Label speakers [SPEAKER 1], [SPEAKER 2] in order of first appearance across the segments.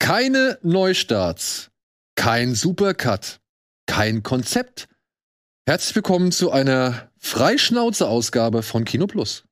[SPEAKER 1] Keine Neustarts, kein Supercut, kein Konzept. Herzlich willkommen zu einer Freischnauze-Ausgabe von Kino Plus.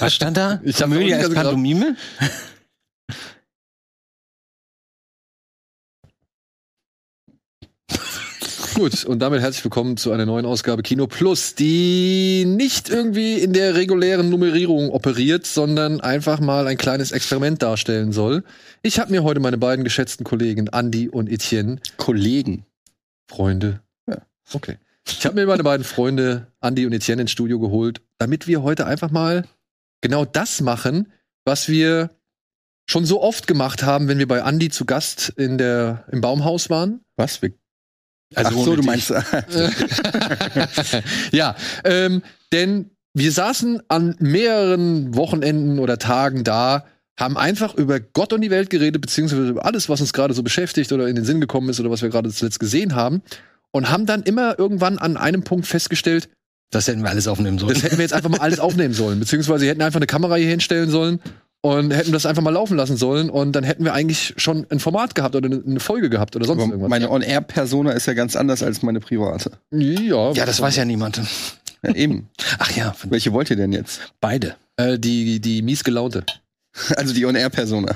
[SPEAKER 2] Was stand da?
[SPEAKER 1] Ich hab
[SPEAKER 2] Komödie
[SPEAKER 1] auch nicht
[SPEAKER 2] als
[SPEAKER 1] ganz geglaubt.
[SPEAKER 2] Pantomime?
[SPEAKER 1] Gut, und damit herzlich willkommen zu einer neuen Ausgabe Kino Plus, die nicht irgendwie in der regulären Nummerierung operiert, sondern einfach mal ein kleines Experiment darstellen soll. Ich habe mir heute meine beiden geschätzten Kollegen Andy und Etienne
[SPEAKER 2] Kollegen.
[SPEAKER 1] Freunde.
[SPEAKER 2] Ja.
[SPEAKER 1] Okay. Ich habe mir meine beiden Freunde, Andy und Etienne, ins Studio geholt, damit wir heute einfach mal genau das machen, was wir schon so oft gemacht haben, wenn wir bei Andy zu Gast in der, im Baumhaus waren.
[SPEAKER 2] Was? Wir-
[SPEAKER 1] Also
[SPEAKER 2] Ach so,
[SPEAKER 1] ohne
[SPEAKER 2] du
[SPEAKER 1] dich.
[SPEAKER 2] meinst. äh,
[SPEAKER 1] ja, ähm, denn wir saßen an mehreren Wochenenden oder Tagen da, haben einfach über Gott und die Welt geredet, beziehungsweise über alles, was uns gerade so beschäftigt oder in den Sinn gekommen ist oder was wir gerade zuletzt gesehen haben. Und haben dann immer irgendwann an einem Punkt festgestellt,
[SPEAKER 2] Das hätten wir alles aufnehmen sollen.
[SPEAKER 1] das hätten wir jetzt einfach mal alles aufnehmen sollen. Beziehungsweise hätten einfach eine Kamera hier hinstellen sollen und hätten das einfach mal laufen lassen sollen. Und dann hätten wir eigentlich schon ein Format gehabt oder eine- eine Folge gehabt oder sonst
[SPEAKER 3] Aber
[SPEAKER 1] irgendwas.
[SPEAKER 3] meine On-Air-Persona ist ja ganz anders als meine private.
[SPEAKER 1] ja,
[SPEAKER 2] Ja, das weiß ja niemand.
[SPEAKER 3] Ja, eben.
[SPEAKER 2] Ach ja,
[SPEAKER 3] Welche wollt ihr denn jetzt?
[SPEAKER 2] beide.
[SPEAKER 1] äh, die, die mies gelaunte.
[SPEAKER 3] Also die On-Air-Persona.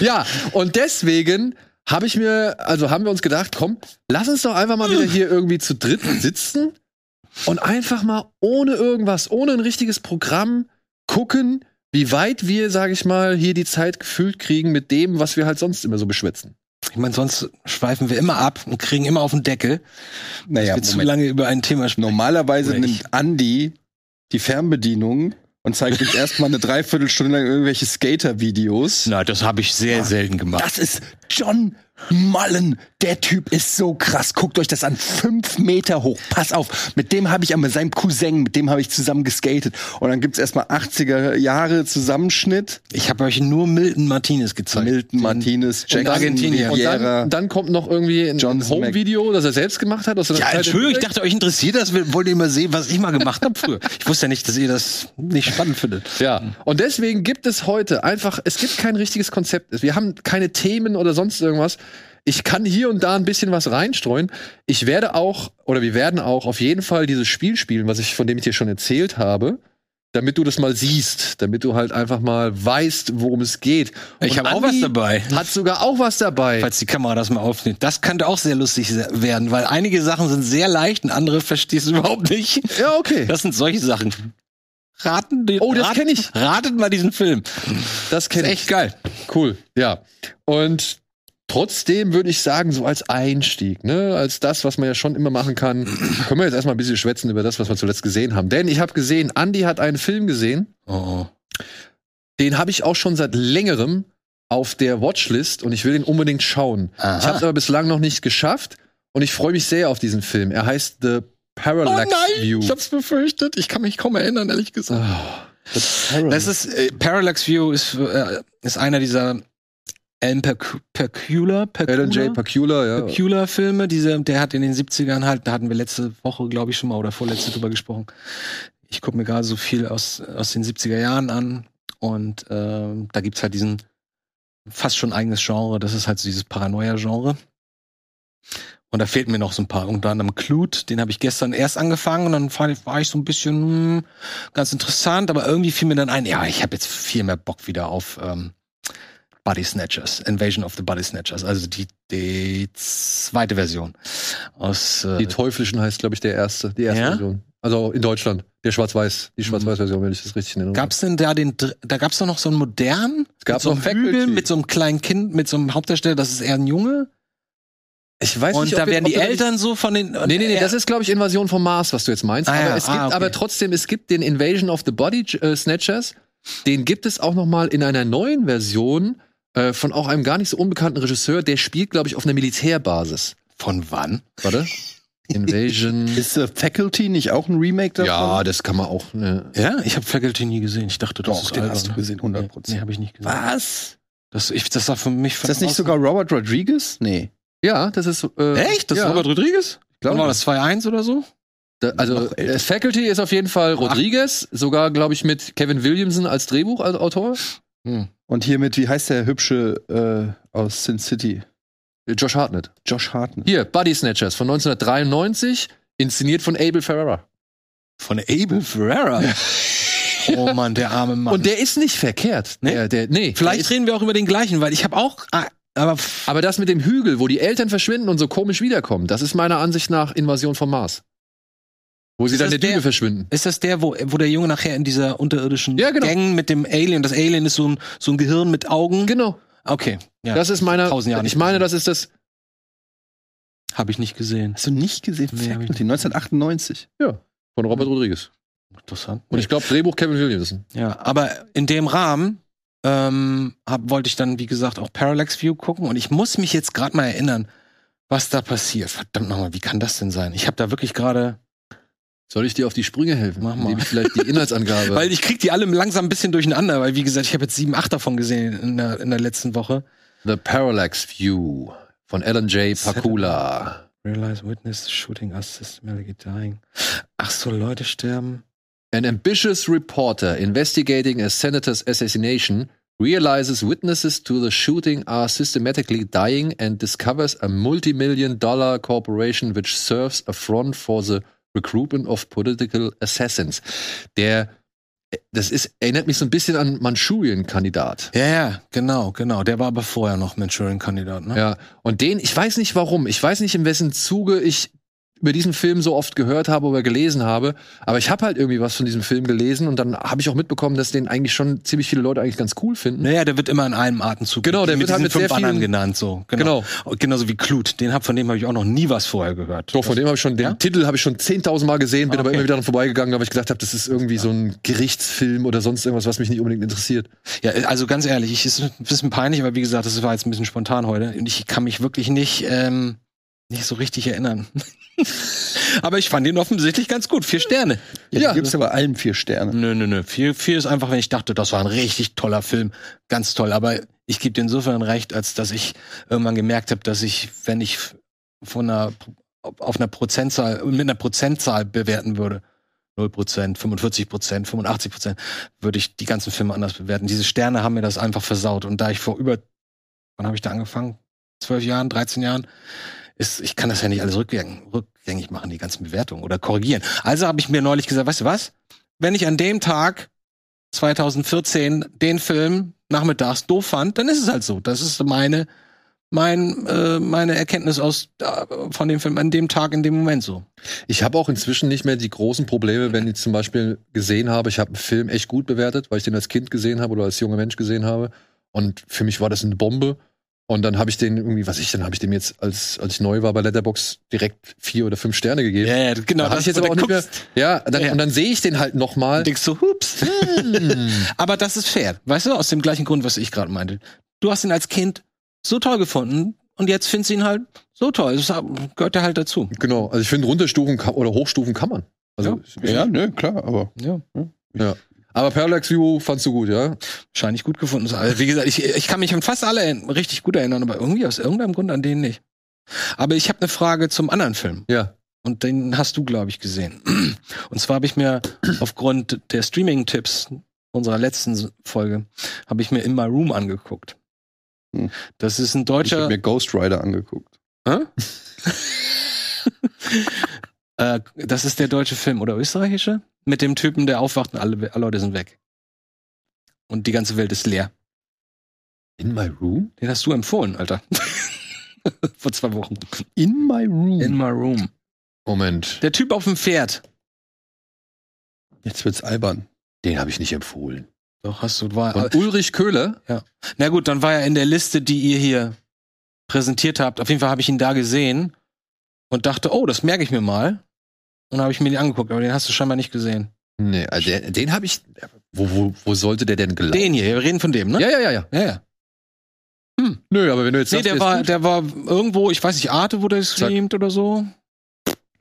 [SPEAKER 1] Ja, und deswegen habe ich mir, also haben wir uns gedacht, komm, lass uns doch einfach mal wieder hier irgendwie zu dritt sitzen und einfach mal ohne irgendwas, ohne ein richtiges Programm gucken, wie weit wir, sage ich mal, hier die Zeit gefüllt kriegen mit dem, was wir halt sonst immer so beschwätzen.
[SPEAKER 2] Ich meine, sonst schweifen wir immer ab und kriegen immer auf den Deckel,
[SPEAKER 3] Naja,
[SPEAKER 2] dass wir zu lange über ein Thema sprechen.
[SPEAKER 3] Normalerweise
[SPEAKER 2] Oder
[SPEAKER 3] nimmt Andy die Fernbedienung und zeigt uns erstmal eine Dreiviertelstunde lang irgendwelche Skater-Videos.
[SPEAKER 2] Nein, das habe ich sehr selten gemacht.
[SPEAKER 4] Das ist John Mullen. Der Typ ist so krass. Guckt euch das an. Fünf Meter hoch. Pass auf. Mit dem habe ich einmal, seinem Cousin, mit dem habe ich zusammen geskatet.
[SPEAKER 3] Und dann gibt's erstmal 80er Jahre Zusammenschnitt.
[SPEAKER 2] Ich habe euch nur Milton Martinez gezeigt.
[SPEAKER 3] Milton Martinez,
[SPEAKER 2] und Argentinier.
[SPEAKER 1] Und
[SPEAKER 3] Viera.
[SPEAKER 1] dann, dann kommt noch irgendwie ein, ein
[SPEAKER 3] Johnson
[SPEAKER 1] Home-Video, das er selbst gemacht hat. Aus seiner
[SPEAKER 2] Ja,
[SPEAKER 1] Zeit in
[SPEAKER 2] Entschuldigung, ich
[SPEAKER 1] Lübeck.
[SPEAKER 2] dachte, euch interessiert das. Wir- Wollt ihr mal sehen, was ich mal gemacht habe früher? Ich wusste ja nicht, dass ihr das nicht spannend findet.
[SPEAKER 1] Ja, und deswegen gibt es heute einfach, es gibt kein richtiges Konzept. Wir haben keine Themen oder sonst irgendwas. Ich kann hier und da ein bisschen was reinstreuen. Ich werde auch, oder wir werden auch auf jeden Fall dieses Spiel spielen, was ich, von dem ich dir schon erzählt habe, damit du das mal siehst, damit du halt einfach mal weißt, worum es geht. Und
[SPEAKER 2] Ich habe auch
[SPEAKER 1] Andi
[SPEAKER 2] was dabei.
[SPEAKER 1] Hat sogar auch was dabei.
[SPEAKER 2] falls die Kamera das mal aufnimmt. Das könnte auch sehr lustig se- werden, weil einige Sachen sind sehr leicht und andere verstehst du überhaupt nicht.
[SPEAKER 1] Ja, okay.
[SPEAKER 2] Das sind solche Sachen. Raten den,
[SPEAKER 1] Oh, das
[SPEAKER 2] raten-
[SPEAKER 1] kenn ich.
[SPEAKER 2] Ratet mal diesen Film.
[SPEAKER 1] Das
[SPEAKER 2] Ist
[SPEAKER 1] kenne ich.
[SPEAKER 2] echt geil.
[SPEAKER 1] Cool, ja. Und trotzdem würde ich sagen, so als Einstieg, ne, als das, was man ja schon immer machen kann, können wir jetzt erstmal ein bisschen schwätzen über das, was wir zuletzt gesehen haben. Denn ich habe gesehen, Andy hat einen Film gesehen,
[SPEAKER 2] Oh,
[SPEAKER 1] den habe ich auch schon seit längerem auf der Watchlist und ich will den unbedingt schauen.
[SPEAKER 2] Aha.
[SPEAKER 1] Ich habe es aber bislang noch nicht geschafft und ich freue mich sehr auf diesen Film. Er heißt The Parallax View.
[SPEAKER 2] Oh, hab's befürchtet. Ich kann mich kaum erinnern, ehrlich gesagt.
[SPEAKER 1] Ah,
[SPEAKER 2] Das ist äh, Parallax View ist äh, ist einer dieser äh, Alan Perc- Percula,
[SPEAKER 1] Alan J. Pacula, ja.
[SPEAKER 2] Peculiar Filme, diese, der hat in den 70ern halt, da hatten wir letzte Woche, glaube ich, schon mal oder vorletzte drüber gesprochen. Ich gucke mir gerade so viel aus, aus den 70er Jahren an und ähm, da gibt's halt diesen fast schon eigenes Genre, das ist halt so dieses Paranoia-Genre. Und da fehlten mir noch so ein paar. Unter anderem Clute, den habe ich gestern erst angefangen und dann fand, war ich so ein bisschen hm, ganz interessant, aber irgendwie fiel mir dann ein, ja, ich habe jetzt viel mehr Bock wieder auf ähm, Body Snatchers, Invasion of the Body Snatchers, also die, die zweite Version aus äh,
[SPEAKER 1] Die Teuflischen heißt, glaube ich, der erste, die erste
[SPEAKER 2] Ja? Mhm.
[SPEAKER 1] Version. Also in Deutschland, der Schwarz-Weiß, die Schwarz-Weiß-Version, wenn ich das richtig nenne.
[SPEAKER 2] Gab's denn da den, dr- da gab's doch noch so einen modernen,
[SPEAKER 1] gab
[SPEAKER 2] mit so einem
[SPEAKER 1] noch Faculty.
[SPEAKER 2] Hügel, mit so einem kleinen Kind, mit so einem Hauptdarsteller, das ist eher ein Junge.
[SPEAKER 1] Ich weiß
[SPEAKER 2] Und
[SPEAKER 1] nicht, ob
[SPEAKER 2] da
[SPEAKER 1] wir-
[SPEAKER 2] werden
[SPEAKER 1] ob
[SPEAKER 2] die
[SPEAKER 1] wir-
[SPEAKER 2] Eltern so von den.
[SPEAKER 1] Nee, nee, nee,
[SPEAKER 2] er-
[SPEAKER 1] das ist, glaube ich, Invasion vom Mars, was du jetzt meinst.
[SPEAKER 2] Ah,
[SPEAKER 1] aber
[SPEAKER 2] ja,
[SPEAKER 1] es
[SPEAKER 2] ah,
[SPEAKER 1] gibt
[SPEAKER 2] okay.
[SPEAKER 1] aber trotzdem, es gibt den Invasion of the Body äh, Snatchers Den gibt es auch noch mal in einer neuen Version äh, von auch einem gar nicht so unbekannten Regisseur. Der spielt, glaube ich, auf einer Militärbasis.
[SPEAKER 2] Von wann?
[SPEAKER 1] Warte. Invasion.
[SPEAKER 4] Ist äh, Faculty nicht auch ein Remake davon?
[SPEAKER 1] ja, das kann man auch. Ne.
[SPEAKER 2] Ja, ich habe Faculty nie gesehen. Ich dachte, das
[SPEAKER 4] Doch,
[SPEAKER 2] ist
[SPEAKER 4] den
[SPEAKER 2] albern.
[SPEAKER 4] hast du gesehen, 100%.
[SPEAKER 2] Nee, nee habe ich nicht gesehen.
[SPEAKER 4] Was?
[SPEAKER 2] Das, ich, das sah für mich
[SPEAKER 4] Ist das nicht sogar Robert Rodriguez? Nee.
[SPEAKER 1] Ja, das ist. Äh,
[SPEAKER 2] Echt? Das
[SPEAKER 1] ja.
[SPEAKER 2] ist Robert Rodriguez?
[SPEAKER 1] Glaub
[SPEAKER 2] Genau,
[SPEAKER 1] ich.
[SPEAKER 2] das 2-1 oder so?
[SPEAKER 1] Da, also
[SPEAKER 4] Noch älter.
[SPEAKER 1] äh, Faculty ist auf jeden Fall Rodriguez, sogar glaube ich mit Kevin Williamson als Drehbuchautor.
[SPEAKER 4] Und hiermit, wie heißt der hübsche äh, aus Sin City?
[SPEAKER 1] Äh, Josh Hartnett.
[SPEAKER 4] Josh Hartnett.
[SPEAKER 1] Hier, Body Snatchers von 1993, inszeniert von Abel Ferrara.
[SPEAKER 2] Von Abel Ferrara. oh Mann, der arme Mann.
[SPEAKER 1] Und der ist nicht verkehrt.
[SPEAKER 2] Nee?
[SPEAKER 1] Der, der, nee.
[SPEAKER 2] Vielleicht
[SPEAKER 1] Der ist,
[SPEAKER 2] reden wir auch über den gleichen, weil ich habe auch. ah, Aber f-
[SPEAKER 1] aber das mit dem Hügel, wo die Eltern verschwinden und so komisch wiederkommen, das ist meiner Ansicht nach Invasion vom Mars. Wo sie
[SPEAKER 2] Ist
[SPEAKER 1] dann
[SPEAKER 2] das
[SPEAKER 1] der Düne
[SPEAKER 2] der-
[SPEAKER 1] verschwinden.
[SPEAKER 2] ist das der, wo, wo der Junge nachher in dieser unterirdischen
[SPEAKER 1] Ja, genau.
[SPEAKER 2] Gang mit dem Alien? Das Alien ist so ein, so ein Gehirn mit Augen.
[SPEAKER 1] Genau.
[SPEAKER 2] Okay. Ja,
[SPEAKER 1] das ist meiner.
[SPEAKER 2] tausend Jahre
[SPEAKER 1] ich
[SPEAKER 2] nicht
[SPEAKER 1] meine,
[SPEAKER 2] gesehen.
[SPEAKER 1] das ist das.
[SPEAKER 2] habe ich nicht gesehen.
[SPEAKER 4] Hast du nicht gesehen?
[SPEAKER 2] Nee, hab ich
[SPEAKER 4] Faculty, 1998.
[SPEAKER 1] Von Robert Rodriguez.
[SPEAKER 2] Interessant.
[SPEAKER 1] Und ich glaube, Drehbuch Kevin Williamson.
[SPEAKER 2] Ja, aber in dem Rahmen ähm, hab, wollte ich dann, wie gesagt, auch Parallax View gucken und ich muss mich jetzt gerade mal erinnern, was da passiert. Verdammt nochmal, wie kann das denn sein? Ich habe da wirklich gerade,
[SPEAKER 1] Soll ich dir auf die Sprünge helfen?
[SPEAKER 2] Mach mal.
[SPEAKER 1] Indem ich vielleicht die Inhaltsangabe.
[SPEAKER 2] weil ich krieg die alle langsam ein bisschen durcheinander, weil wie gesagt, ich habe jetzt sieben, acht davon gesehen in der, in der letzten Woche.
[SPEAKER 1] The Parallax View von Alan J. Pakula.
[SPEAKER 2] Realize Witness Shooting Assist Melody Dying. Ach so, Leute sterben.
[SPEAKER 1] An ambitious reporter investigating a senator's assassination realizes witnesses to the shooting are systematically dying and discovers a multi-million dollar corporation which serves a front for the recruitment of political assassins. Der, das ist, erinnert mich so ein bisschen an Manchurien-Kandidat.
[SPEAKER 2] Ja, ja, genau, genau. Der war aber vorher noch Manchurian-Kandidat, ne?
[SPEAKER 1] Ja, und den, ich weiß nicht warum, ich weiß nicht, in wessen Zuge ich über diesen Film so oft gehört habe oder gelesen habe, aber ich habe halt irgendwie was von diesem Film gelesen und dann habe ich auch mitbekommen, dass den eigentlich schon ziemlich viele Leute eigentlich ganz cool finden.
[SPEAKER 2] Naja, der wird immer in einem Atemzug
[SPEAKER 1] Genau, der wird halt
[SPEAKER 2] diesen
[SPEAKER 1] mit sehr
[SPEAKER 2] fünf anderen
[SPEAKER 1] vielen-
[SPEAKER 2] genannt, so.
[SPEAKER 1] Genau.
[SPEAKER 2] Und Genauso wie Klut. Den hab, von dem habe ich auch noch nie was vorher gehört.
[SPEAKER 1] Doch, von dem habe ich schon, den
[SPEAKER 2] Ja?
[SPEAKER 1] Titel habe ich schon 10.000 Mal gesehen, bin
[SPEAKER 2] Ah,
[SPEAKER 1] aber
[SPEAKER 2] okay.
[SPEAKER 1] immer wieder dran vorbeigegangen, weil ich gedacht habe, das ist irgendwie so ein Gerichtsfilm oder sonst irgendwas, was mich nicht unbedingt interessiert.
[SPEAKER 2] Ja, also ganz ehrlich, ich ist ein bisschen peinlich, aber wie gesagt, das war jetzt ein bisschen spontan heute und ich kann mich wirklich nicht, ähm, nicht so richtig erinnern. aber ich fand ihn offensichtlich ganz gut. Vier Sterne.
[SPEAKER 4] Ja,
[SPEAKER 1] Ja.
[SPEAKER 4] ja. gibt es aber allen vier Sterne.
[SPEAKER 2] Nö, nö, nö. Vier, vier ist einfach, wenn ich dachte, das war ein richtig toller Film. Ganz toll. Aber ich gebe dir insofern recht, als dass ich irgendwann gemerkt habe, dass ich, wenn ich von einer, auf einer Prozentzahl, mit einer Prozentzahl bewerten würde, 0%, 45%, 85%, würde ich die ganzen Filme anders bewerten. Diese Sterne haben mir das einfach versaut. Und da ich vor über, wann habe ich da angefangen? 12 Jahren, 13 Jahren? Ist, ich kann das ja nicht alles rückgängig, rückgängig machen, die ganzen Bewertungen oder korrigieren. Also habe ich mir neulich gesagt, weißt du was? Wenn ich an dem Tag 2014 den Film nachmittags doof fand, dann ist es halt so. Das ist meine, mein, äh, meine Erkenntnis aus, äh, von dem Film an dem Tag, in dem Moment so.
[SPEAKER 1] Ich habe auch inzwischen nicht mehr die großen Probleme, wenn ich zum Beispiel gesehen habe, ich habe einen Film echt gut bewertet, weil ich den als Kind gesehen habe oder als junger Mensch gesehen habe. Und für mich war das eine Bombe. Und dann habe ich den irgendwie, was ich, dann habe ich dem jetzt, als, als ich neu war bei Letterbox direkt vier oder fünf Sterne gegeben.
[SPEAKER 2] Ja, ja, genau.
[SPEAKER 1] Da hab
[SPEAKER 2] das
[SPEAKER 1] ich jetzt
[SPEAKER 2] wo
[SPEAKER 1] aber
[SPEAKER 2] du
[SPEAKER 1] auch nicht mehr,
[SPEAKER 2] guckst
[SPEAKER 1] ja, dann,
[SPEAKER 2] Ja, ja.
[SPEAKER 1] und dann sehe ich den halt Hm. nochmal.
[SPEAKER 2] und denkst du, hups. aber das ist fair. Weißt du, aus dem gleichen Grund, was ich gerade meinte. Du hast ihn als Kind so toll gefunden und jetzt findest du ihn halt so toll. Das ist- gehört ja halt dazu.
[SPEAKER 1] Genau, also ich finde, Runterstufen kann, oder Hochstufen kann man. Also,
[SPEAKER 4] Ja, nö, klar, aber.
[SPEAKER 2] Ja.
[SPEAKER 1] Aber Parallax View fandst du gut, ja?
[SPEAKER 2] Wahrscheinlich gut gefunden. zu haben. Also, wie gesagt, ich, ich kann mich an fast alle en- richtig gut erinnern, aber irgendwie aus irgendeinem Grund an den nicht. Aber ich habe eine Frage zum anderen Film.
[SPEAKER 1] Ja.
[SPEAKER 2] Und den hast du, glaube ich, gesehen. Und zwar habe ich mir aufgrund der Streaming-Tipps unserer letzten Folge, habe ich mir In My Room angeguckt.
[SPEAKER 4] Hm.
[SPEAKER 2] Das ist
[SPEAKER 4] Ich
[SPEAKER 2] ein
[SPEAKER 4] habe
[SPEAKER 2] deutscher,
[SPEAKER 4] mir Ghost Rider angeguckt.
[SPEAKER 2] äh, das ist der deutsche Film oder österreichische, mit dem Typen, der aufwacht und alle, alle Leute sind weg. Und die ganze Welt ist leer.
[SPEAKER 1] In my room?
[SPEAKER 2] Den hast du empfohlen, Alter. Vor zwei Wochen.
[SPEAKER 4] In my room.
[SPEAKER 2] In My Room.
[SPEAKER 1] Moment,
[SPEAKER 2] Der Typ auf dem Pferd.
[SPEAKER 4] Jetzt wird's albern.
[SPEAKER 1] den habe ich nicht empfohlen.
[SPEAKER 2] Doch, hast du, war,
[SPEAKER 1] Und Ulrich Köhler?
[SPEAKER 2] Na gut, dann war er in der Liste, die ihr hier präsentiert habt. Auf jeden Fall habe ich ihn da gesehen und dachte, oh, das merke ich mir mal. Und habe ich mir den angeguckt, aber den hast du scheinbar nicht gesehen.
[SPEAKER 1] Nee, also den, den habe ich. Wo, wo, wo sollte der denn gelangen?
[SPEAKER 2] Den hier, wir reden von dem, ne?
[SPEAKER 1] Ja, ja, ja, ja.
[SPEAKER 2] ja. ja.
[SPEAKER 1] Nö, aber wenn du jetzt
[SPEAKER 2] Nee, der
[SPEAKER 1] ist
[SPEAKER 2] war,
[SPEAKER 1] gut,
[SPEAKER 2] der war irgendwo, ich weiß nicht, Arte wurde gestreamt oder so.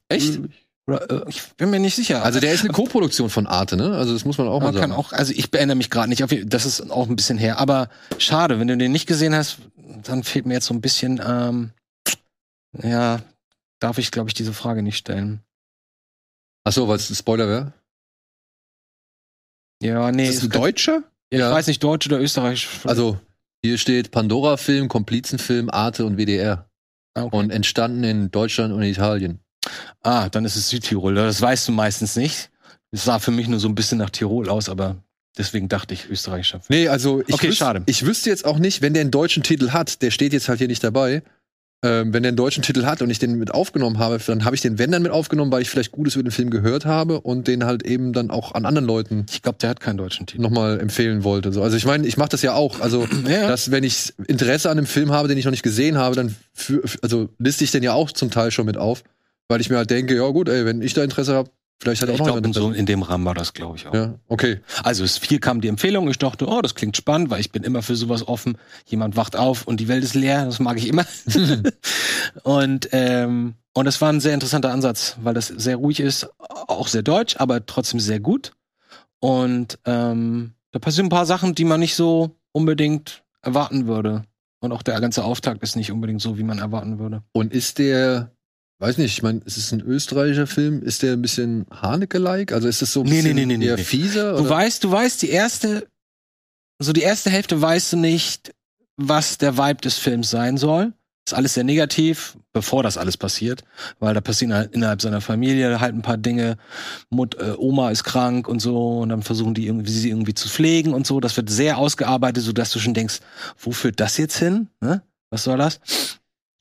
[SPEAKER 1] echt?
[SPEAKER 2] Oder äh, ich bin mir nicht sicher.
[SPEAKER 1] Also der ist eine Co-Produktion von Arte, ne? Also das muss man auch mal
[SPEAKER 2] man
[SPEAKER 1] sagen.
[SPEAKER 2] kann auch, also ich erinnere mich gerade nicht, auf, das ist auch ein bisschen her. Aber schade, wenn du den nicht gesehen hast, dann fehlt mir jetzt so ein bisschen, ähm, ja, darf ich, glaube ich, diese Frage nicht stellen.
[SPEAKER 1] Achso, weil es ein Spoiler wäre.
[SPEAKER 2] Ja, nee,
[SPEAKER 3] Ist das ein
[SPEAKER 2] es-
[SPEAKER 3] Deutscher?
[SPEAKER 2] ich
[SPEAKER 1] Ja.
[SPEAKER 2] weiß nicht, Deutsch oder Österreich.
[SPEAKER 1] Also hier steht Pandora-Film, Komplizenfilm, Arte und WDR.
[SPEAKER 2] Ah, okay.
[SPEAKER 1] Und entstanden in Deutschland und Italien.
[SPEAKER 2] ah, dann ist es Südtirol. Das weißt du meistens nicht. Es sah für mich nur so ein bisschen nach Tirol aus, aber deswegen dachte ich österreichischer Film.
[SPEAKER 1] Nee, also ich,
[SPEAKER 2] Okay,
[SPEAKER 1] wüs
[SPEAKER 2] schade.
[SPEAKER 1] ich wüsste jetzt auch nicht, wenn der einen deutschen Titel hat, der steht jetzt halt hier nicht dabei. Ähm, wenn der einen deutschen Titel hat und ich den mit aufgenommen habe, dann habe ich den wenn dann mit aufgenommen, weil ich vielleicht Gutes über den Film gehört habe und den halt eben dann auch an anderen Leuten
[SPEAKER 2] Ich glaube, der hat keinen deutschen Titel.
[SPEAKER 1] nochmal empfehlen wollte. So. Also ich meine, ich mache das ja auch. Also
[SPEAKER 2] Ja,
[SPEAKER 1] dass wenn ich Interesse an einem Film habe, den ich noch nicht gesehen habe, dann für, also liste ich den ja auch zum Teil schon mit auf, weil ich mir halt denke, ja gut, ey, wenn ich da Interesse habe, vielleicht hat auch
[SPEAKER 2] ich
[SPEAKER 1] noch
[SPEAKER 2] glaube,
[SPEAKER 1] jemand
[SPEAKER 2] in,
[SPEAKER 1] Interesse.
[SPEAKER 2] so, in dem Rahmen war das, glaube ich, auch.
[SPEAKER 1] Ja, okay.
[SPEAKER 2] Also es, hier kam die Empfehlung, ich dachte, oh, das klingt spannend, weil ich bin immer für sowas offen. Jemand wacht auf und die Welt ist leer, das mag ich immer. und ähm, und es war ein sehr interessanter Ansatz, weil das sehr ruhig ist, auch sehr deutsch, aber trotzdem sehr gut. Und ähm, da passieren ein paar Sachen, die man nicht so unbedingt erwarten würde. Und auch der ganze Auftakt ist nicht unbedingt so, wie man erwarten würde.
[SPEAKER 1] Und ist der, weiß nicht, ich meine, ist es ein österreichischer Film? Ist der ein bisschen Haneke-like? Also ist das so ein
[SPEAKER 2] Nee,
[SPEAKER 1] bisschen
[SPEAKER 2] nee, nee, nee,
[SPEAKER 1] eher
[SPEAKER 2] nee.
[SPEAKER 1] fieser?
[SPEAKER 2] Du
[SPEAKER 1] Oder?
[SPEAKER 2] weißt, du weißt, die erste, so die erste Hälfte weißt du nicht, was der Vibe des Films sein soll. Ist alles sehr negativ, bevor das alles passiert, weil da passieren halt innerhalb seiner Familie halt ein paar Dinge. Mut, äh, Oma ist krank und so, und dann versuchen die irgendwie, sie irgendwie zu pflegen und so. Das wird sehr ausgearbeitet, sodass du schon denkst, wo führt das jetzt hin? Ne? Was soll das?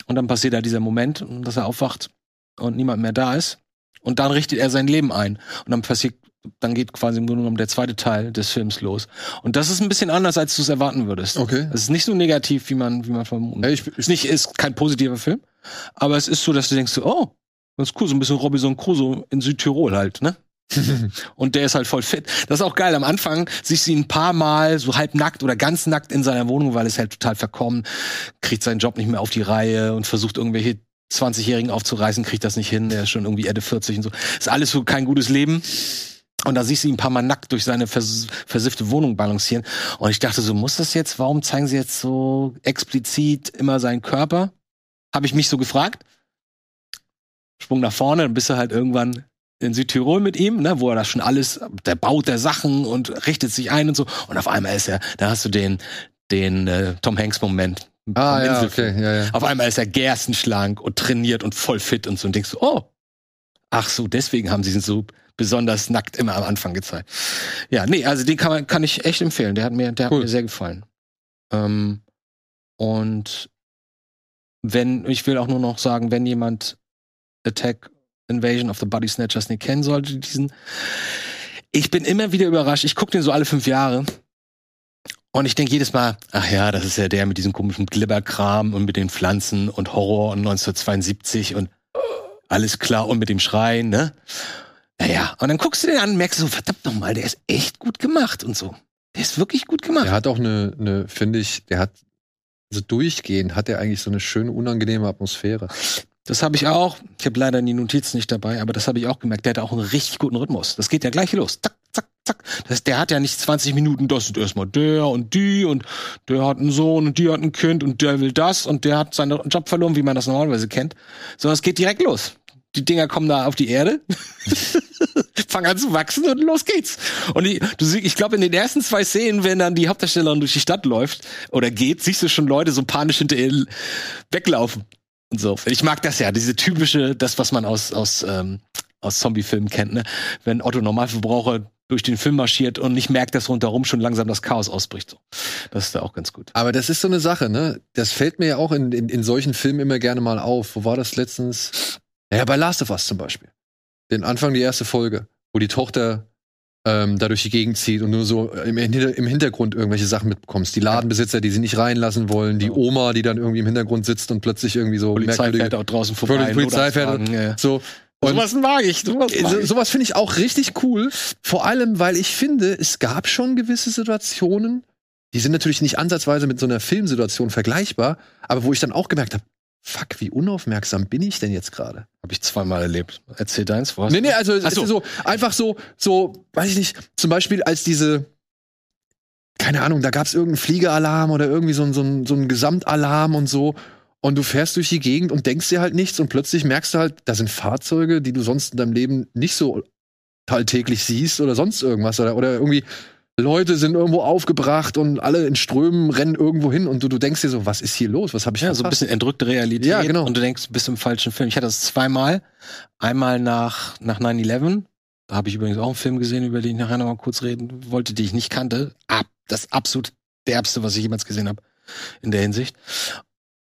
[SPEAKER 2] Und dann passiert da dieser Moment, dass er aufwacht und niemand mehr da ist. Und dann richtet er sein Leben ein. Und dann passiert, dann geht quasi im Grunde genommen der zweite Teil des Films los. Und das ist ein bisschen anders, als du es erwarten würdest.
[SPEAKER 1] Okay.
[SPEAKER 2] Es ist nicht so negativ, wie man, wie man vermuten.
[SPEAKER 1] Ja, ich,
[SPEAKER 2] ist
[SPEAKER 1] ich,
[SPEAKER 2] nicht, ist kein positiver Film, aber es ist so, dass du denkst, so, oh, das ist cool, so ein bisschen Robinson Crusoe in Südtirol halt, ne? Und der ist halt voll fit. Das ist auch geil. Am Anfang sich sie ein paar Mal so halbnackt oder ganz nackt in seiner Wohnung, weil es halt total verkommen, kriegt seinen Job nicht mehr auf die Reihe und versucht irgendwelche 20-Jährigen aufzureißen, kriegt das nicht hin. Der ist schon irgendwie Ende 40 und so. Ist alles so kein gutes Leben. Und da siehst du ihn ein paar Mal nackt durch seine vers versiffte Wohnung balancieren. Und ich dachte so, muss das jetzt? Warum zeigen sie jetzt so explizit immer seinen Körper? Habe ich mich so gefragt. Sprung nach vorne, dann bist du halt irgendwann in Südtirol mit ihm, ne, wo er das schon alles, der baut der Sachen und richtet sich ein und so. Und auf einmal ist er, da hast du den, den äh, Tom Hanks-Moment.
[SPEAKER 1] ah,
[SPEAKER 2] vom
[SPEAKER 1] ja,
[SPEAKER 2] Inselfilm.
[SPEAKER 1] okay, ja, ja.
[SPEAKER 2] Auf einmal ist er gerstenschlank und trainiert und voll fit und so und denkst du, oh, ach so, deswegen haben sie ihn so besonders nackt immer am Anfang gezeigt. Ja, nee, also den kann, man, kann ich echt empfehlen. Der hat mir, der
[SPEAKER 1] Cool.
[SPEAKER 2] hat mir sehr gefallen. Ähm, und wenn, ich will auch nur noch sagen, wenn jemand Attack Invasion of the Body Snatchers nicht kennen sollte, diesen, ich bin immer wieder überrascht. Ich gucke den so alle fünf Jahre. Und ich denke jedes Mal, ach ja, das ist ja der mit diesem komischen Glibberkram und mit den Pflanzen und Horror und 1972 und alles klar und mit dem Schreien, ne? Naja, und dann guckst du den an und merkst so, verdammt nochmal, der ist echt gut gemacht und so. Der ist wirklich gut gemacht.
[SPEAKER 1] Der hat auch eine, eine finde ich, der hat, also durchgehend hat er eigentlich so eine schöne, unangenehme Atmosphäre.
[SPEAKER 2] Das habe ich auch. Ich habe leider die Notizen nicht dabei, aber das habe ich auch gemerkt. Der hat auch einen richtig guten Rhythmus. Das geht ja gleich los. Zack, zack, zack. Das, der hat ja nicht 20 Minuten, das sind erstmal der und die und der hat einen Sohn und die hat ein Kind und der will das und der hat seinen Job verloren, wie man das normalerweise kennt. Sondern es geht direkt los. Die Dinger kommen da auf die Erde, fangen an zu wachsen und los geht's. Und die, du siehst, ich glaube, in den ersten zwei Szenen, wenn dann die Hauptdarstellerin durch die Stadt läuft oder geht, siehst du schon Leute so panisch hinter ihr weglaufen und so. Ich mag das ja, diese typische, das, was man aus, aus, ähm, aus Zombie-Filmen kennt, ne? Wenn Otto Normalverbraucher durch den Film marschiert und nicht merkt, dass rundherum schon langsam das Chaos ausbricht. So. Das ist da auch ganz gut.
[SPEAKER 1] Aber das ist so eine Sache, ne? Das fällt mir ja auch in, in, in solchen Filmen immer gerne mal auf. Wo war das letztens? Ja, bei Last of Us zum Beispiel. Den Anfang, die erste Folge, wo die Tochter ähm, da durch die Gegend zieht und nur so äh, im, Hinter- im Hintergrund irgendwelche Sachen mitbekommst. Die Ladenbesitzer, die sie nicht reinlassen wollen, die Oma, die dann irgendwie im Hintergrund sitzt und plötzlich irgendwie so
[SPEAKER 2] Polizei
[SPEAKER 1] merkwürdige-
[SPEAKER 2] fährt auch draußen vorbei. äh,
[SPEAKER 1] Polizei fährt-
[SPEAKER 2] Notarztwagen, ja.
[SPEAKER 1] so, Und-
[SPEAKER 2] sowas mag ich. Sowas mag
[SPEAKER 1] So,
[SPEAKER 2] ich.
[SPEAKER 1] sowas finde ich auch richtig cool. Vor allem, weil ich finde, es gab schon gewisse Situationen, die sind natürlich nicht ansatzweise mit so einer Filmsituation vergleichbar, aber wo ich dann auch gemerkt habe, fuck, wie unaufmerksam bin ich denn jetzt gerade?
[SPEAKER 2] Habe ich zweimal erlebt. Erzähl deins, was?
[SPEAKER 1] Nee, nee, also es
[SPEAKER 2] Ach so.
[SPEAKER 1] ist so, einfach so, so, weiß ich nicht, zum Beispiel als diese, keine Ahnung, da gab es irgendeinen Fliegeralarm oder irgendwie so, ein- so, ein- so einen Gesamtalarm und so. Und du fährst durch die Gegend und denkst dir halt nichts und plötzlich merkst du halt, da sind Fahrzeuge, die du sonst in deinem Leben nicht so alltäglich siehst oder sonst irgendwas oder, oder irgendwie Leute sind irgendwo aufgebracht und alle in Strömen rennen irgendwo hin und du, du denkst dir so, was ist hier los? Was habe ich
[SPEAKER 2] Ja, so ein bisschen entrückte Realität.
[SPEAKER 1] Ja, genau.
[SPEAKER 2] Und du denkst, du bist im falschen Film. Ich hatte das zweimal. Einmal nach, nach 9-11. Da habe ich übrigens auch einen Film gesehen, über den ich nachher nochmal kurz reden wollte, die ich nicht kannte. Ab, das absolut derbste, was ich jemals gesehen habe in der Hinsicht.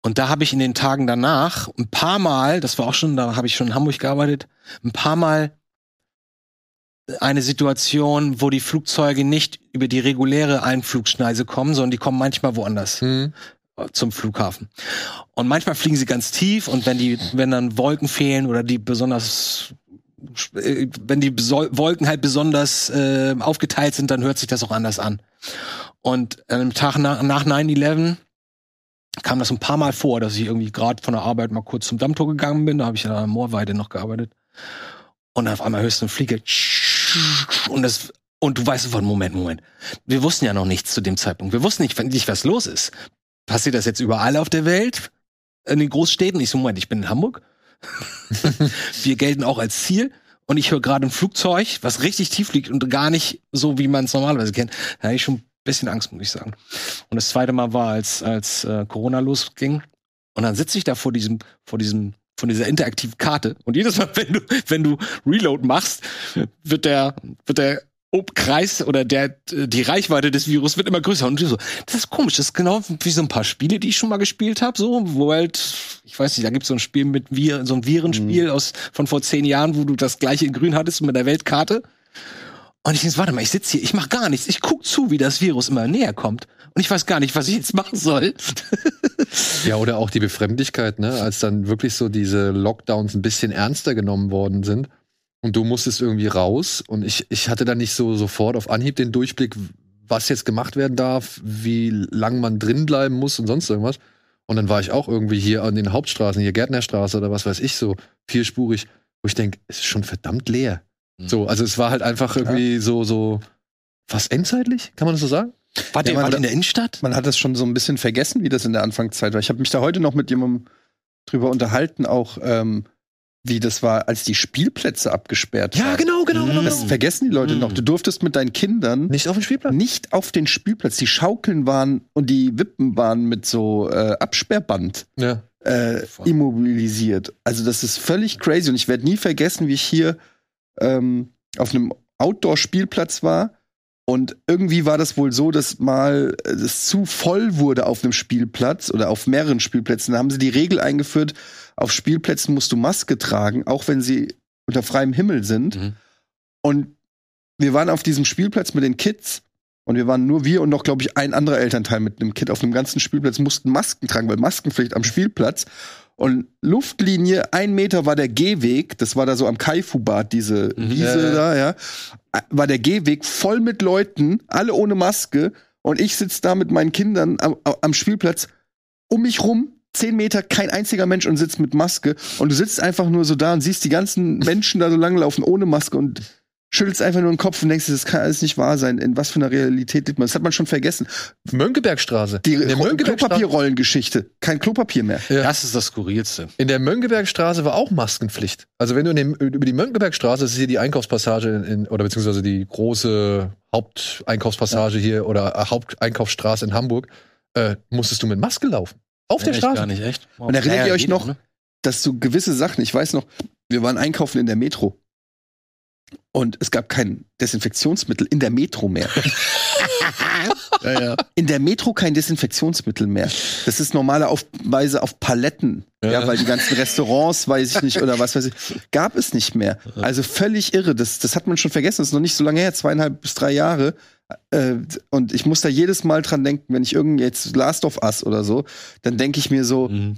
[SPEAKER 2] Und da habe ich in den Tagen danach ein paar Mal, das war auch schon, da habe ich schon in Hamburg gearbeitet, ein paar Mal eine Situation, wo die Flugzeuge nicht über die reguläre Einflugschneise kommen, sondern die kommen manchmal woanders
[SPEAKER 1] Hm.
[SPEAKER 2] zum Flughafen. Und manchmal fliegen sie ganz tief und wenn die, wenn dann Wolken fehlen oder die besonders äh, wenn die Beso- Wolken halt besonders äh, aufgeteilt sind, dann hört sich das auch anders an. Und an dem Tag nach, nach 9-11 kam das ein paar Mal vor, dass ich irgendwie gerade von der Arbeit mal kurz zum Dammtor gegangen bin. Da habe ich ja an Moorweide noch gearbeitet. Und auf einmal hörst du einen Flieger. Und, das, und du weißt sofort, Moment, Moment. Wir wussten ja noch nichts zu dem Zeitpunkt. Wir wussten nicht, nicht was los ist passiert das jetzt überall auf der Welt? In den Großstädten? Ich so, Moment, ich bin in Hamburg. Wir gelten auch als Ziel. Und ich höre gerade ein Flugzeug, was richtig tief liegt und gar nicht so, wie man es normalerweise kennt. Da hatte ich schon ein bisschen Angst, muss ich sagen. Und das zweite Mal war, als, als äh, Corona losging. Und dann sitze ich da vor diesem, vor diesem, von dieser interaktiven Karte. Und jedes Mal, wenn du, wenn du Reload machst, wird der, wird der Obkreis oder der, die Reichweite des Virus wird immer größer. Und du so, das ist komisch, das ist genau wie so ein paar Spiele, die ich schon mal gespielt habe, so, wo halt, ich weiß nicht, da gibt es so ein Spiel mit Viren, so ein Virenspiel aus von vor zehn Jahren, wo du das gleiche in Grün hattest mit der Weltkarte. Und ich denk, warte mal, ich sitze hier, ich mache gar nichts. Ich guck zu, wie das Virus immer näher kommt. Und ich weiß gar nicht, was ich jetzt machen soll.
[SPEAKER 1] Ja, oder auch die Befremdlichkeit, ne? als dann wirklich so diese Lockdowns ein bisschen ernster genommen worden sind und du musstest irgendwie raus und ich, ich hatte dann nicht so sofort auf Anhieb den Durchblick, was jetzt gemacht werden darf, wie lang man drin bleiben muss und sonst irgendwas. Und dann war ich auch irgendwie hier an den Hauptstraßen, hier Gärtnerstraße oder was weiß ich so, vierspurig, wo ich denke, es ist schon verdammt leer.
[SPEAKER 2] Mhm.
[SPEAKER 1] So, also es war halt einfach irgendwie so, so fast endzeitlich, kann man das so sagen?
[SPEAKER 2] Wart
[SPEAKER 3] Ja,
[SPEAKER 2] ihr
[SPEAKER 3] man-
[SPEAKER 2] mal in der Innenstadt?
[SPEAKER 3] Man hat das schon so ein bisschen vergessen, wie das in der Anfangszeit war. Ich habe mich da heute noch mit jemandem drüber unterhalten, auch ähm, wie das war, als die Spielplätze abgesperrt waren.
[SPEAKER 1] genau, genau,
[SPEAKER 2] genau,
[SPEAKER 3] Das vergessen die Leute
[SPEAKER 2] Mhm.
[SPEAKER 3] noch. Du durftest mit deinen Kindern
[SPEAKER 1] Nicht auf dem Spielplatz.
[SPEAKER 3] nicht auf den Spielplatz. Die Schaukeln waren und die Wippen waren mit so äh, Absperrband
[SPEAKER 1] Ja.
[SPEAKER 3] äh,
[SPEAKER 2] Voll.
[SPEAKER 3] immobilisiert. Also das ist völlig crazy und ich werde nie vergessen, wie ich hier ähm, auf einem Outdoor-Spielplatz war und irgendwie war das wohl so, dass mal äh, es zu voll wurde auf einem Spielplatz oder auf mehreren Spielplätzen. Da haben sie die Regel eingeführt, auf Spielplätzen musst du Maske tragen, auch wenn sie unter freiem Himmel sind.
[SPEAKER 2] Mhm.
[SPEAKER 3] Und wir waren auf diesem Spielplatz mit den Kids und wir waren nur wir und noch, glaube ich, ein anderer Elternteil mit einem Kind auf dem ganzen Spielplatz, mussten Masken tragen, weil Maskenpflicht am Spielplatz. Und Luftlinie, ein Meter war der Gehweg, das war da so am Kaifu-Bad, diese
[SPEAKER 2] Mhm.
[SPEAKER 3] Wiese
[SPEAKER 1] Ja, ja.
[SPEAKER 3] da, ja, war der Gehweg voll mit Leuten, alle ohne Maske. Und ich sitze da mit meinen Kindern am, am Spielplatz, um mich rum, zehn Meter, kein einziger Mensch und sitzt mit Maske. Und du sitzt einfach nur so da und siehst die ganzen Menschen da so langlaufen ohne Maske und schüttelst einfach nur den Kopf und denkst, dir, das kann alles nicht wahr sein. In was für einer Realität lebt man? Das hat man schon vergessen.
[SPEAKER 1] Mönckebergstraße.
[SPEAKER 3] Die
[SPEAKER 1] In der
[SPEAKER 3] Ro-
[SPEAKER 1] Mönckebergstra-
[SPEAKER 3] Klopapierrollengeschichte. Kein Klopapier mehr.
[SPEAKER 1] Ja.
[SPEAKER 2] Das ist das Skurrilste.
[SPEAKER 1] In der Mönckebergstraße war auch Maskenpflicht. Also wenn du in dem, über die Mönckebergstraße, das ist hier die Einkaufspassage in, in, oder beziehungsweise die große Haupteinkaufspassage hier oder äh, Haupteinkaufsstraße in Hamburg, äh, musstest du mit Maske laufen. Auf der
[SPEAKER 2] Echt
[SPEAKER 1] Straße.
[SPEAKER 2] Gar nicht, echt.
[SPEAKER 3] Und erinnert ihr euch
[SPEAKER 2] geht
[SPEAKER 3] noch-
[SPEAKER 2] ne?
[SPEAKER 3] dass du gewisse Sachen, ich weiß noch, wir waren einkaufen in der Metro. Und es gab kein Desinfektionsmittel in der Metro mehr. In der Metro kein Desinfektionsmittel mehr. Das ist normalerweise auf Paletten. Ja. weil die ganzen Restaurants, weiß ich nicht, oder was weiß ich, gab es nicht mehr. Also völlig irre. Das, das hat man schon vergessen. Das ist noch nicht so lange her, zweieinhalb bis drei Jahre. Äh, und ich muss da jedes Mal dran denken, wenn ich irgend jetzt Last of Us oder so, dann denke ich mir so,
[SPEAKER 2] Mhm.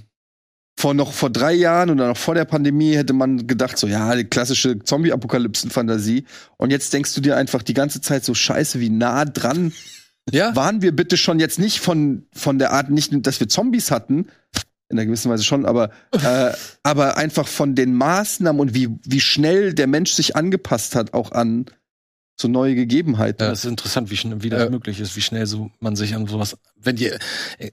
[SPEAKER 3] vor noch vor drei Jahren oder noch vor der Pandemie hätte man gedacht, so ja, die klassische Zombie-Apokalypsen-Fantasie. Und jetzt denkst du dir einfach die ganze Zeit so scheiße, wie nah dran
[SPEAKER 1] Ja,
[SPEAKER 3] waren wir bitte schon jetzt nicht von, von der Art, nicht, dass wir Zombies hatten, in einer gewissen Weise schon, aber, äh, aber einfach von den Maßnahmen und wie, wie schnell der Mensch sich angepasst hat, auch an so neue Gegebenheiten.
[SPEAKER 2] Das ist interessant, wie, schn- wie das
[SPEAKER 1] Ja.
[SPEAKER 2] möglich ist, wie schnell so man sich an sowas, wenn die äh,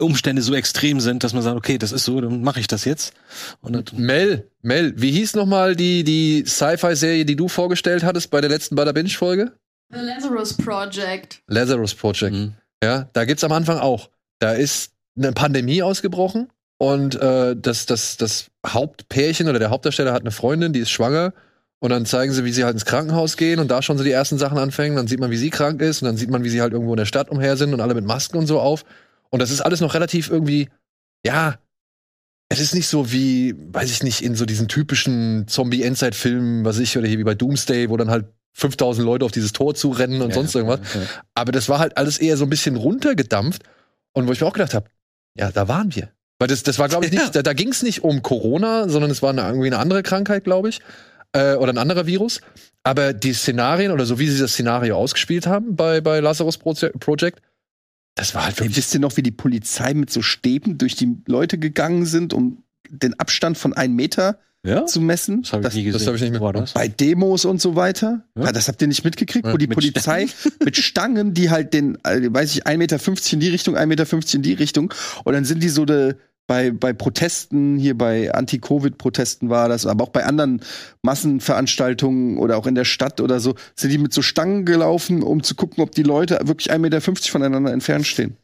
[SPEAKER 2] Umstände so extrem sind, dass man sagt, okay, das ist so, dann mache ich das jetzt. Und
[SPEAKER 1] Mhm.
[SPEAKER 2] dann,
[SPEAKER 1] Mel, Mel, wie hieß nochmal die, die Sci-Fi-Serie, die du vorgestellt hattest bei der letzten Bader Binge-Folge?
[SPEAKER 5] The Lazarus Project.
[SPEAKER 1] Lazarus Project.
[SPEAKER 2] Mhm.
[SPEAKER 1] Ja, da gibt's am Anfang auch. Da ist eine Pandemie ausgebrochen und äh, das, das, das Hauptpärchen oder der Hauptdarsteller hat eine Freundin, die ist schwanger. Und dann zeigen sie, wie sie halt ins Krankenhaus gehen und da schon so die ersten Sachen anfangen. Dann sieht man, wie sie krank ist und dann sieht man, wie sie halt irgendwo in der Stadt umher sind und alle mit Masken und so auf. Und das ist alles noch relativ irgendwie, ja, es ist nicht so wie, weiß ich nicht, in so diesen typischen Zombie-Endzeit-Filmen, was ich, oder hier wie bei Doomsday, wo dann halt 5000 Leute auf dieses Tor zurennen und
[SPEAKER 2] Ja,
[SPEAKER 1] sonst irgendwas.
[SPEAKER 2] ja.
[SPEAKER 1] Aber das war halt alles eher so ein bisschen runtergedampft. Und wo ich mir auch gedacht habe, ja, da waren wir. Weil das, das war, glaube ich, nicht, da, da ging es nicht um Corona, sondern es war eine, irgendwie eine andere Krankheit, glaube ich. Äh, oder ein anderer Virus. Aber die Szenarien oder so wie sie das Szenario ausgespielt haben bei, bei Lazarus Proze- Project, das war halt
[SPEAKER 3] Ey,
[SPEAKER 1] wirklich.
[SPEAKER 3] wisst ihr noch, wie die Polizei mit so Stäben durch die Leute gegangen sind, um den Abstand von einem Meter
[SPEAKER 2] ja?
[SPEAKER 3] zu messen?
[SPEAKER 2] Das habe ich
[SPEAKER 3] Das-
[SPEAKER 2] nie gesehen.
[SPEAKER 1] das hab ich nicht
[SPEAKER 2] Wo war
[SPEAKER 1] mitbekommen.
[SPEAKER 2] das?
[SPEAKER 3] bei Demos und so weiter.
[SPEAKER 2] Ja.
[SPEAKER 3] Ah, das habt ihr nicht mitgekriegt,
[SPEAKER 2] Ja,
[SPEAKER 3] wo die
[SPEAKER 2] mit
[SPEAKER 3] Polizei mit Stangen, die halt den, äh, weiß ich, 1,50 Meter in die Richtung, 1,50 Meter in die Richtung. Und dann sind die so de, bei, bei Protesten, hier bei Anti-Covid-Protesten war das, aber auch bei anderen Massenveranstaltungen oder auch in der Stadt oder so, sind die mit so Stangen gelaufen, um zu gucken, ob die Leute wirklich 1,50 Meter voneinander entfernt stehen.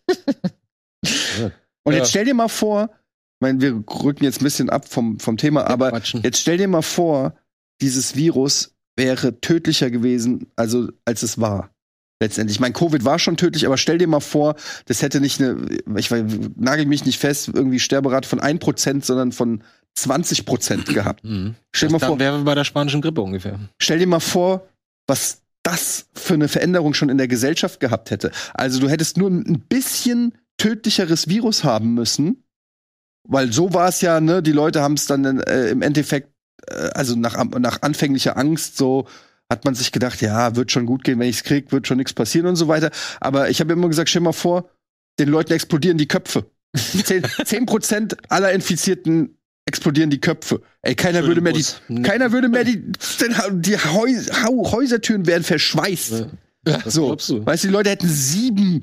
[SPEAKER 3] Und
[SPEAKER 1] Ja.
[SPEAKER 3] jetzt stell dir mal vor, ich meine, wir rücken jetzt ein bisschen ab vom, vom Thema, aber
[SPEAKER 2] Quatschen.
[SPEAKER 3] Jetzt stell dir mal vor, dieses Virus wäre tödlicher gewesen, also als es war. Letztendlich. Ich meine, Covid war schon tödlich, aber stell dir mal vor, das hätte nicht eine, ich weiß, nagel mich nicht fest, irgendwie Sterberate von 1%, sondern von 20% gehabt.
[SPEAKER 2] Mhm.
[SPEAKER 3] Stell dir mal
[SPEAKER 2] Das-
[SPEAKER 3] vor,
[SPEAKER 2] Dann wären wir bei der spanischen Grippe ungefähr.
[SPEAKER 3] stell dir mal vor, was das für eine Veränderung schon in der Gesellschaft gehabt hätte. Also du hättest nur ein bisschen tödlicheres Virus haben müssen, weil so war es ja, ne, die Leute haben es dann äh, im Endeffekt, äh, also nach, am- nach anfänglicher Angst so, hat man sich gedacht, ja, wird schon gut gehen, wenn ich es krieg, wird schon nichts passieren und so weiter. Aber ich habe immer gesagt, stell dir mal vor, den Leuten explodieren die Köpfe. Zehn, 10% aller Infizierten explodieren die Köpfe. Ey, keiner würde mehr die keiner würde mehr die, den Ha- die Häus, Hau- Häusertüren wären verschweißt.
[SPEAKER 2] Was
[SPEAKER 3] so.
[SPEAKER 2] glaubst du?
[SPEAKER 3] Weißt du, die Leute hätten sieben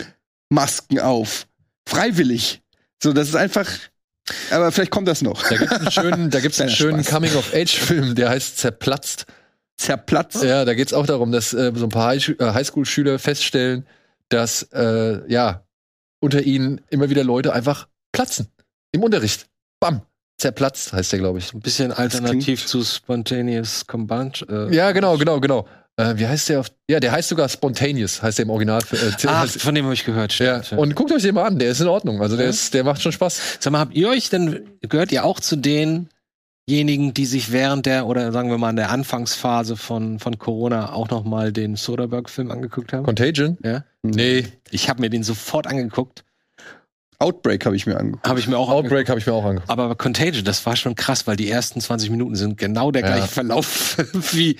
[SPEAKER 3] Masken auf. Freiwillig. So, das ist einfach. Aber vielleicht kommt das noch.
[SPEAKER 1] Da gibt's einen schönen, da gibt's einen
[SPEAKER 3] Kleiner
[SPEAKER 1] schönen
[SPEAKER 3] Spaß.
[SPEAKER 1] Coming-of-Age-Film, der heißt Zerplatzt.
[SPEAKER 3] Zerplatzt.
[SPEAKER 1] Ja, da geht's auch darum, dass äh, so ein paar Highschu- äh, Highschool-Schüler feststellen, dass äh, ja unter ihnen immer wieder Leute einfach platzen im Unterricht. Bam, zerplatzt heißt der, glaube ich.
[SPEAKER 2] Ein bisschen alternativ zu Spontaneous Combustion. Äh,
[SPEAKER 1] Ja, genau, genau, genau. Äh, wie heißt der? Auf, ja, der heißt sogar Spontaneous, heißt der im Original. Äh, t-
[SPEAKER 2] Ach,
[SPEAKER 1] heißt,
[SPEAKER 2] von dem habe ich gehört.
[SPEAKER 1] ja.
[SPEAKER 2] stimmt, ja.
[SPEAKER 1] Und guckt euch den mal an, der ist in Ordnung. Also der
[SPEAKER 2] Ja.
[SPEAKER 1] ist, der macht schon Spaß.
[SPEAKER 2] Sag mal, habt ihr euch denn, gehört ihr auch zu denjenigen, die sich während der, oder sagen wir mal in der Anfangsphase von, von Corona auch nochmal den Soderbergh-Film angeguckt haben?
[SPEAKER 1] Contagion?
[SPEAKER 2] Ja.
[SPEAKER 1] Nee,
[SPEAKER 2] Ich habe mir den sofort angeguckt.
[SPEAKER 3] Outbreak habe ich mir angeguckt.
[SPEAKER 2] Habe ich mir auch angeguckt.
[SPEAKER 1] Outbreak habe ich mir auch angeguckt.
[SPEAKER 2] Aber Contagion, das war schon krass, weil die ersten 20 Minuten sind genau der
[SPEAKER 1] Ja.
[SPEAKER 2] gleiche Verlauf, wie,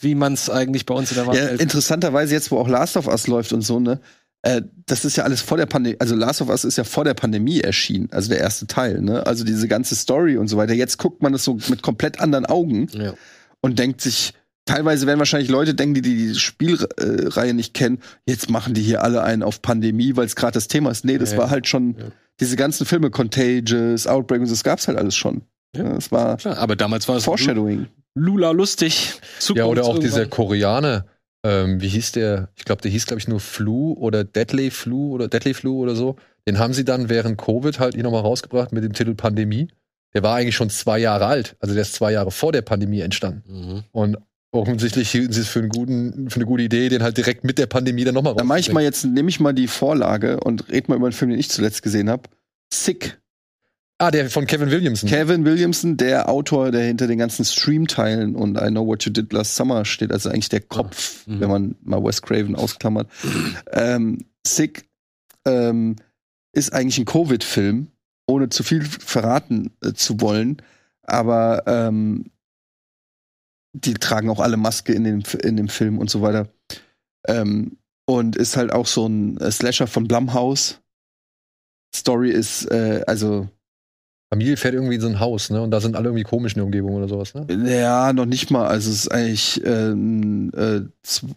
[SPEAKER 2] wie man es eigentlich bei uns in der
[SPEAKER 3] Ja,
[SPEAKER 2] Wahrheit
[SPEAKER 3] interessanterweise, jetzt, wo auch Last of Us läuft und so, ne? Äh, das ist ja alles vor der Pandemie. Also, Last of Us ist ja vor der Pandemie erschienen. Also, der erste Teil, ne? Also, diese ganze Story und so weiter. Jetzt guckt man das so mit komplett anderen Augen.
[SPEAKER 2] Ja.
[SPEAKER 3] und denkt sich, teilweise werden wahrscheinlich Leute denken, die die Spielreihe nicht kennen, jetzt machen die hier alle einen auf Pandemie, weil es gerade das Thema ist. Nee, das
[SPEAKER 2] Ja,
[SPEAKER 3] war
[SPEAKER 2] ja.
[SPEAKER 3] halt schon
[SPEAKER 2] Ja.
[SPEAKER 3] diese ganzen Filme, Contagious, Outbreak und so, das gab's halt alles schon.
[SPEAKER 2] Ja. Also
[SPEAKER 3] Ja. Das war
[SPEAKER 2] Klar, aber damals war es
[SPEAKER 3] Foreshadowing.
[SPEAKER 2] Lula lustig.
[SPEAKER 1] Ja, oder auch
[SPEAKER 2] dieser
[SPEAKER 1] dieser Koreaner. Ähm, wie hieß der? Ich glaube, der hieß, glaube ich, nur Flu oder Deadly Flu oder Deadly Flu oder so. Den haben sie dann während Covid halt hier nochmal rausgebracht mit dem Titel Pandemie. Der war eigentlich schon zwei Jahre alt. Also der ist zwei Jahre vor der Pandemie entstanden.
[SPEAKER 2] Mhm.
[SPEAKER 1] Und offensichtlich hielten sie es für, einen guten, für eine gute Idee, den halt direkt mit der Pandemie dann nochmal
[SPEAKER 3] Dann mache ich mal jetzt, nehme ich mal die Vorlage und red mal über einen Film, den ich zuletzt gesehen habe. Sick.
[SPEAKER 1] Ah, der von Kevin Williamson.
[SPEAKER 3] Kevin Williamson, der Autor, der hinter den ganzen Stream-Teilen und I Know What You Did Last Summer steht, also eigentlich der Kopf,
[SPEAKER 2] Mhm.
[SPEAKER 3] wenn man mal Wes Craven ausklammert. ähm, Sick ähm, ist eigentlich ein Covid-Film ohne zu viel verraten äh, zu wollen, aber ähm, die tragen auch alle Maske in dem, F- in dem Film und so weiter. Ähm, und ist halt auch so ein äh, Slasher von Blumhouse. Story ist, äh, also,
[SPEAKER 1] Familie fährt irgendwie in so ein Haus, ne? Und da sind alle irgendwie komisch in der Umgebung oder sowas, ne?
[SPEAKER 3] ja, noch nicht mal. Also, es ist eigentlich ähm, äh, zw-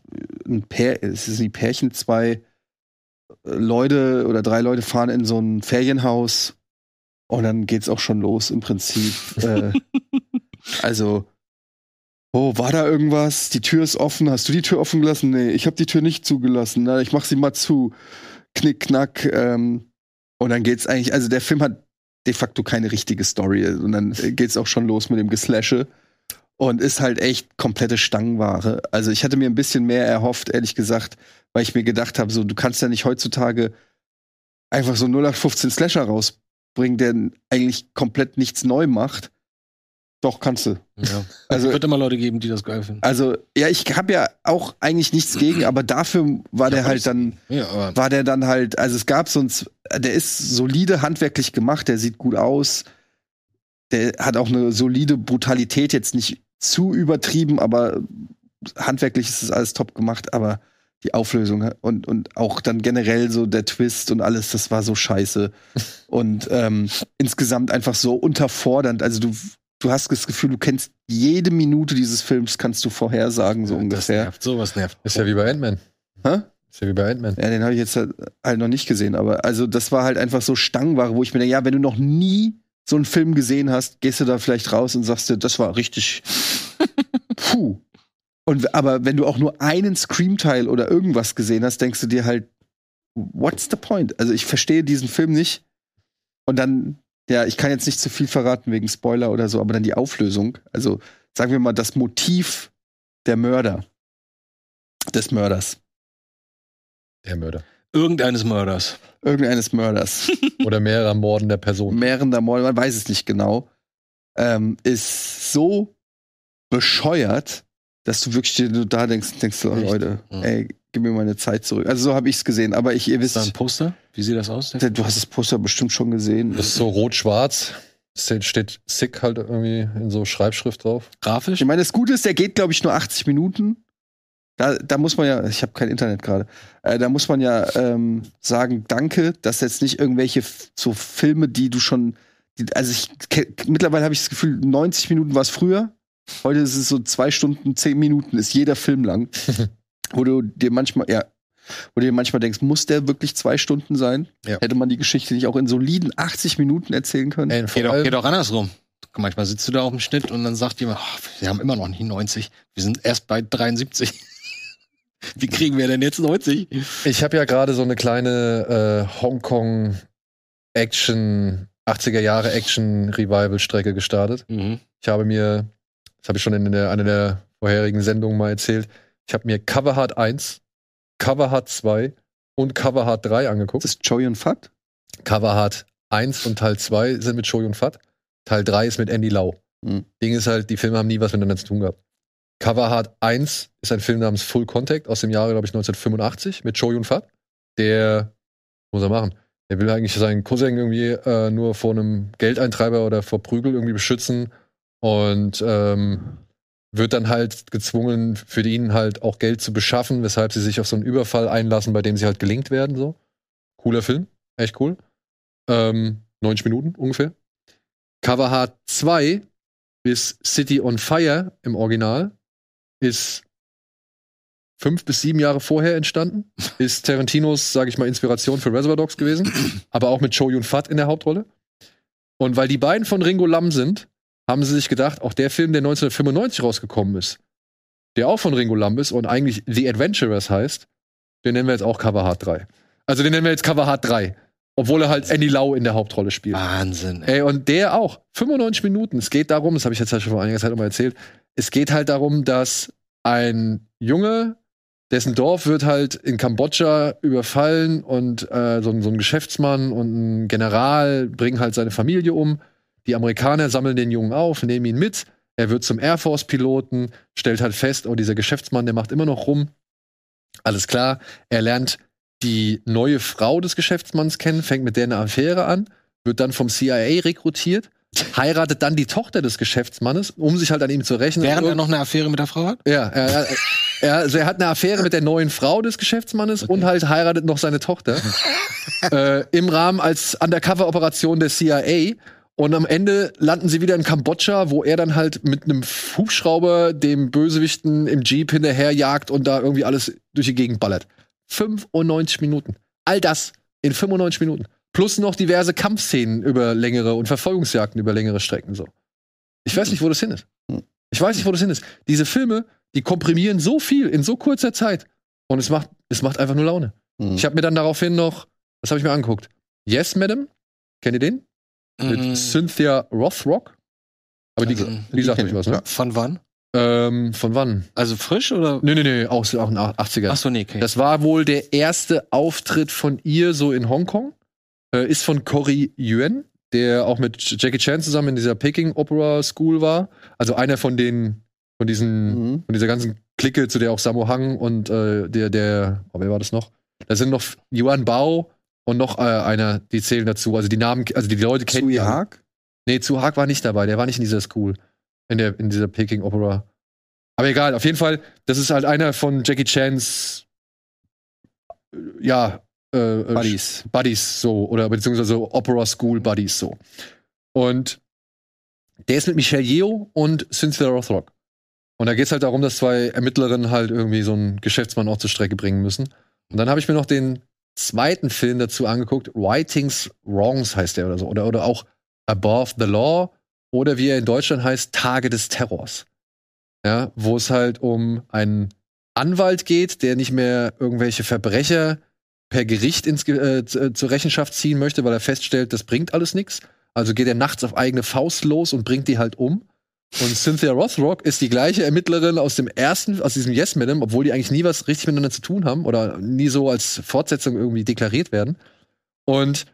[SPEAKER 3] ein Pär, es ist ein Pärchen, zwei äh, Leute oder drei Leute fahren in so ein Ferienhaus und dann geht's auch schon los im Prinzip. äh, also, oh, war da irgendwas? Die Tür ist offen. Hast du die Tür offen gelassen? Nee, ich habe die Tür nicht zugelassen. Na, ich mach sie mal zu. Knick, knack. Ähm, und dann geht's eigentlich, also der Film hat de facto keine richtige Story. Und dann äh, geht's auch schon los mit dem Geslashe. Und ist halt echt komplette Stangenware. Also ich hatte mir ein bisschen mehr erhofft, ehrlich gesagt, weil ich mir gedacht habe, so, du kannst ja nicht heutzutage einfach so 0815 Slasher rausbringen, der eigentlich komplett nichts neu macht. Doch, kannst du.
[SPEAKER 2] Ja.
[SPEAKER 3] Also
[SPEAKER 2] Wird immer Leute geben, die das geil finden.
[SPEAKER 3] also, ja, ich habe ja auch eigentlich nichts gegen, aber dafür war der halt dann,
[SPEAKER 2] Ja, aber
[SPEAKER 3] war der dann halt, also es gab so ein, Z- der ist solide handwerklich gemacht, der sieht gut aus, der hat auch eine solide Brutalität, jetzt nicht zu übertrieben, aber handwerklich ist es alles top gemacht, aber die Auflösung ne? und, und auch dann generell so der Twist und alles, das war so scheiße. Und ähm, insgesamt einfach so unterfordernd. Also du, du hast das Gefühl, du kennst jede Minute dieses Films, kannst du vorhersagen, so
[SPEAKER 2] das
[SPEAKER 3] ungefähr.
[SPEAKER 2] nervt, sowas nervt.
[SPEAKER 1] Ist ja wie bei Ant-Man.
[SPEAKER 3] Oh. Hä?
[SPEAKER 1] Ist ja wie bei Ant-Man.
[SPEAKER 3] Ja, den habe ich jetzt halt halt noch nicht gesehen, aber also das war halt einfach so Stangenware, wo ich mir denke, ja, wenn du noch nie so einen Film gesehen hast, gehst du da vielleicht raus und sagst dir, das war richtig. Puh. Und w- aber wenn du auch nur einen Scream-Teil oder irgendwas gesehen hast, denkst du dir halt, what's the point? Also ich verstehe diesen Film nicht. Und dann, ja, ich kann jetzt nicht zu viel verraten wegen Spoiler oder so, aber dann die Auflösung. Also sagen wir mal, das Motiv der Mörder. Des Mörders.
[SPEAKER 1] Der Mörder.
[SPEAKER 2] Irgendeines Mörders.
[SPEAKER 3] Irgendeines Mörders.
[SPEAKER 1] Oder mehrere Morden der Person.
[SPEAKER 3] mehrender Morde, man weiß es nicht genau, ähm, ist so bescheuert, dass du wirklich dir nur da denkst, denkst du, oh,
[SPEAKER 2] Richtig.
[SPEAKER 3] Leute,
[SPEAKER 2] Mhm.
[SPEAKER 3] ey, gib mir meine Zeit zurück. Also so habe ich es gesehen, aber ich, ihr
[SPEAKER 2] Ist da ein
[SPEAKER 3] wisst,
[SPEAKER 2] Poster? Wie sieht das aus?
[SPEAKER 3] du hast das Poster bestimmt schon gesehen.
[SPEAKER 1] Das ist so rot-schwarz. Steht, steht sick halt irgendwie in so Schreibschrift drauf.
[SPEAKER 2] Grafisch?
[SPEAKER 3] Ich meine, das Gute ist, der geht, glaube ich, nur 80 Minuten. Da, da muss man ja, ich habe kein Internet gerade, äh, da muss man ja ähm, sagen, danke, dass jetzt nicht irgendwelche F- so Filme, die du schon, die, also ich, ke- mittlerweile habe ich das Gefühl, 90 Minuten war es früher, heute ist es so zwei Stunden, zehn Minuten, ist jeder Film lang, wo du dir manchmal, ja, wo du dir manchmal denkst, muss der wirklich zwei Stunden sein?
[SPEAKER 2] Ja.
[SPEAKER 3] Hätte man die Geschichte nicht auch in soliden 80 Minuten erzählen können?
[SPEAKER 1] Ey, und vor
[SPEAKER 2] Geht auch,
[SPEAKER 1] allem-
[SPEAKER 2] geht auch andersrum. Manchmal sitzt du da auf dem Schnitt und dann sagt jemand, "Ach, wir haben immer noch nicht 90. Wir sind erst bei 73. Wie kriegen wir denn jetzt 90?
[SPEAKER 1] Ich habe ja gerade so eine kleine äh, Hongkong Action 80er Jahre Action Revival Strecke gestartet.
[SPEAKER 2] Mhm.
[SPEAKER 1] Ich habe mir, das habe ich schon in der, einer der vorherigen Sendungen mal erzählt, ich habe mir Cover Hard 1, Cover Hard 2 und Cover Hard 3 angeguckt.
[SPEAKER 3] Das ist Joy und Fat?
[SPEAKER 1] Cover Hard 1 und Teil 2 sind mit Shoyun Fat. Teil 3 ist mit Andy Lau.
[SPEAKER 3] Mhm.
[SPEAKER 1] Ding ist halt, die Filme haben nie was miteinander zu tun gehabt. Cover Hard 1 ist ein Film namens Full Contact aus dem Jahre, glaube ich, 1985 mit Shoyun Fat. Der, was muss er machen? Der will eigentlich seinen Cousin irgendwie äh, nur vor einem Geldeintreiber oder vor Prügel irgendwie beschützen und ähm, wird dann halt gezwungen, für ihn halt auch Geld zu beschaffen, weshalb sie sich auf so einen Überfall einlassen, bei dem sie halt gelingt werden. So. Cooler Film, echt cool. Ähm, 90 Minuten ungefähr. Cover Hard 2 ist City on Fire im Original. Ist fünf bis sieben Jahre vorher entstanden. Ist Tarantinos, sage ich mal, Inspiration für Reservoir Dogs gewesen. aber auch mit Cho Yun Fat in der Hauptrolle. Und weil die beiden von Ringo Lam sind, haben sie sich gedacht, auch der Film, der 1995 rausgekommen ist, der auch von Ringo Lam ist und eigentlich The Adventurers heißt, den nennen wir jetzt auch Cover Hard 3. Also den nennen wir jetzt Cover Hard 3. Obwohl er halt Andy Lau in der Hauptrolle spielt.
[SPEAKER 2] Wahnsinn. Ey.
[SPEAKER 1] Ey, und der auch. 95 Minuten. Es geht darum, das habe ich jetzt ja schon vor einiger Zeit nochmal erzählt, es geht halt darum, dass ein Junge, dessen Dorf wird halt in Kambodscha überfallen und äh, so, ein- so ein Geschäftsmann und ein General bringen halt seine Familie um. Die Amerikaner sammeln den Jungen auf, nehmen ihn mit. Er wird zum Air Force-Piloten, stellt halt fest, oh, dieser Geschäftsmann, der macht immer noch rum. Alles klar. Er lernt die neue Frau des Geschäftsmanns kennen, fängt mit der eine Affäre an wird dann vom CIA rekrutiert, heiratet dann die Tochter des Geschäftsmannes, um sich halt an ihm zu rächen.
[SPEAKER 2] Während er
[SPEAKER 1] Und-
[SPEAKER 2] noch eine Affäre mit der Frau hat?
[SPEAKER 1] ja, er, er, er, also er hat eine Affäre mit der neuen Frau des Geschäftsmannes und halt heiratet noch seine Tochter. äh, Im Rahmen als Undercover-Operation der CIA. Und am Ende landen sie wieder in Kambodscha, wo er dann halt mit einem Hubschrauber dem Bösewichten im Jeep hinterherjagt und da irgendwie alles durch die Gegend ballert. 95 Minuten. All das in 95 Minuten. Plus noch diverse Kampfszenen über längere und Verfolgungsjagden über längere Strecken so. Ich weiß nicht, wo das hin ist. Ich weiß nicht, wo das hin ist. Diese Filme, die komprimieren so viel in so kurzer Zeit und es macht, es macht einfach nur Laune.
[SPEAKER 3] Mhm.
[SPEAKER 1] Ich habe mir dann daraufhin noch, das habe ich mir angeguckt. Yes, Madam, kennt ihr den?
[SPEAKER 2] Mhm.
[SPEAKER 1] Mit Cynthia Rothrock. Aber die,
[SPEAKER 2] Also,
[SPEAKER 1] die sagt
[SPEAKER 3] kenn
[SPEAKER 1] nicht
[SPEAKER 3] ich,
[SPEAKER 1] was, ne?
[SPEAKER 2] Von wann?
[SPEAKER 1] Ähm, von wann?
[SPEAKER 2] Also frisch oder?
[SPEAKER 1] Nee, nee, nee, auch, auch in den 80er.
[SPEAKER 2] Achso, nee, okay.
[SPEAKER 1] Das war wohl der erste Auftritt von ihr so in Hongkong. Äh, ist von Cory Yuen, der auch mit Jackie Chan zusammen in dieser Peking Opera School war. Also einer von den, von diesen
[SPEAKER 3] Mhm.
[SPEAKER 1] von dieser ganzen Clique, zu der auch Sammo Hang und äh, der, der, oh, wer war das noch? Da sind noch Yuan Bao und noch äh, einer, die zählen dazu. Also die Namen, also die Leute kennen.
[SPEAKER 3] Sui
[SPEAKER 1] die.
[SPEAKER 3] Haag?
[SPEAKER 1] Nee, Zu Haag war nicht dabei, der war nicht in dieser School. In, der, in dieser Peking Opera. Aber egal, auf jeden Fall, das ist halt einer von Jackie Chans, äh, ja, äh, äh,
[SPEAKER 3] Buddies.
[SPEAKER 1] Buddies so oder beziehungsweise so Opera School Buddies so. Und der ist mit Michelle Yeoh und Cynthia Rothrock. Und da geht's halt darum, dass zwei Ermittlerinnen halt irgendwie so einen Geschäftsmann auch zur Strecke bringen müssen. Und dann habe ich mir noch den zweiten Film dazu angeguckt, Writings Wrongs heißt der oder so. Oder, oder auch Above the Law oder wie er in Deutschland heißt, Tage des Terrors. Ja, wo es halt um einen Anwalt geht, der nicht mehr irgendwelche Verbrecher per Gericht ins, Ge- äh, zu- äh, zur Rechenschaft ziehen möchte, weil er feststellt, das bringt alles nichts. Also geht er nachts auf eigene Faust los und bringt die halt um. Und Cynthia Rothrock ist die gleiche Ermittlerin aus dem ersten, aus diesem Yes Madam, obwohl die eigentlich nie was richtig miteinander zu tun haben oder nie so als Fortsetzung irgendwie deklariert werden. Und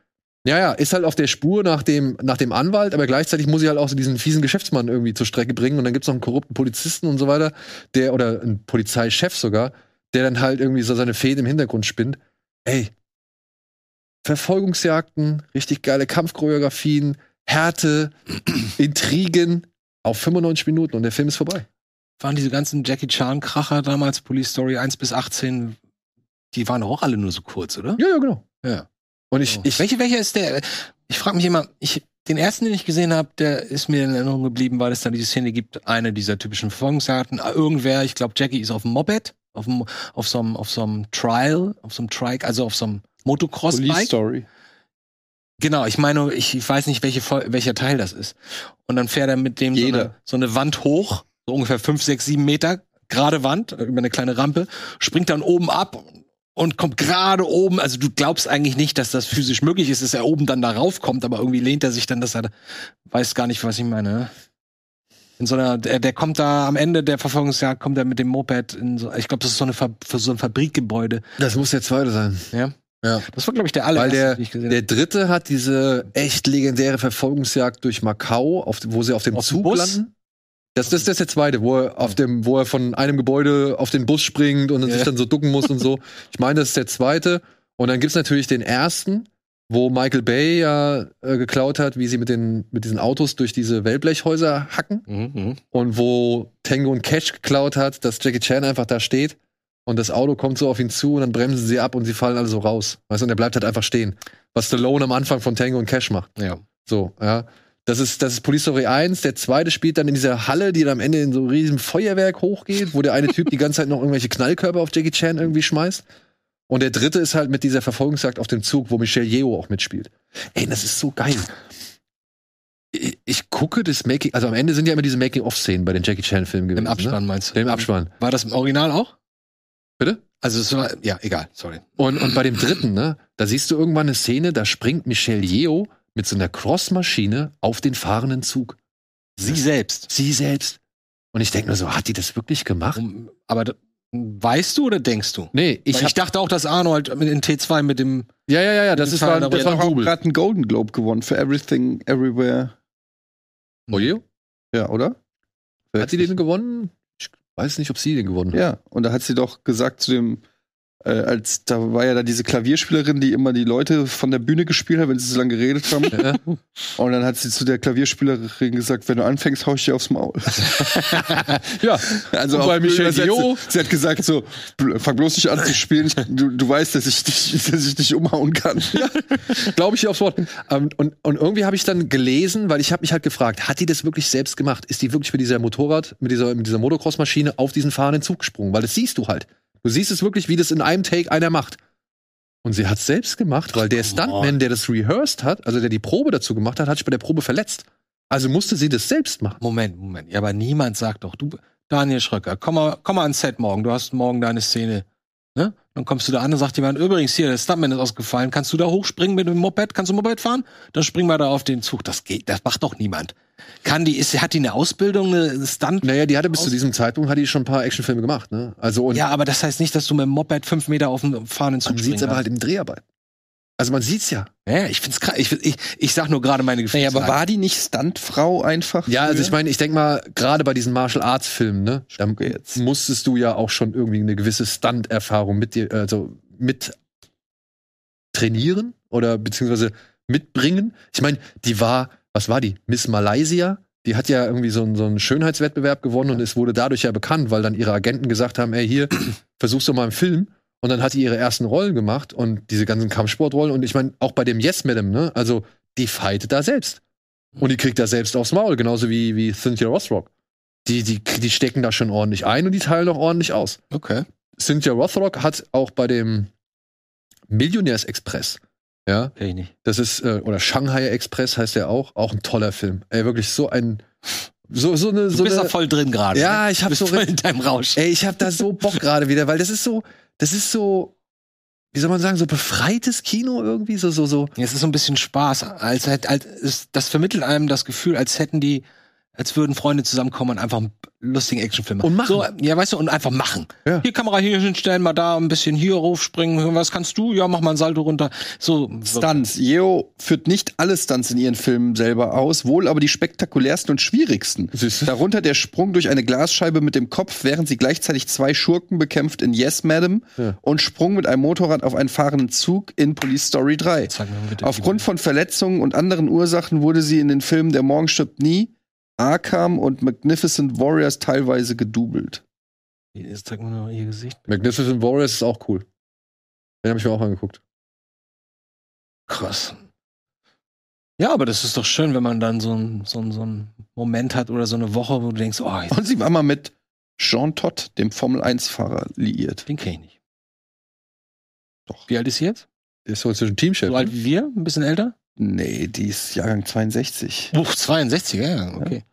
[SPEAKER 1] ja, ja, ist halt auf der Spur nach dem, nach dem Anwalt, aber gleichzeitig muss sie halt auch so diesen fiesen Geschäftsmann irgendwie zur Strecke bringen. Und dann gibt's noch einen korrupten Polizisten und so weiter, der, oder einen Polizeichef sogar, der dann halt irgendwie so seine Fäden im Hintergrund spinnt. Ey, Verfolgungsjagden, richtig geile Kampfchoreografien, Härte, Intrigen auf 95 Minuten und der Film ist vorbei.
[SPEAKER 2] waren diese ganzen Jackie Chan-Kracher damals, Police Story 1 bis 18, die waren doch auch alle nur so kurz, oder?
[SPEAKER 1] Ja, ja, genau. Oh.
[SPEAKER 2] Ja.
[SPEAKER 1] Und ich,
[SPEAKER 2] So.
[SPEAKER 1] ich
[SPEAKER 2] welche, welcher ist der? Ich frage mich immer, ich, den ersten, den ich gesehen habe, der ist mir in Erinnerung geblieben, weil es dann diese Szene gibt, eine dieser typischen Verfolgungsarten. Ah, Irgendwer, ich glaube, Jackie ist auf dem Moped, auf, dem, auf so einem auf so einem Trial, auf so einem Trike, also auf so einem
[SPEAKER 3] Police
[SPEAKER 2] Motocross-Bike.
[SPEAKER 3] Story.
[SPEAKER 2] Genau, ich meine, ich, ich weiß nicht, welche, Fol- welcher Teil das ist. Und dann fährt er mit dem so
[SPEAKER 3] Jeder.
[SPEAKER 2] eine, so eine Wand hoch, so ungefähr fünf, sechs, sieben Meter, gerade Wand, über eine kleine Rampe, springt dann oben ab und kommt gerade oben. Also du glaubst eigentlich nicht, dass das physisch möglich ist, dass er oben dann da raufkommt, aber irgendwie lehnt er sich dann, dass er weiß gar nicht, was ich meine. ne? In so einer, der, der kommt da am Ende der Verfolgungsjagd, kommt er mit dem Moped in so, ich glaube, das ist so eine Fa- für so ein Fabrikgebäude.
[SPEAKER 1] das muss der zweite sein.
[SPEAKER 2] Das war, glaube ich, der
[SPEAKER 1] Weil
[SPEAKER 2] allererste,
[SPEAKER 1] der,
[SPEAKER 2] den ich gesehen
[SPEAKER 1] der dritte hat diese echt legendäre Verfolgungsjagd durch Macau, auf, wo sie auf dem
[SPEAKER 2] Auf dem
[SPEAKER 1] Zug
[SPEAKER 2] Bus?
[SPEAKER 1] landen. Das, das, das ist der zweite, wo er, auf dem, wo er von einem Gebäude auf den Bus springt und dann
[SPEAKER 2] Ja.
[SPEAKER 1] sich dann so ducken muss und so. Ich meine, das ist der zweite. Und dann gibt's natürlich den ersten, wo Michael Bay ja äh, geklaut hat, wie sie mit, den, mit diesen Autos durch diese Wellblechhäuser hacken
[SPEAKER 2] habe. Mhm.
[SPEAKER 1] und wo Tango und Cash geklaut hat, dass Jackie Chan einfach da steht und das Auto kommt so auf ihn zu und dann bremsen sie ab und sie fallen alle so raus. Weißt du, und er bleibt halt einfach stehen. Was Stallone am Anfang von Tango und Cash macht.
[SPEAKER 2] Ja.
[SPEAKER 1] So, ja. Das ist, das ist Police Story 1. Der zweite spielt dann in dieser Halle, die dann am Ende in so riesen Feuerwerk hochgeht, wo der eine Typ die ganze Zeit noch irgendwelche Knallkörper auf Jackie Chan irgendwie schmeißt. Und der dritte ist halt mit dieser Verfolgungsjagd auf dem Zug, wo Michelle Yeoh auch mitspielt. Ey, das ist so geil. Ich, ich gucke das Making, also am Ende sind ja immer diese Making-of-Szenen bei den Jackie Chan-Filmen gewesen.
[SPEAKER 2] Im Abspann meinst
[SPEAKER 1] Ne?
[SPEAKER 2] du?
[SPEAKER 1] Im Abspann.
[SPEAKER 2] War das im Original auch?
[SPEAKER 1] Bitte?
[SPEAKER 2] Also es war, ja, egal, sorry.
[SPEAKER 1] Und, und bei dem dritten, ne, da siehst du irgendwann eine Szene, da springt Michelle Yeoh mit so einer Crossmaschine auf den fahrenden Zug.
[SPEAKER 2] Sie selbst.
[SPEAKER 1] Sie selbst. Und ich denke mir so, hat die das wirklich gemacht?
[SPEAKER 2] Um, aber d- weißt du oder denkst du?
[SPEAKER 1] Nee,
[SPEAKER 2] Weil
[SPEAKER 1] ich hab,
[SPEAKER 2] dachte auch, dass Arnold mit- in T2 mit dem
[SPEAKER 1] ja, ja, ja, ja, das ist war, das war ein Double.
[SPEAKER 3] Gerade einen Golden Globe gewonnen für Everything, Everywhere.
[SPEAKER 1] Oh, Yeoh?
[SPEAKER 3] Ja, oder? Hm,
[SPEAKER 1] Hat sie den gewonnen? Ich weiß nicht, ob sie den gewonnen hat.
[SPEAKER 3] Ja, und da hat sie doch gesagt zu dem
[SPEAKER 6] Äh, als, da war ja da diese Klavierspielerin, die immer die Leute von der Bühne gespielt hat, wenn sie so lange geredet haben. Und dann hat sie zu der Klavierspielerin gesagt, wenn du anfängst, hau ich dir aufs Maul.
[SPEAKER 1] Ja,
[SPEAKER 6] Also
[SPEAKER 1] Und
[SPEAKER 6] auch
[SPEAKER 1] bei Michel
[SPEAKER 6] übersetzt,
[SPEAKER 1] Guillot-
[SPEAKER 6] Sie hat gesagt so, bl- fang bloß nicht an zu spielen, ich, du, du weißt, dass ich, dich, dass ich dich umhauen kann.
[SPEAKER 1] glaube ich ihr aufs Wort. Ähm, und, und irgendwie habe ich dann gelesen, weil ich habe mich halt gefragt, hat die das wirklich selbst gemacht? Ist die wirklich mit dieser Motorrad, mit dieser, mit dieser Motocross-Maschine auf diesen fahrenden Zug gesprungen? Weil das siehst du halt. Du siehst es wirklich, wie das in einem Take einer macht. Und sie hat es selbst gemacht, weil der Stuntman, der das rehearsed hat, also der die Probe dazu gemacht hat, hat sich bei der Probe verletzt. Also musste sie das selbst machen.
[SPEAKER 2] Moment, Moment. Ja, aber niemand sagt doch, du, Daniel Schröcker, komm mal, komm mal ans Set morgen. Du hast morgen deine Szene. Ne? Dann kommst du da an und sagt jemand, übrigens hier, der Stuntman ist ausgefallen. Kannst du da hochspringen mit dem Moped? Kannst du Moped fahren? Dann springen wir da auf den Zug. Das geht, das macht doch niemand. Kann die, ist, hat die eine Ausbildung, eine Stunt?
[SPEAKER 1] Naja, die hatte bis zu
[SPEAKER 2] Aus-
[SPEAKER 1] diesem Zeitpunkt hatte die schon ein paar Actionfilme gemacht, ne? Also und
[SPEAKER 2] Ja, aber das heißt nicht, dass du mit dem Moped fünf Meter auf dem fahrenden Zug
[SPEAKER 1] man sieht es
[SPEAKER 2] springst.
[SPEAKER 1] aber halt im Dreharbeiten. Also man sieht's ja.
[SPEAKER 2] Ja, halt- ich find's krass. Ich, ich, ich sag nur gerade meine Gefühle.
[SPEAKER 3] Naja, aber war die nicht Stuntfrau einfach?
[SPEAKER 1] Ja, also
[SPEAKER 3] früher?
[SPEAKER 1] ich meine, ich denke mal, gerade bei diesen Martial Arts Filmen, ne, da
[SPEAKER 3] Okay, jetzt.
[SPEAKER 1] musstest du ja auch schon irgendwie eine gewisse Stunt-Erfahrung mit dir, also mit trainieren oder beziehungsweise mitbringen. Ich meine, die war, was war die? Miss Malaysia? Die hat ja irgendwie so einen, so einen Schönheitswettbewerb gewonnen und es wurde dadurch ja bekannt, weil dann ihre Agenten gesagt haben, ey, hier, versuch's doch mal im Film. Und dann hat sie ihre ersten Rollen gemacht und diese ganzen Kampfsportrollen. Und ich meine, auch bei dem Yes Madam, ne? Also, die fightet da selbst. Und die kriegt da selbst aufs Maul, genauso wie, wie Cynthia Rothrock. Die, die, die stecken da schon ordentlich ein und die teilen auch ordentlich aus.
[SPEAKER 2] Okay.
[SPEAKER 1] Cynthia Rothrock hat auch bei dem Millionärs Express, ja,
[SPEAKER 2] Kenn ich nicht.
[SPEAKER 1] das ist, äh, oder Shanghai Express heißt der auch, auch ein toller Film. Ey, wirklich so ein, so, so eine,
[SPEAKER 2] Du
[SPEAKER 1] so
[SPEAKER 2] bist da
[SPEAKER 1] eine,
[SPEAKER 2] voll drin gerade. ne?
[SPEAKER 1] ja, ich
[SPEAKER 2] Du
[SPEAKER 1] hab
[SPEAKER 2] bist
[SPEAKER 1] so,
[SPEAKER 2] voll
[SPEAKER 1] ri-
[SPEAKER 2] in deinem Rausch.
[SPEAKER 1] ey, ich hab da so Bock gerade wieder, weil das ist so, das ist so, wie soll man sagen, so befreites Kino irgendwie, so, so, so.
[SPEAKER 2] Ja, Es ist so ein bisschen Spaß. Als, hätt- als, ist- das vermittelt einem das Gefühl, als hätten die, als würden Freunde zusammenkommen und einfach einen lustigen Actionfilm
[SPEAKER 1] Und machen.
[SPEAKER 2] So, ja, weißt du, und einfach machen.
[SPEAKER 1] Ja.
[SPEAKER 2] Hier Kamera hier hinstellen, mal da ein bisschen hier raufspringen. Was kannst du? Ja, mach mal ein Salto runter. So, so
[SPEAKER 3] Stunts. Yeo führt nicht alle Stunts in ihren Filmen selber aus, wohl aber die spektakulärsten und schwierigsten. Darunter der Sprung durch eine Glasscheibe mit dem Kopf, während sie gleichzeitig zwei Schurken bekämpft in Yes Madam
[SPEAKER 1] Ja.
[SPEAKER 3] und Sprung mit einem Motorrad auf einen fahrenden Zug in Police Story 3.
[SPEAKER 2] Zeig mir mal bitte die
[SPEAKER 3] Aufgrund von Verletzungen und anderen Ursachen wurde sie in den Filmen Der Morgen stirbt nie, Arkham und Magnificent Warriors teilweise gedoubelt.
[SPEAKER 2] Bilder. Zeig mir mal ihr Gesicht.
[SPEAKER 1] Magnificent Warriors ist auch cool. Den habe ich mir auch angeguckt.
[SPEAKER 2] Krass. Ja, aber das ist doch schön, wenn man dann so einen so einen- so einen Moment hat oder so eine Woche, wo du denkst, oh, jetzt,
[SPEAKER 3] Und sie war mal mit Jean Todt, dem Formel-1-Fahrer, liiert.
[SPEAKER 2] den kenn ich nicht. Doch. Wie alt ist sie jetzt?
[SPEAKER 1] Der Ist so zwischen Teamchef.
[SPEAKER 2] So alt wie wir? Ein bisschen älter?
[SPEAKER 3] Nee, die ist Jahrgang 62.
[SPEAKER 2] Buch 62, ja, okay.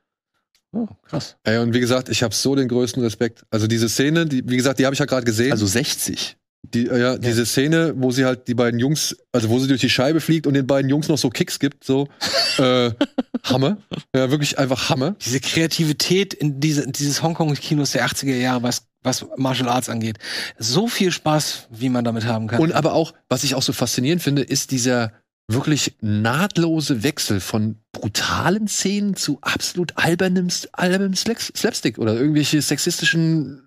[SPEAKER 2] Oh, krass.
[SPEAKER 1] Ey, und wie gesagt, ich habe so den größten Respekt. Also diese Szene, die, wie gesagt, die habe ich ja gerade gesehen.
[SPEAKER 3] Also 60.
[SPEAKER 1] Die, äh, ja, diese Szene, wo sie halt die beiden Jungs, also wo sie durch die Scheibe fliegt und den beiden Jungs noch so Kicks gibt, so äh, Hammer. Ja, wirklich einfach Hammer.
[SPEAKER 2] Diese Kreativität in diese, in dieses Hongkong-Kinos der 80er Jahre, was, was Martial Arts angeht. So viel Spaß, wie man damit haben kann.
[SPEAKER 1] Und aber auch, was ich auch so faszinierend finde, ist dieser wirklich nahtlose Wechsel von brutalen Szenen zu absolut albernem, S- albernem Slaps- Slapstick oder irgendwelche sexistischen,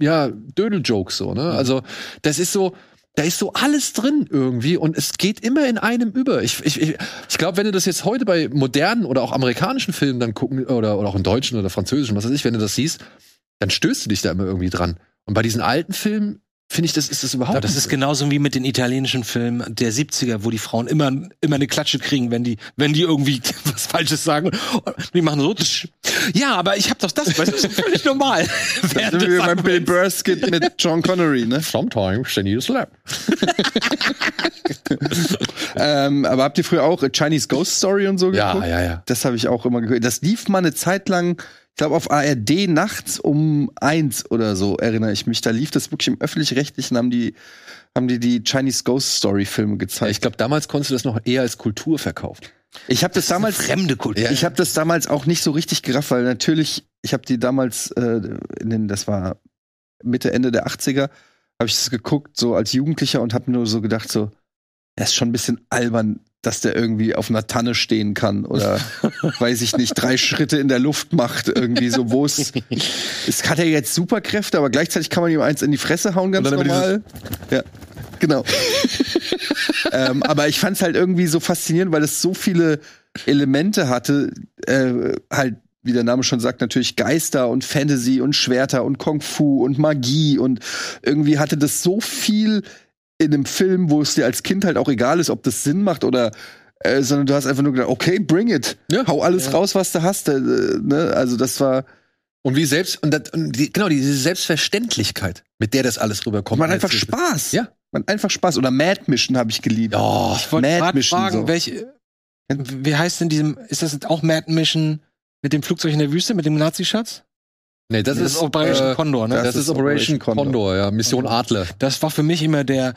[SPEAKER 1] ja, Dödel-Jokes so,
[SPEAKER 2] Mhm.
[SPEAKER 1] ne? Also, das ist so, da ist so alles drin irgendwie und es geht immer in einem über. Ich, ich, ich, ich glaube, wenn du das jetzt heute bei modernen oder auch amerikanischen Filmen dann gucken oder, oder auch in deutschen oder französischen, was weiß ich, wenn du das siehst, dann stößt du dich da immer irgendwie dran. Und bei diesen alten Filmen finde ich, das ist das überhaupt.
[SPEAKER 2] Ja, das
[SPEAKER 1] nicht
[SPEAKER 2] ist
[SPEAKER 1] so.
[SPEAKER 2] genauso wie mit den italienischen Filmen der 70er, wo die Frauen immer, immer eine Klatsche kriegen, wenn die, wenn die irgendwie was Falsches sagen. Und die machen so, tsch. ja, aber ich hab doch das, weißt du, das ist völlig normal.
[SPEAKER 3] Da sind wir beim Bill Burskit mit John Connery, ne?
[SPEAKER 1] Sometimes they need a slap.
[SPEAKER 3] Ähm, aber habt ihr früher auch äh, Chinese Ghost Story und so
[SPEAKER 1] Ja,
[SPEAKER 3] geguckt?
[SPEAKER 1] ja, ja.
[SPEAKER 3] Das habe ich auch immer gehört. Das lief mal eine Zeit lang, ich glaube auf ARD nachts um eins oder so, erinnere ich mich. Da lief das wirklich im öffentlich-rechtlichen, haben die, haben die die Chinese Ghost Story Filme
[SPEAKER 1] Ja,
[SPEAKER 3] gezeigt.
[SPEAKER 1] Ich glaube, damals konntest du das noch eher als Kultur verkauft.
[SPEAKER 3] Ich habe das damals
[SPEAKER 2] Fremde Kultur.
[SPEAKER 3] Ich habe das damals auch nicht so richtig gerafft, weil natürlich, ich habe die damals, äh, in den, das war Mitte, Ende der 80er, habe ich das geguckt, so als Jugendlicher und habe nur so gedacht, so, das ist schon ein bisschen albern, dass der irgendwie auf einer Tanne stehen kann oder weiß ich nicht, drei Schritte in der Luft macht irgendwie so, wo es es hat ja jetzt Superkräfte, aber gleichzeitig kann man ihm eins in die Fresse hauen ganz
[SPEAKER 1] Und dann immer
[SPEAKER 3] normal. Ja. Genau. ähm, aber ich fand es halt irgendwie so faszinierend, weil es so viele Elemente hatte, äh, halt wie der Name schon sagt, natürlich Geister und Fantasy und Schwerter und Kung Fu und Magie und irgendwie hatte das so viel in einem Film, wo es dir als Kind halt auch egal ist, ob das Sinn macht oder äh, sondern du hast einfach nur gedacht, okay, bring it.
[SPEAKER 1] Ja.
[SPEAKER 3] Hau alles raus, was du hast. Äh, ne? Also das war
[SPEAKER 1] Und wie selbst, und, das, und die, genau, diese Selbstverständlichkeit, mit der das alles rüberkommt.
[SPEAKER 3] man hat einfach
[SPEAKER 1] Als-
[SPEAKER 3] Spaß.
[SPEAKER 1] Ja.
[SPEAKER 3] Man hat einfach Spaß oder Mad Mission habe ich geliebt.
[SPEAKER 1] Ja,
[SPEAKER 2] Ich wollte
[SPEAKER 3] Mad
[SPEAKER 2] gerade
[SPEAKER 3] Mission
[SPEAKER 2] fragen,
[SPEAKER 3] so.
[SPEAKER 2] welche, wie heißt denn diesem, ist das auch Mad Mission mit dem Flugzeug in der Wüste, mit dem Nazi-Schatz?
[SPEAKER 1] nee, das, ist,
[SPEAKER 2] Operation
[SPEAKER 1] äh,
[SPEAKER 2] Condor, ne?
[SPEAKER 1] Das, ist Operation Condor, ja. Mission Adler.
[SPEAKER 2] Das war für mich immer der,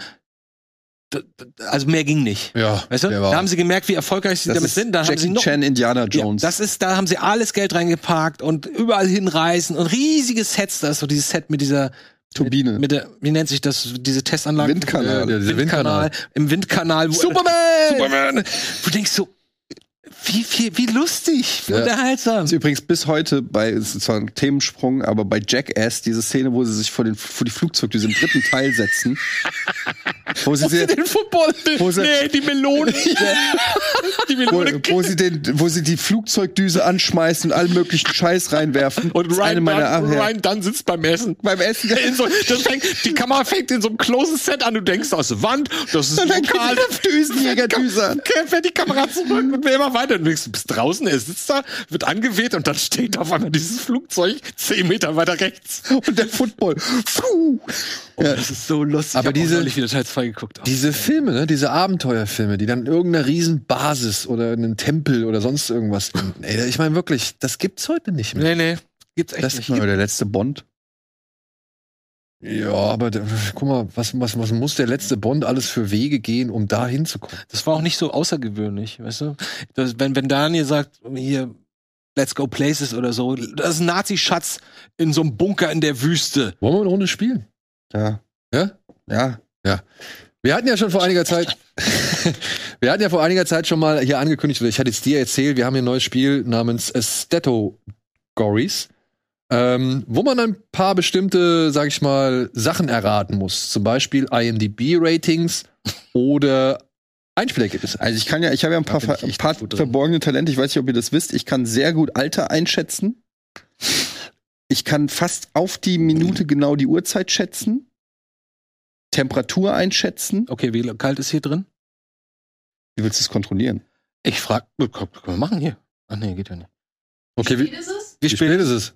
[SPEAKER 2] d- d- also mehr ging nicht.
[SPEAKER 1] Ja,
[SPEAKER 2] Weißt du?
[SPEAKER 1] der war-
[SPEAKER 2] Da haben sie gemerkt, wie erfolgreich sie
[SPEAKER 3] Das
[SPEAKER 2] damit
[SPEAKER 3] ist
[SPEAKER 2] sind. Da haben sie
[SPEAKER 3] Jackie
[SPEAKER 2] noch
[SPEAKER 3] Chan, Indiana Jones.
[SPEAKER 2] Ja, das ist, da haben sie alles Geld reingeparkt und überall hinreißen und riesige Sets. Da ist so dieses Set mit dieser
[SPEAKER 3] Turbine.
[SPEAKER 2] Mit der, wie nennt sich das? Diese Testanlage.
[SPEAKER 3] Windkanal.
[SPEAKER 1] Ja, dieser Windkanal.
[SPEAKER 2] Im Windkanal. Wo
[SPEAKER 1] Superman!
[SPEAKER 2] Superman! Du denkst so, wie, wie, wie lustig, wie
[SPEAKER 1] Ja.
[SPEAKER 2] unterhaltsam.
[SPEAKER 3] ist übrigens bis heute bei, es ist zwar ein Themensprung, aber bei Jackass, diese Szene, wo sie sich vor, den, vor die Flugzeugdüse im dritten Teil setzen. wo sie, sie,
[SPEAKER 1] Den Football.
[SPEAKER 3] Wo sie-
[SPEAKER 1] nee, die Melone. die
[SPEAKER 3] wo,
[SPEAKER 1] Melone.
[SPEAKER 3] wo, sie den, wo sie die Flugzeugdüse anschmeißen und allen möglichen Scheiß reinwerfen.
[SPEAKER 1] Und
[SPEAKER 3] Das ist
[SPEAKER 1] Ryan
[SPEAKER 3] meiner
[SPEAKER 1] Dunn,
[SPEAKER 3] Ach- ja.
[SPEAKER 1] Ryan Dunn sitzt beim Essen.
[SPEAKER 3] beim Essen.
[SPEAKER 1] In so, das fängt, die Kamera fängt in so einem closen Set an. Du denkst, das ist Wand, das ist ein
[SPEAKER 3] Dann
[SPEAKER 1] Lokal.
[SPEAKER 3] geht die Düsenjägerdüse an.
[SPEAKER 1] Okay, fährt die Kamera zurück und wir immer weiter. Du denkst, du bist draußen, er sitzt da, wird angeweht und dann steht auf einmal dieses Flugzeug zehn Meter weiter rechts. Oh,
[SPEAKER 3] Und der Football. Puh. Ja.
[SPEAKER 2] Das ist so lustig.
[SPEAKER 1] Aber
[SPEAKER 2] hab auch
[SPEAKER 1] diese-
[SPEAKER 2] neulich wieder Teil 2 geguckt.
[SPEAKER 1] Diese Filme, ne, diese Abenteuerfilme, die dann irgendeine riesen Basis oder einen Tempel oder sonst irgendwas. Ey, ich meine wirklich, das gibt's heute nicht mehr.
[SPEAKER 2] nee, nee. Gibt's echt
[SPEAKER 1] Das-
[SPEAKER 2] nicht.
[SPEAKER 3] Der letzte Bond.
[SPEAKER 1] Ja, aber da, guck mal, was, was, was muss der letzte Bond alles für Wege gehen, um da hinzukommen?
[SPEAKER 2] Das war auch nicht so außergewöhnlich, weißt du? Das, wenn, wenn Daniel sagt, hier, let's go places oder so, das ist ein Nazi-Schatz in so einem Bunker in der Wüste.
[SPEAKER 1] Wollen wir eine Runde spielen?
[SPEAKER 3] Ja.
[SPEAKER 1] Ja?
[SPEAKER 3] Ja.
[SPEAKER 1] Wir hatten ja schon vor einiger Zeit, wir hatten ja vor einiger Zeit schon mal hier angekündigt, oder ich hatte es dir erzählt, wir haben hier ein neues Spiel namens Stato Gories, ähm, wo man ein paar bestimmte, sag ich mal, Sachen erraten muss. Zum Beispiel IMDb-Ratings oder Einspielergebnisse.
[SPEAKER 3] Also ich kann ja, ich habe ja ein paar,
[SPEAKER 2] bin ich
[SPEAKER 3] ver- ein
[SPEAKER 2] echt
[SPEAKER 3] paar
[SPEAKER 2] gut drin.
[SPEAKER 3] verborgene Talente. Ich weiß nicht, ob ihr das wisst. Ich kann sehr gut Alter einschätzen. Ich kann fast auf die Minute genau die Uhrzeit schätzen. Temperatur einschätzen.
[SPEAKER 2] Okay, wie kalt ist hier drin?
[SPEAKER 3] Wie willst du es kontrollieren?
[SPEAKER 2] Ich frag, können können wir machen hier? Ach nee, geht ja nicht.
[SPEAKER 1] Okay,
[SPEAKER 5] Wie
[SPEAKER 1] wie,
[SPEAKER 5] ist es?
[SPEAKER 1] wie spät ist es?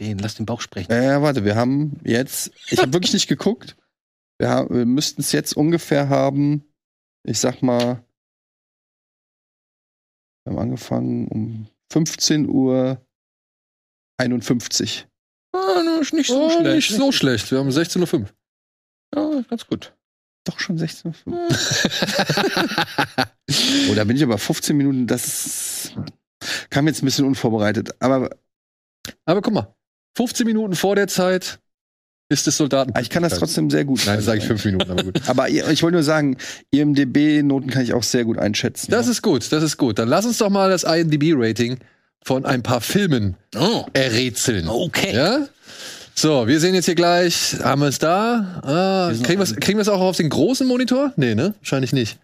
[SPEAKER 2] Den, lass den Bauch sprechen.
[SPEAKER 3] Äh, Ja, ja, warte, wir haben jetzt, ich habe wirklich nicht geguckt. Wir, ha- wir müssten es jetzt ungefähr haben, ich sag mal, wir haben angefangen um 15 Uhr 51.
[SPEAKER 2] Ah, das ist nicht
[SPEAKER 1] oh, nicht so schlecht. Wir haben 16.05 Uhr.
[SPEAKER 2] Ja, ganz gut.
[SPEAKER 3] Doch schon 16 Uhr. oh, da bin ich aber 15 Minuten, das ist, kam jetzt ein bisschen unvorbereitet. Aber
[SPEAKER 1] Aber guck mal, 15 Minuten vor der Zeit ist das Soldaten.
[SPEAKER 3] ich kann das trotzdem sehr gut.
[SPEAKER 1] Nein, das sage ich 5 Minuten, aber gut.
[SPEAKER 3] Aber ihr- ich wollte nur sagen, IMDB-Noten kann ich auch sehr gut einschätzen.
[SPEAKER 1] Das ist gut, das ist gut. Dann lass uns doch mal das IMDb-Rating von ein paar Filmen
[SPEAKER 2] Oh,
[SPEAKER 1] errätseln.
[SPEAKER 2] okay.
[SPEAKER 1] Ja? So, wir sehen jetzt hier gleich, haben wir es da? Ah,
[SPEAKER 2] Wir sind
[SPEAKER 1] kriegen wir es
[SPEAKER 2] am-
[SPEAKER 1] kriegen wir's auch auf den großen Monitor? Nee, ne? Wahrscheinlich nicht.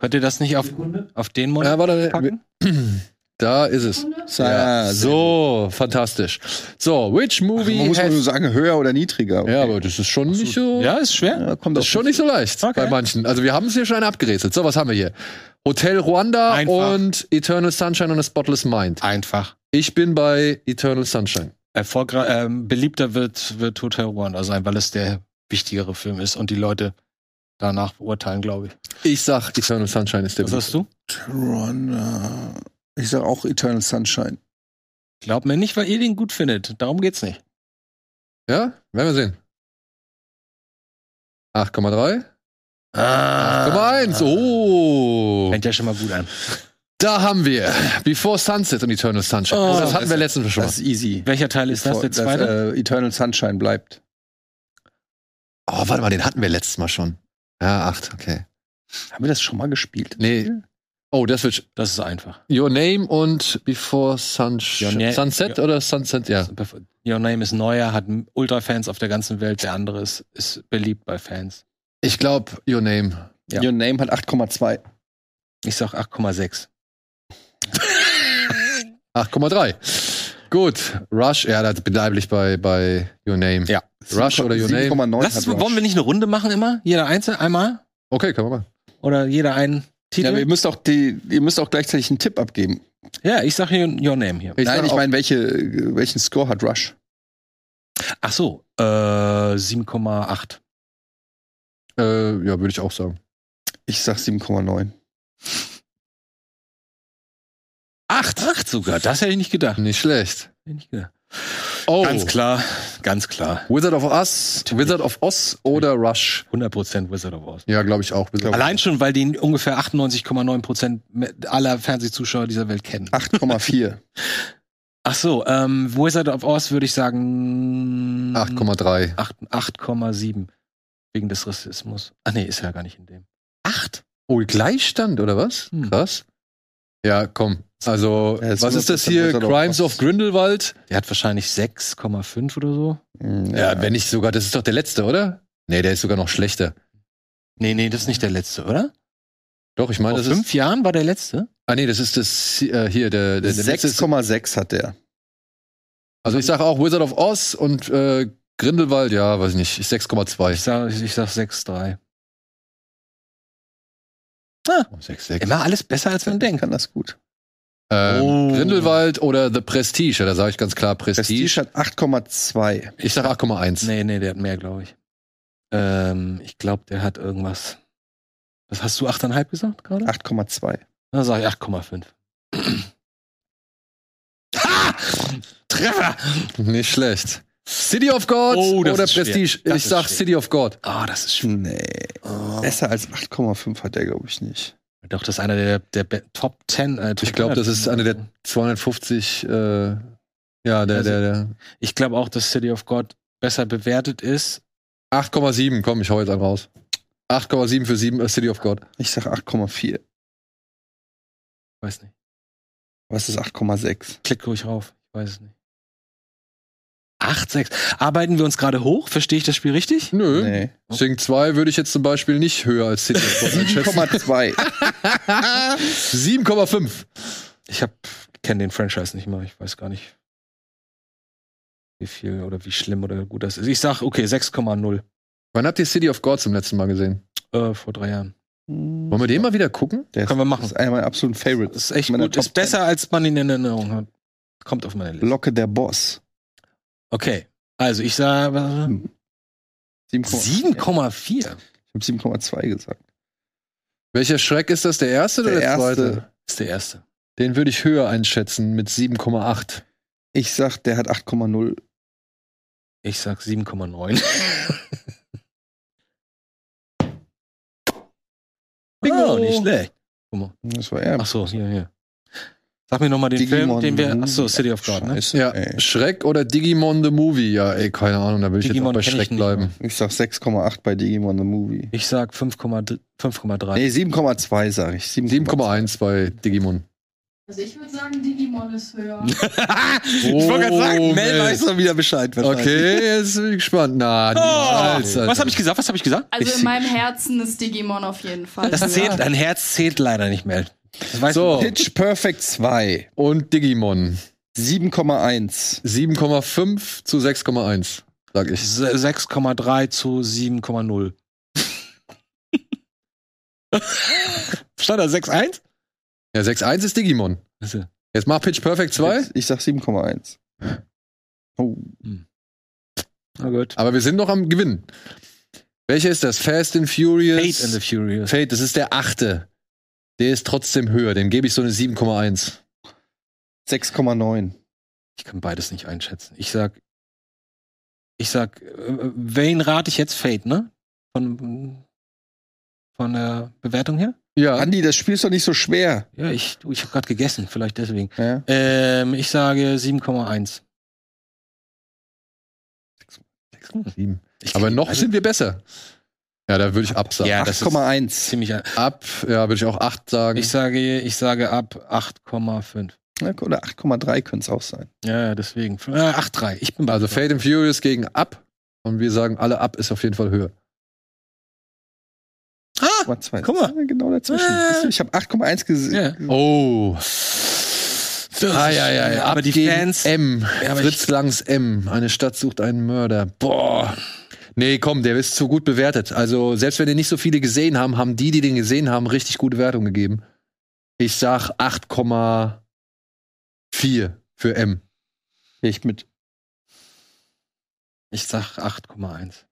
[SPEAKER 2] Könnt ihr das nicht auf, auf den Monitor
[SPEAKER 1] Ja, Ah, warte,
[SPEAKER 2] packen?
[SPEAKER 1] da ist es.
[SPEAKER 5] Hunde?
[SPEAKER 2] Ah,
[SPEAKER 3] ja,
[SPEAKER 1] Ja,
[SPEAKER 3] so.
[SPEAKER 1] so, fantastisch. So, which movie
[SPEAKER 3] Man muss
[SPEAKER 1] has...
[SPEAKER 3] nur sagen, höher oder niedriger.
[SPEAKER 1] Ja, aber das ist schon nicht so...
[SPEAKER 2] Ja, ist schwer.
[SPEAKER 3] Ja, kommt
[SPEAKER 1] Das
[SPEAKER 3] auf
[SPEAKER 1] ist schon nicht so leicht
[SPEAKER 2] Okay.
[SPEAKER 1] bei manchen. Also wir haben es hier schon abgerätselt. So, was haben wir hier? Hotel Ruanda
[SPEAKER 2] Einfach.
[SPEAKER 1] und Eternal Sunshine on a Spotless Mind.
[SPEAKER 2] Einfach.
[SPEAKER 1] Ich bin bei Eternal Sunshine.
[SPEAKER 2] Erfolgreich, ähm, beliebter wird, wird Hotel Rwanda sein, weil es der wichtigere Film ist und die Leute danach beurteilen, glaube ich.
[SPEAKER 1] Ich sag, Eternal Sunshine ist der
[SPEAKER 2] Was sagst du?
[SPEAKER 3] Run, äh, Ich sag auch Eternal Sunshine.
[SPEAKER 2] Glaubt mir nicht, weil ihr den gut findet. Darum geht's nicht.
[SPEAKER 1] Ja, werden wir sehen. 8,3.
[SPEAKER 2] Ah.
[SPEAKER 1] 8,1. Oh.
[SPEAKER 2] Fängt ja schon mal gut an.
[SPEAKER 1] Da haben wir Before Sunset und Eternal Sunshine.
[SPEAKER 2] Oh,
[SPEAKER 1] das hatten wir letztens schon mal.
[SPEAKER 3] Das ist easy.
[SPEAKER 2] Welcher Teil ist das? äh, Der zweite?
[SPEAKER 3] Dass, äh, Eternal Sunshine bleibt.
[SPEAKER 1] Oh, warte mal, den hatten wir letztes Mal schon. Ja, acht, okay.
[SPEAKER 3] Haben wir das schon mal gespielt?
[SPEAKER 1] Nee. Oh, das wird.
[SPEAKER 2] Das ist einfach.
[SPEAKER 1] Your Name und Before Sunsh
[SPEAKER 2] Your Na-
[SPEAKER 1] Sunset
[SPEAKER 2] Your-
[SPEAKER 1] oder Sunset, ja.
[SPEAKER 2] Your Name ist neuer, hat Ultra-Fans auf der ganzen Welt, der andere ist, ist beliebt bei Fans.
[SPEAKER 1] Ich glaube, Your Name.
[SPEAKER 2] Ja.
[SPEAKER 3] Your Name hat 8,2.
[SPEAKER 2] Ich sag 8,6.
[SPEAKER 1] 8,3. Gut. Rush, ja, da bleibe ich bei, bei Your Name.
[SPEAKER 2] Ja.
[SPEAKER 1] Rush oder Your Name.
[SPEAKER 3] 7,9
[SPEAKER 2] Lass es,
[SPEAKER 3] hat Rush.
[SPEAKER 2] wollen wir nicht eine Runde machen immer? Jeder einzeln einmal?
[SPEAKER 1] Okay, können wir mal.
[SPEAKER 2] Oder jeder einen
[SPEAKER 3] ja, aber
[SPEAKER 2] Titel?
[SPEAKER 3] ihr müsst auch die, ihr müsst auch gleichzeitig einen Tipp abgeben.
[SPEAKER 2] Ja, ich sag hier Your Name hier.
[SPEAKER 1] Ich
[SPEAKER 3] Nein,
[SPEAKER 1] sag
[SPEAKER 3] ich
[SPEAKER 1] auch-
[SPEAKER 3] meine, welche, welchen Score hat Rush?
[SPEAKER 2] Ach so, äh, 7,8.
[SPEAKER 1] Äh, ja, würde ich auch sagen.
[SPEAKER 3] Ich sag 7,9.
[SPEAKER 2] Acht? Acht sogar, das hätte ich nicht gedacht.
[SPEAKER 1] Nicht schlecht.
[SPEAKER 2] Hätte ich nicht gedacht.
[SPEAKER 1] Oh,
[SPEAKER 2] Ganz klar, ganz klar.
[SPEAKER 1] Wizard of Oz, Wizard of Oz oder Rush?
[SPEAKER 2] 100% Wizard of Oz.
[SPEAKER 1] Ja, glaube ich auch. Wizard of
[SPEAKER 2] Allein schon, weil die ungefähr 98,9% aller Fernsehzuschauer dieser Welt kennen.
[SPEAKER 3] 8,4.
[SPEAKER 2] Ach so, ähm, Wizard of Oz würde ich sagen
[SPEAKER 1] 8,3.
[SPEAKER 2] acht- 8,7 wegen des Rassismus. Ach nee, ist ja gar nicht in dem. 8?
[SPEAKER 1] Oh, Gleichstand oder was?
[SPEAKER 2] Hm.
[SPEAKER 1] Krass. Ja, komm. Also,
[SPEAKER 3] Ja, das
[SPEAKER 1] was ist das
[SPEAKER 3] 100%
[SPEAKER 1] hier?
[SPEAKER 3] Wizard of
[SPEAKER 1] Crimes
[SPEAKER 3] Oz.
[SPEAKER 1] of Grindelwald?
[SPEAKER 2] Der hat wahrscheinlich 6,5 oder so.
[SPEAKER 1] Ja,
[SPEAKER 3] ja,
[SPEAKER 1] wenn nicht sogar, das ist doch der letzte, oder? Nee, der ist sogar noch schlechter.
[SPEAKER 2] Nee, nee, das ist nicht der letzte, oder?
[SPEAKER 1] Doch, ich meine,
[SPEAKER 2] Vor
[SPEAKER 1] das
[SPEAKER 2] fünf
[SPEAKER 1] ist.
[SPEAKER 2] Jahren war der letzte.
[SPEAKER 1] Ah, nee, das ist das äh, hier, der, der, der letzte ist-
[SPEAKER 3] 6,6 hat der.
[SPEAKER 1] Also, ich sage auch Wizard of Oz und äh, Grindelwald, ja, weiß ich nicht, ist
[SPEAKER 2] Ich
[SPEAKER 1] 6,2.
[SPEAKER 2] sag, ich sag 6,3.
[SPEAKER 1] Oh, 6,6.
[SPEAKER 2] Immer alles besser, als man denkt.
[SPEAKER 3] Kann das gut.
[SPEAKER 1] Ähm,
[SPEAKER 2] Oh.
[SPEAKER 1] Grindelwald oder The Prestige, ja, da sage ich ganz klar Prestige.
[SPEAKER 3] Prestige hat 8,2.
[SPEAKER 1] Ich sage 8,1.
[SPEAKER 2] Nee, nee, der hat mehr, glaube ich. Ähm, ich glaube, der hat irgendwas. Was hast du 8,5 gesagt gerade?
[SPEAKER 3] 8,2.
[SPEAKER 2] Dann sag ich 8,5. ha! Treffer!
[SPEAKER 1] Nicht schlecht. City of God
[SPEAKER 2] Oh, das
[SPEAKER 1] oder
[SPEAKER 2] ist schwer.
[SPEAKER 1] Prestige?
[SPEAKER 2] Das
[SPEAKER 1] Ich
[SPEAKER 2] ist
[SPEAKER 1] sag
[SPEAKER 2] schwer.
[SPEAKER 1] City of God.
[SPEAKER 2] Oh, das ist schwierig.
[SPEAKER 3] Nee. Besser als 8,5 hat der, glaube ich, nicht.
[SPEAKER 2] Oh. Doch, das ist einer der, der Be- Top 10. Äh, Top
[SPEAKER 1] Ich glaube, das
[SPEAKER 2] 100.
[SPEAKER 1] ist eine der 250, äh, ja, der, der, der.
[SPEAKER 2] Ich glaube auch, dass City of God besser bewertet ist.
[SPEAKER 1] 8,7, komm, ich hau jetzt einen raus. 8,7 für 7, äh, City of God.
[SPEAKER 3] Ich sag 8,4.
[SPEAKER 2] Weiß nicht.
[SPEAKER 3] Was ist 8,6?
[SPEAKER 2] Klick ruhig rauf. Ich weiß es nicht. 8, 6. Arbeiten wir uns gerade hoch? Verstehe ich das Spiel richtig?
[SPEAKER 1] Nö.
[SPEAKER 3] Nee.
[SPEAKER 1] Sing 2 würde ich jetzt zum Beispiel nicht höher als City of God einschätzen.
[SPEAKER 3] 7,2.
[SPEAKER 1] 7,5.
[SPEAKER 2] Ich hab, kenne den Franchise nicht mal. Ich weiß gar nicht, wie viel oder wie schlimm oder gut das ist. Ich sag, okay, 6,0
[SPEAKER 1] Wann habt ihr City of God zum letzten Mal gesehen?
[SPEAKER 2] äh, vor drei Jahren.
[SPEAKER 1] Wollen wir den mal wieder gucken?
[SPEAKER 3] Der
[SPEAKER 2] Können wir machen.
[SPEAKER 3] ist einer meiner absoluten Favorites.
[SPEAKER 2] Das ist echt
[SPEAKER 3] Meiner
[SPEAKER 2] gut.
[SPEAKER 3] Top
[SPEAKER 2] Ist besser, als man ihn in Erinnerung hat. Kommt auf meine Liste.
[SPEAKER 3] Locke der Boss.
[SPEAKER 2] Okay. Also ich sage
[SPEAKER 3] 7,4.
[SPEAKER 2] 7,4.
[SPEAKER 3] Ich habe 7,2 gesagt.
[SPEAKER 1] Welcher Shrek ist das? Der erste oder
[SPEAKER 3] Der
[SPEAKER 1] der
[SPEAKER 3] erste.
[SPEAKER 1] zweite?
[SPEAKER 2] Ist der erste.
[SPEAKER 1] Den würde ich höher einschätzen mit 7,8.
[SPEAKER 3] Ich sag, der hat 8,0.
[SPEAKER 2] Ich sag 7,9.
[SPEAKER 1] Bingo.
[SPEAKER 2] Oh, nicht schlecht.
[SPEAKER 3] Das war er.
[SPEAKER 2] Ach so, hier, hier. Sag mir nochmal den
[SPEAKER 3] Digimon
[SPEAKER 2] Film, den wir.
[SPEAKER 3] Movie.
[SPEAKER 2] Ach so, City of God, ne?
[SPEAKER 3] Scheiße,
[SPEAKER 1] Ja,
[SPEAKER 3] ey.
[SPEAKER 1] Shrek oder Digimon the Movie? Ja, ey, keine Ahnung, da würde ich
[SPEAKER 2] Digimon
[SPEAKER 1] jetzt auch
[SPEAKER 2] kenn
[SPEAKER 1] bei
[SPEAKER 2] ich
[SPEAKER 1] Shrek
[SPEAKER 2] nicht
[SPEAKER 1] bleiben.
[SPEAKER 2] mehr.
[SPEAKER 3] Ich sag 6,8 bei Digimon The Movie.
[SPEAKER 2] Ich sag 5,3. 5,3.
[SPEAKER 3] Nee, 7,2 sag ich.
[SPEAKER 1] 7,1 bei Digimon.
[SPEAKER 5] Also ich würde sagen, Digimon ist höher.
[SPEAKER 2] ich wollte gerade sagen,
[SPEAKER 1] Oh,
[SPEAKER 2] Mel
[SPEAKER 1] Mel.
[SPEAKER 2] weiß doch wieder Bescheid. wahrscheinlich.
[SPEAKER 1] Okay, jetzt bin ich gespannt. Na,
[SPEAKER 2] Oh,
[SPEAKER 1] niemals, Alter.
[SPEAKER 2] was habe ich gesagt? Was habe ich gesagt?
[SPEAKER 5] Also
[SPEAKER 3] Ich-
[SPEAKER 5] in meinem Herzen ist Digimon auf jeden Fall.
[SPEAKER 2] Das
[SPEAKER 5] höher.
[SPEAKER 2] zählt, dein Herz zählt leider nicht mehr. Das weißt
[SPEAKER 1] So.
[SPEAKER 2] du.
[SPEAKER 3] Pitch Perfect 2.
[SPEAKER 1] Und Digimon.
[SPEAKER 3] 7,1.
[SPEAKER 1] 7,5 zu 6,1, sag ich.
[SPEAKER 2] 6,3 zu 7,0. Stand da 6,1?
[SPEAKER 1] Ja, 6,1 ist Digimon.
[SPEAKER 2] Also,
[SPEAKER 1] Jetzt mach Pitch Perfect 2.
[SPEAKER 3] Ich- Ich sag 7,1. Oh,
[SPEAKER 2] Na gut.
[SPEAKER 1] Aber wir sind noch am Gewinn. Welcher ist das? Fast and Furious?
[SPEAKER 2] Fate and the Furious.
[SPEAKER 1] Fate, das ist der achte. Der ist trotzdem höher. Dem gebe ich so eine 7,1.
[SPEAKER 3] 6,9.
[SPEAKER 2] Ich kann beides nicht einschätzen. Ich sag, ich sag, äh, wen rate ich jetzt Fate, ne? Von, von der Bewertung her?
[SPEAKER 1] Ja,
[SPEAKER 3] Andi, das Spiel ist doch nicht so schwer.
[SPEAKER 2] Ja, ich, du, ich habe gerade gegessen, vielleicht deswegen.
[SPEAKER 3] Ja?
[SPEAKER 2] Ähm, ich sage 7,1.
[SPEAKER 1] Sieben.
[SPEAKER 2] Ich-
[SPEAKER 1] Aber noch
[SPEAKER 2] also-
[SPEAKER 1] sind wir besser. Ja, da würde ich ab sagen.
[SPEAKER 2] Ja, das ist
[SPEAKER 3] 8,1.
[SPEAKER 2] ziemlich. ein-
[SPEAKER 1] Ab, ja, würde ich auch 8 sagen.
[SPEAKER 2] Ich sage, ich sage ab 8,5.
[SPEAKER 3] Ne? Oder 8,3 könnte es auch sein.
[SPEAKER 2] Ja, ja, deswegen. Äh, 8,3. Ich bin bei.
[SPEAKER 1] also Fate and Furious gegen ab. Und wir sagen, alle ab ist auf jeden Fall höher.
[SPEAKER 2] Ah!
[SPEAKER 3] War zwei.
[SPEAKER 2] Guck mal.
[SPEAKER 3] Ja, Genau dazwischen.
[SPEAKER 2] Äh.
[SPEAKER 3] Siehst du, Ich habe 8,1 gesehen.
[SPEAKER 2] Ja.
[SPEAKER 1] Oh.
[SPEAKER 2] Hm. Das
[SPEAKER 1] Ah,
[SPEAKER 2] ist-
[SPEAKER 1] ja, ja, ja.
[SPEAKER 2] Aber
[SPEAKER 1] Ab
[SPEAKER 2] die
[SPEAKER 1] gegen
[SPEAKER 2] Fans.
[SPEAKER 1] M.
[SPEAKER 2] Ja, aber
[SPEAKER 1] Fritz Langs M. Eine Stadt sucht einen Mörder. Boah. Nee, komm, der ist zu gut bewertet. Also, selbst wenn den nicht so viele gesehen haben, haben die, die den gesehen haben, richtig gute Wertung gegeben. Ich sag 8,4 für M.
[SPEAKER 3] Geh Ich mit.
[SPEAKER 2] ich sag 8,1.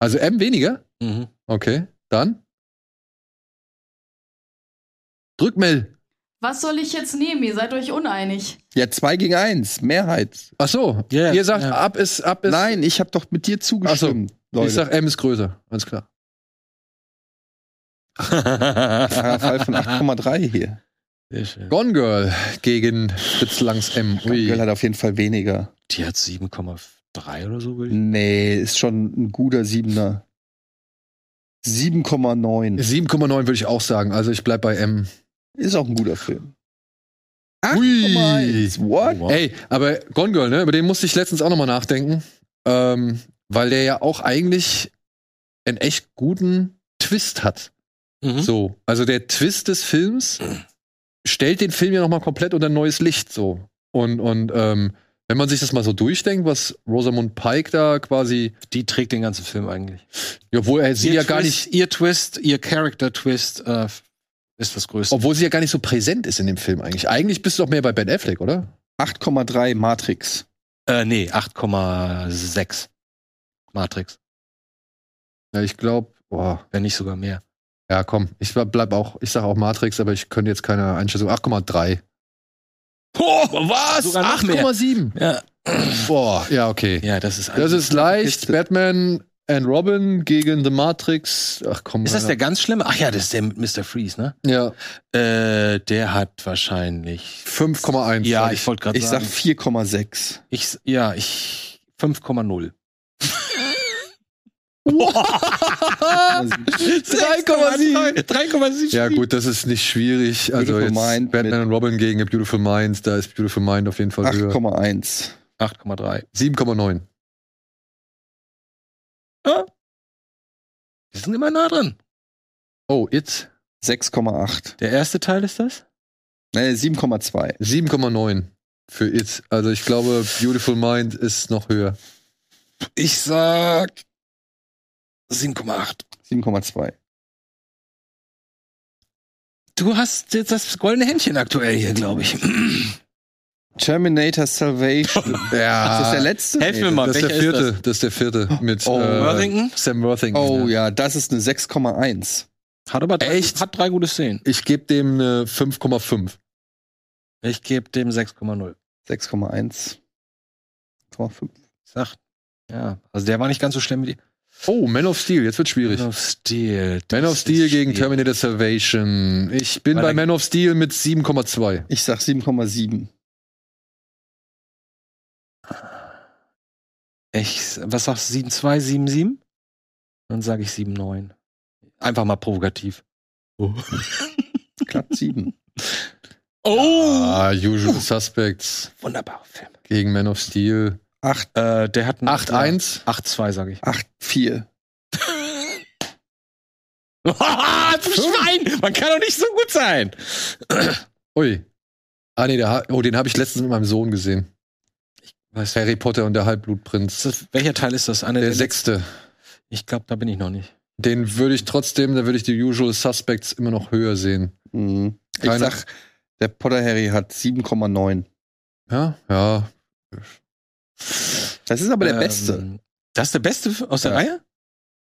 [SPEAKER 1] Also M weniger?
[SPEAKER 2] Mhm.
[SPEAKER 1] Okay, dann. Drückmel.
[SPEAKER 5] Was soll ich jetzt nehmen? Ihr seid euch uneinig.
[SPEAKER 3] Ja, 2 gegen 1. Mehrheit.
[SPEAKER 1] Ach so,
[SPEAKER 2] Ja,
[SPEAKER 1] ihr sagt,
[SPEAKER 2] ja.
[SPEAKER 1] ab ist, ab ist.
[SPEAKER 3] Nein, ich habe doch mit dir zugestimmt. Leute.
[SPEAKER 1] ich sag, M ist größer. Alles klar.
[SPEAKER 3] Ah, Fall von 8,3 hier.
[SPEAKER 2] Sehr schön.
[SPEAKER 1] Gone Girl gegen Spitzelangs M. Ui.
[SPEAKER 3] Girl hat auf jeden Fall weniger.
[SPEAKER 2] Die hat 7,3 oder so, würde ich
[SPEAKER 3] Nee, ist schon ein guter Siebener. 7,9.
[SPEAKER 1] 7,9 würde ich auch sagen. Also ich bleib bei M.
[SPEAKER 3] Ist auch ein guter Film.
[SPEAKER 1] Ui.
[SPEAKER 3] 8,1. What?
[SPEAKER 2] Oh, Wow.
[SPEAKER 1] Ey, aber Gone Girl, ne, über den musste ich letztens auch nochmal nachdenken. Ähm, weil der ja auch eigentlich einen echt guten Twist hat.
[SPEAKER 2] Mhm.
[SPEAKER 1] So, also der Twist des Films stellt den Film ja nochmal komplett unter ein neues Licht so. Und, und ähm, wenn man sich das mal so durchdenkt, was Rosamund Pike da quasi,
[SPEAKER 2] Die trägt den ganzen Film eigentlich.
[SPEAKER 1] obwohl er sie
[SPEAKER 2] ihr
[SPEAKER 1] ja gar
[SPEAKER 2] Twist,
[SPEAKER 1] nicht,
[SPEAKER 2] Ihr Twist, ihr Character-Twist äh, ist das Größte.
[SPEAKER 1] obwohl sie ja gar nicht so präsent ist in dem Film eigentlich. Eigentlich bist du doch mehr bei Ben Affleck, oder?
[SPEAKER 3] 8,3 Matrix.
[SPEAKER 2] Äh, nee, 8,6. Matrix.
[SPEAKER 1] Ja, ich glaube, boah,
[SPEAKER 2] Wenn nicht sogar mehr.
[SPEAKER 1] ja komm, ich bleib auch, ich sage auch Matrix, aber ich könnte jetzt keine Einschätzung. 8,3.
[SPEAKER 2] Oh,
[SPEAKER 1] Was?
[SPEAKER 2] Sogar noch mehr.
[SPEAKER 1] 8,7.
[SPEAKER 2] Ja.
[SPEAKER 1] Boah, ja okay.
[SPEAKER 2] ja, das ist
[SPEAKER 1] Das ist leicht.
[SPEAKER 3] Kiste.
[SPEAKER 1] Batman and Robin gegen The Matrix. Ach komm.
[SPEAKER 2] Ist das der
[SPEAKER 1] Alter.
[SPEAKER 2] ganz schlimme? Ach ja, das ist der mit Mr. Freeze, ne?
[SPEAKER 1] Ja.
[SPEAKER 2] Äh, der hat wahrscheinlich.
[SPEAKER 1] 5,1.
[SPEAKER 2] Ja,
[SPEAKER 1] sag
[SPEAKER 2] ich wollte gerade
[SPEAKER 3] Ich sag
[SPEAKER 2] sagen.
[SPEAKER 3] 4,6.
[SPEAKER 2] ich, ja, ich 5,0.
[SPEAKER 1] 3,7.
[SPEAKER 2] 3,7.
[SPEAKER 1] Ja, gut, das ist nicht schwierig. Also
[SPEAKER 3] Beautiful
[SPEAKER 1] jetzt
[SPEAKER 3] Mind
[SPEAKER 1] Batman
[SPEAKER 3] mit-
[SPEAKER 1] und Robin gegen A Beautiful Mind, da ist Beautiful Mind auf jeden Fall höher.
[SPEAKER 3] 8,1.
[SPEAKER 2] 8,3.
[SPEAKER 1] 7,9.
[SPEAKER 2] Wir sind immer nah dran.
[SPEAKER 1] Oh, jetzt
[SPEAKER 3] 6,8.
[SPEAKER 2] Der erste Teil ist das?
[SPEAKER 3] Nee, 7,2.
[SPEAKER 1] 7,9 für It. Also ich glaube, Beautiful Mind ist noch höher.
[SPEAKER 2] Ich sag 7,8.
[SPEAKER 3] 7,2.
[SPEAKER 2] Du hast jetzt das goldene Händchen aktuell hier, glaube ich.
[SPEAKER 3] Terminator Salvation.
[SPEAKER 1] Ja.
[SPEAKER 3] Ist das der letzte?
[SPEAKER 2] Helf mir mal,
[SPEAKER 1] das ist der
[SPEAKER 2] welcher ist
[SPEAKER 1] vierte. das? ist der vierte mit äh,
[SPEAKER 2] Oh, Worthington?
[SPEAKER 1] Sam Worthington.
[SPEAKER 3] Oh ja, das ist eine 6,1.
[SPEAKER 2] Hat aber drei,
[SPEAKER 1] Echt?
[SPEAKER 2] Hat drei gute Szenen.
[SPEAKER 1] Ich gebe dem eine 5,5.
[SPEAKER 2] Ich gebe dem 6,0.
[SPEAKER 3] 6,1. 6,5.
[SPEAKER 2] Ich Sag. Ja, also der war nicht ganz so schlimm wie die.
[SPEAKER 1] Oh, Man of Steel, jetzt wird schwierig.
[SPEAKER 2] Man of Steel. das
[SPEAKER 1] Man of Steel
[SPEAKER 2] ist
[SPEAKER 1] gegen
[SPEAKER 2] schwierig.
[SPEAKER 1] Terminator Salvation. Ich bin
[SPEAKER 2] Weil
[SPEAKER 1] bei
[SPEAKER 2] da-
[SPEAKER 1] Man of Steel mit 7,2.
[SPEAKER 3] Ich sag 7,7.
[SPEAKER 2] Ich, was sagst du, 7,2, 7,7? Dann sage ich 7,9. Einfach mal provokativ. Oh.
[SPEAKER 3] Knapp 7.
[SPEAKER 1] Ah, Usual Suspects
[SPEAKER 2] Wunderbarer Film.
[SPEAKER 1] gegen Man of Steel.
[SPEAKER 3] 8,
[SPEAKER 2] Äh, der hat einen
[SPEAKER 1] 8,1.
[SPEAKER 2] 8,2, sage ich.
[SPEAKER 3] 8, 4.
[SPEAKER 2] Schwein! Man kann doch nicht so gut sein!
[SPEAKER 1] Ui. Ah, nee, der, ha- oh, den habe ich letztens mit meinem Sohn gesehen.
[SPEAKER 2] Weißt
[SPEAKER 1] Harry Potter und der
[SPEAKER 2] Ist
[SPEAKER 1] Halbblutprinz.
[SPEAKER 2] das, welcher Teil ist das? Einer
[SPEAKER 1] Der
[SPEAKER 2] der sechs?
[SPEAKER 1] sechste.
[SPEAKER 2] Ich glaube, da bin ich noch nicht.
[SPEAKER 1] Den würde ich trotzdem, da würde ich die Usual Suspects immer noch höher sehen.
[SPEAKER 3] Mhm. Ich
[SPEAKER 1] Keiner-
[SPEAKER 3] sag, der Potter Harry hat 7,9.
[SPEAKER 1] Ja, ja.
[SPEAKER 3] Das ist aber der
[SPEAKER 2] Ähm,
[SPEAKER 3] beste.
[SPEAKER 2] Das ist der beste aus der
[SPEAKER 3] Ja.
[SPEAKER 2] Reihe?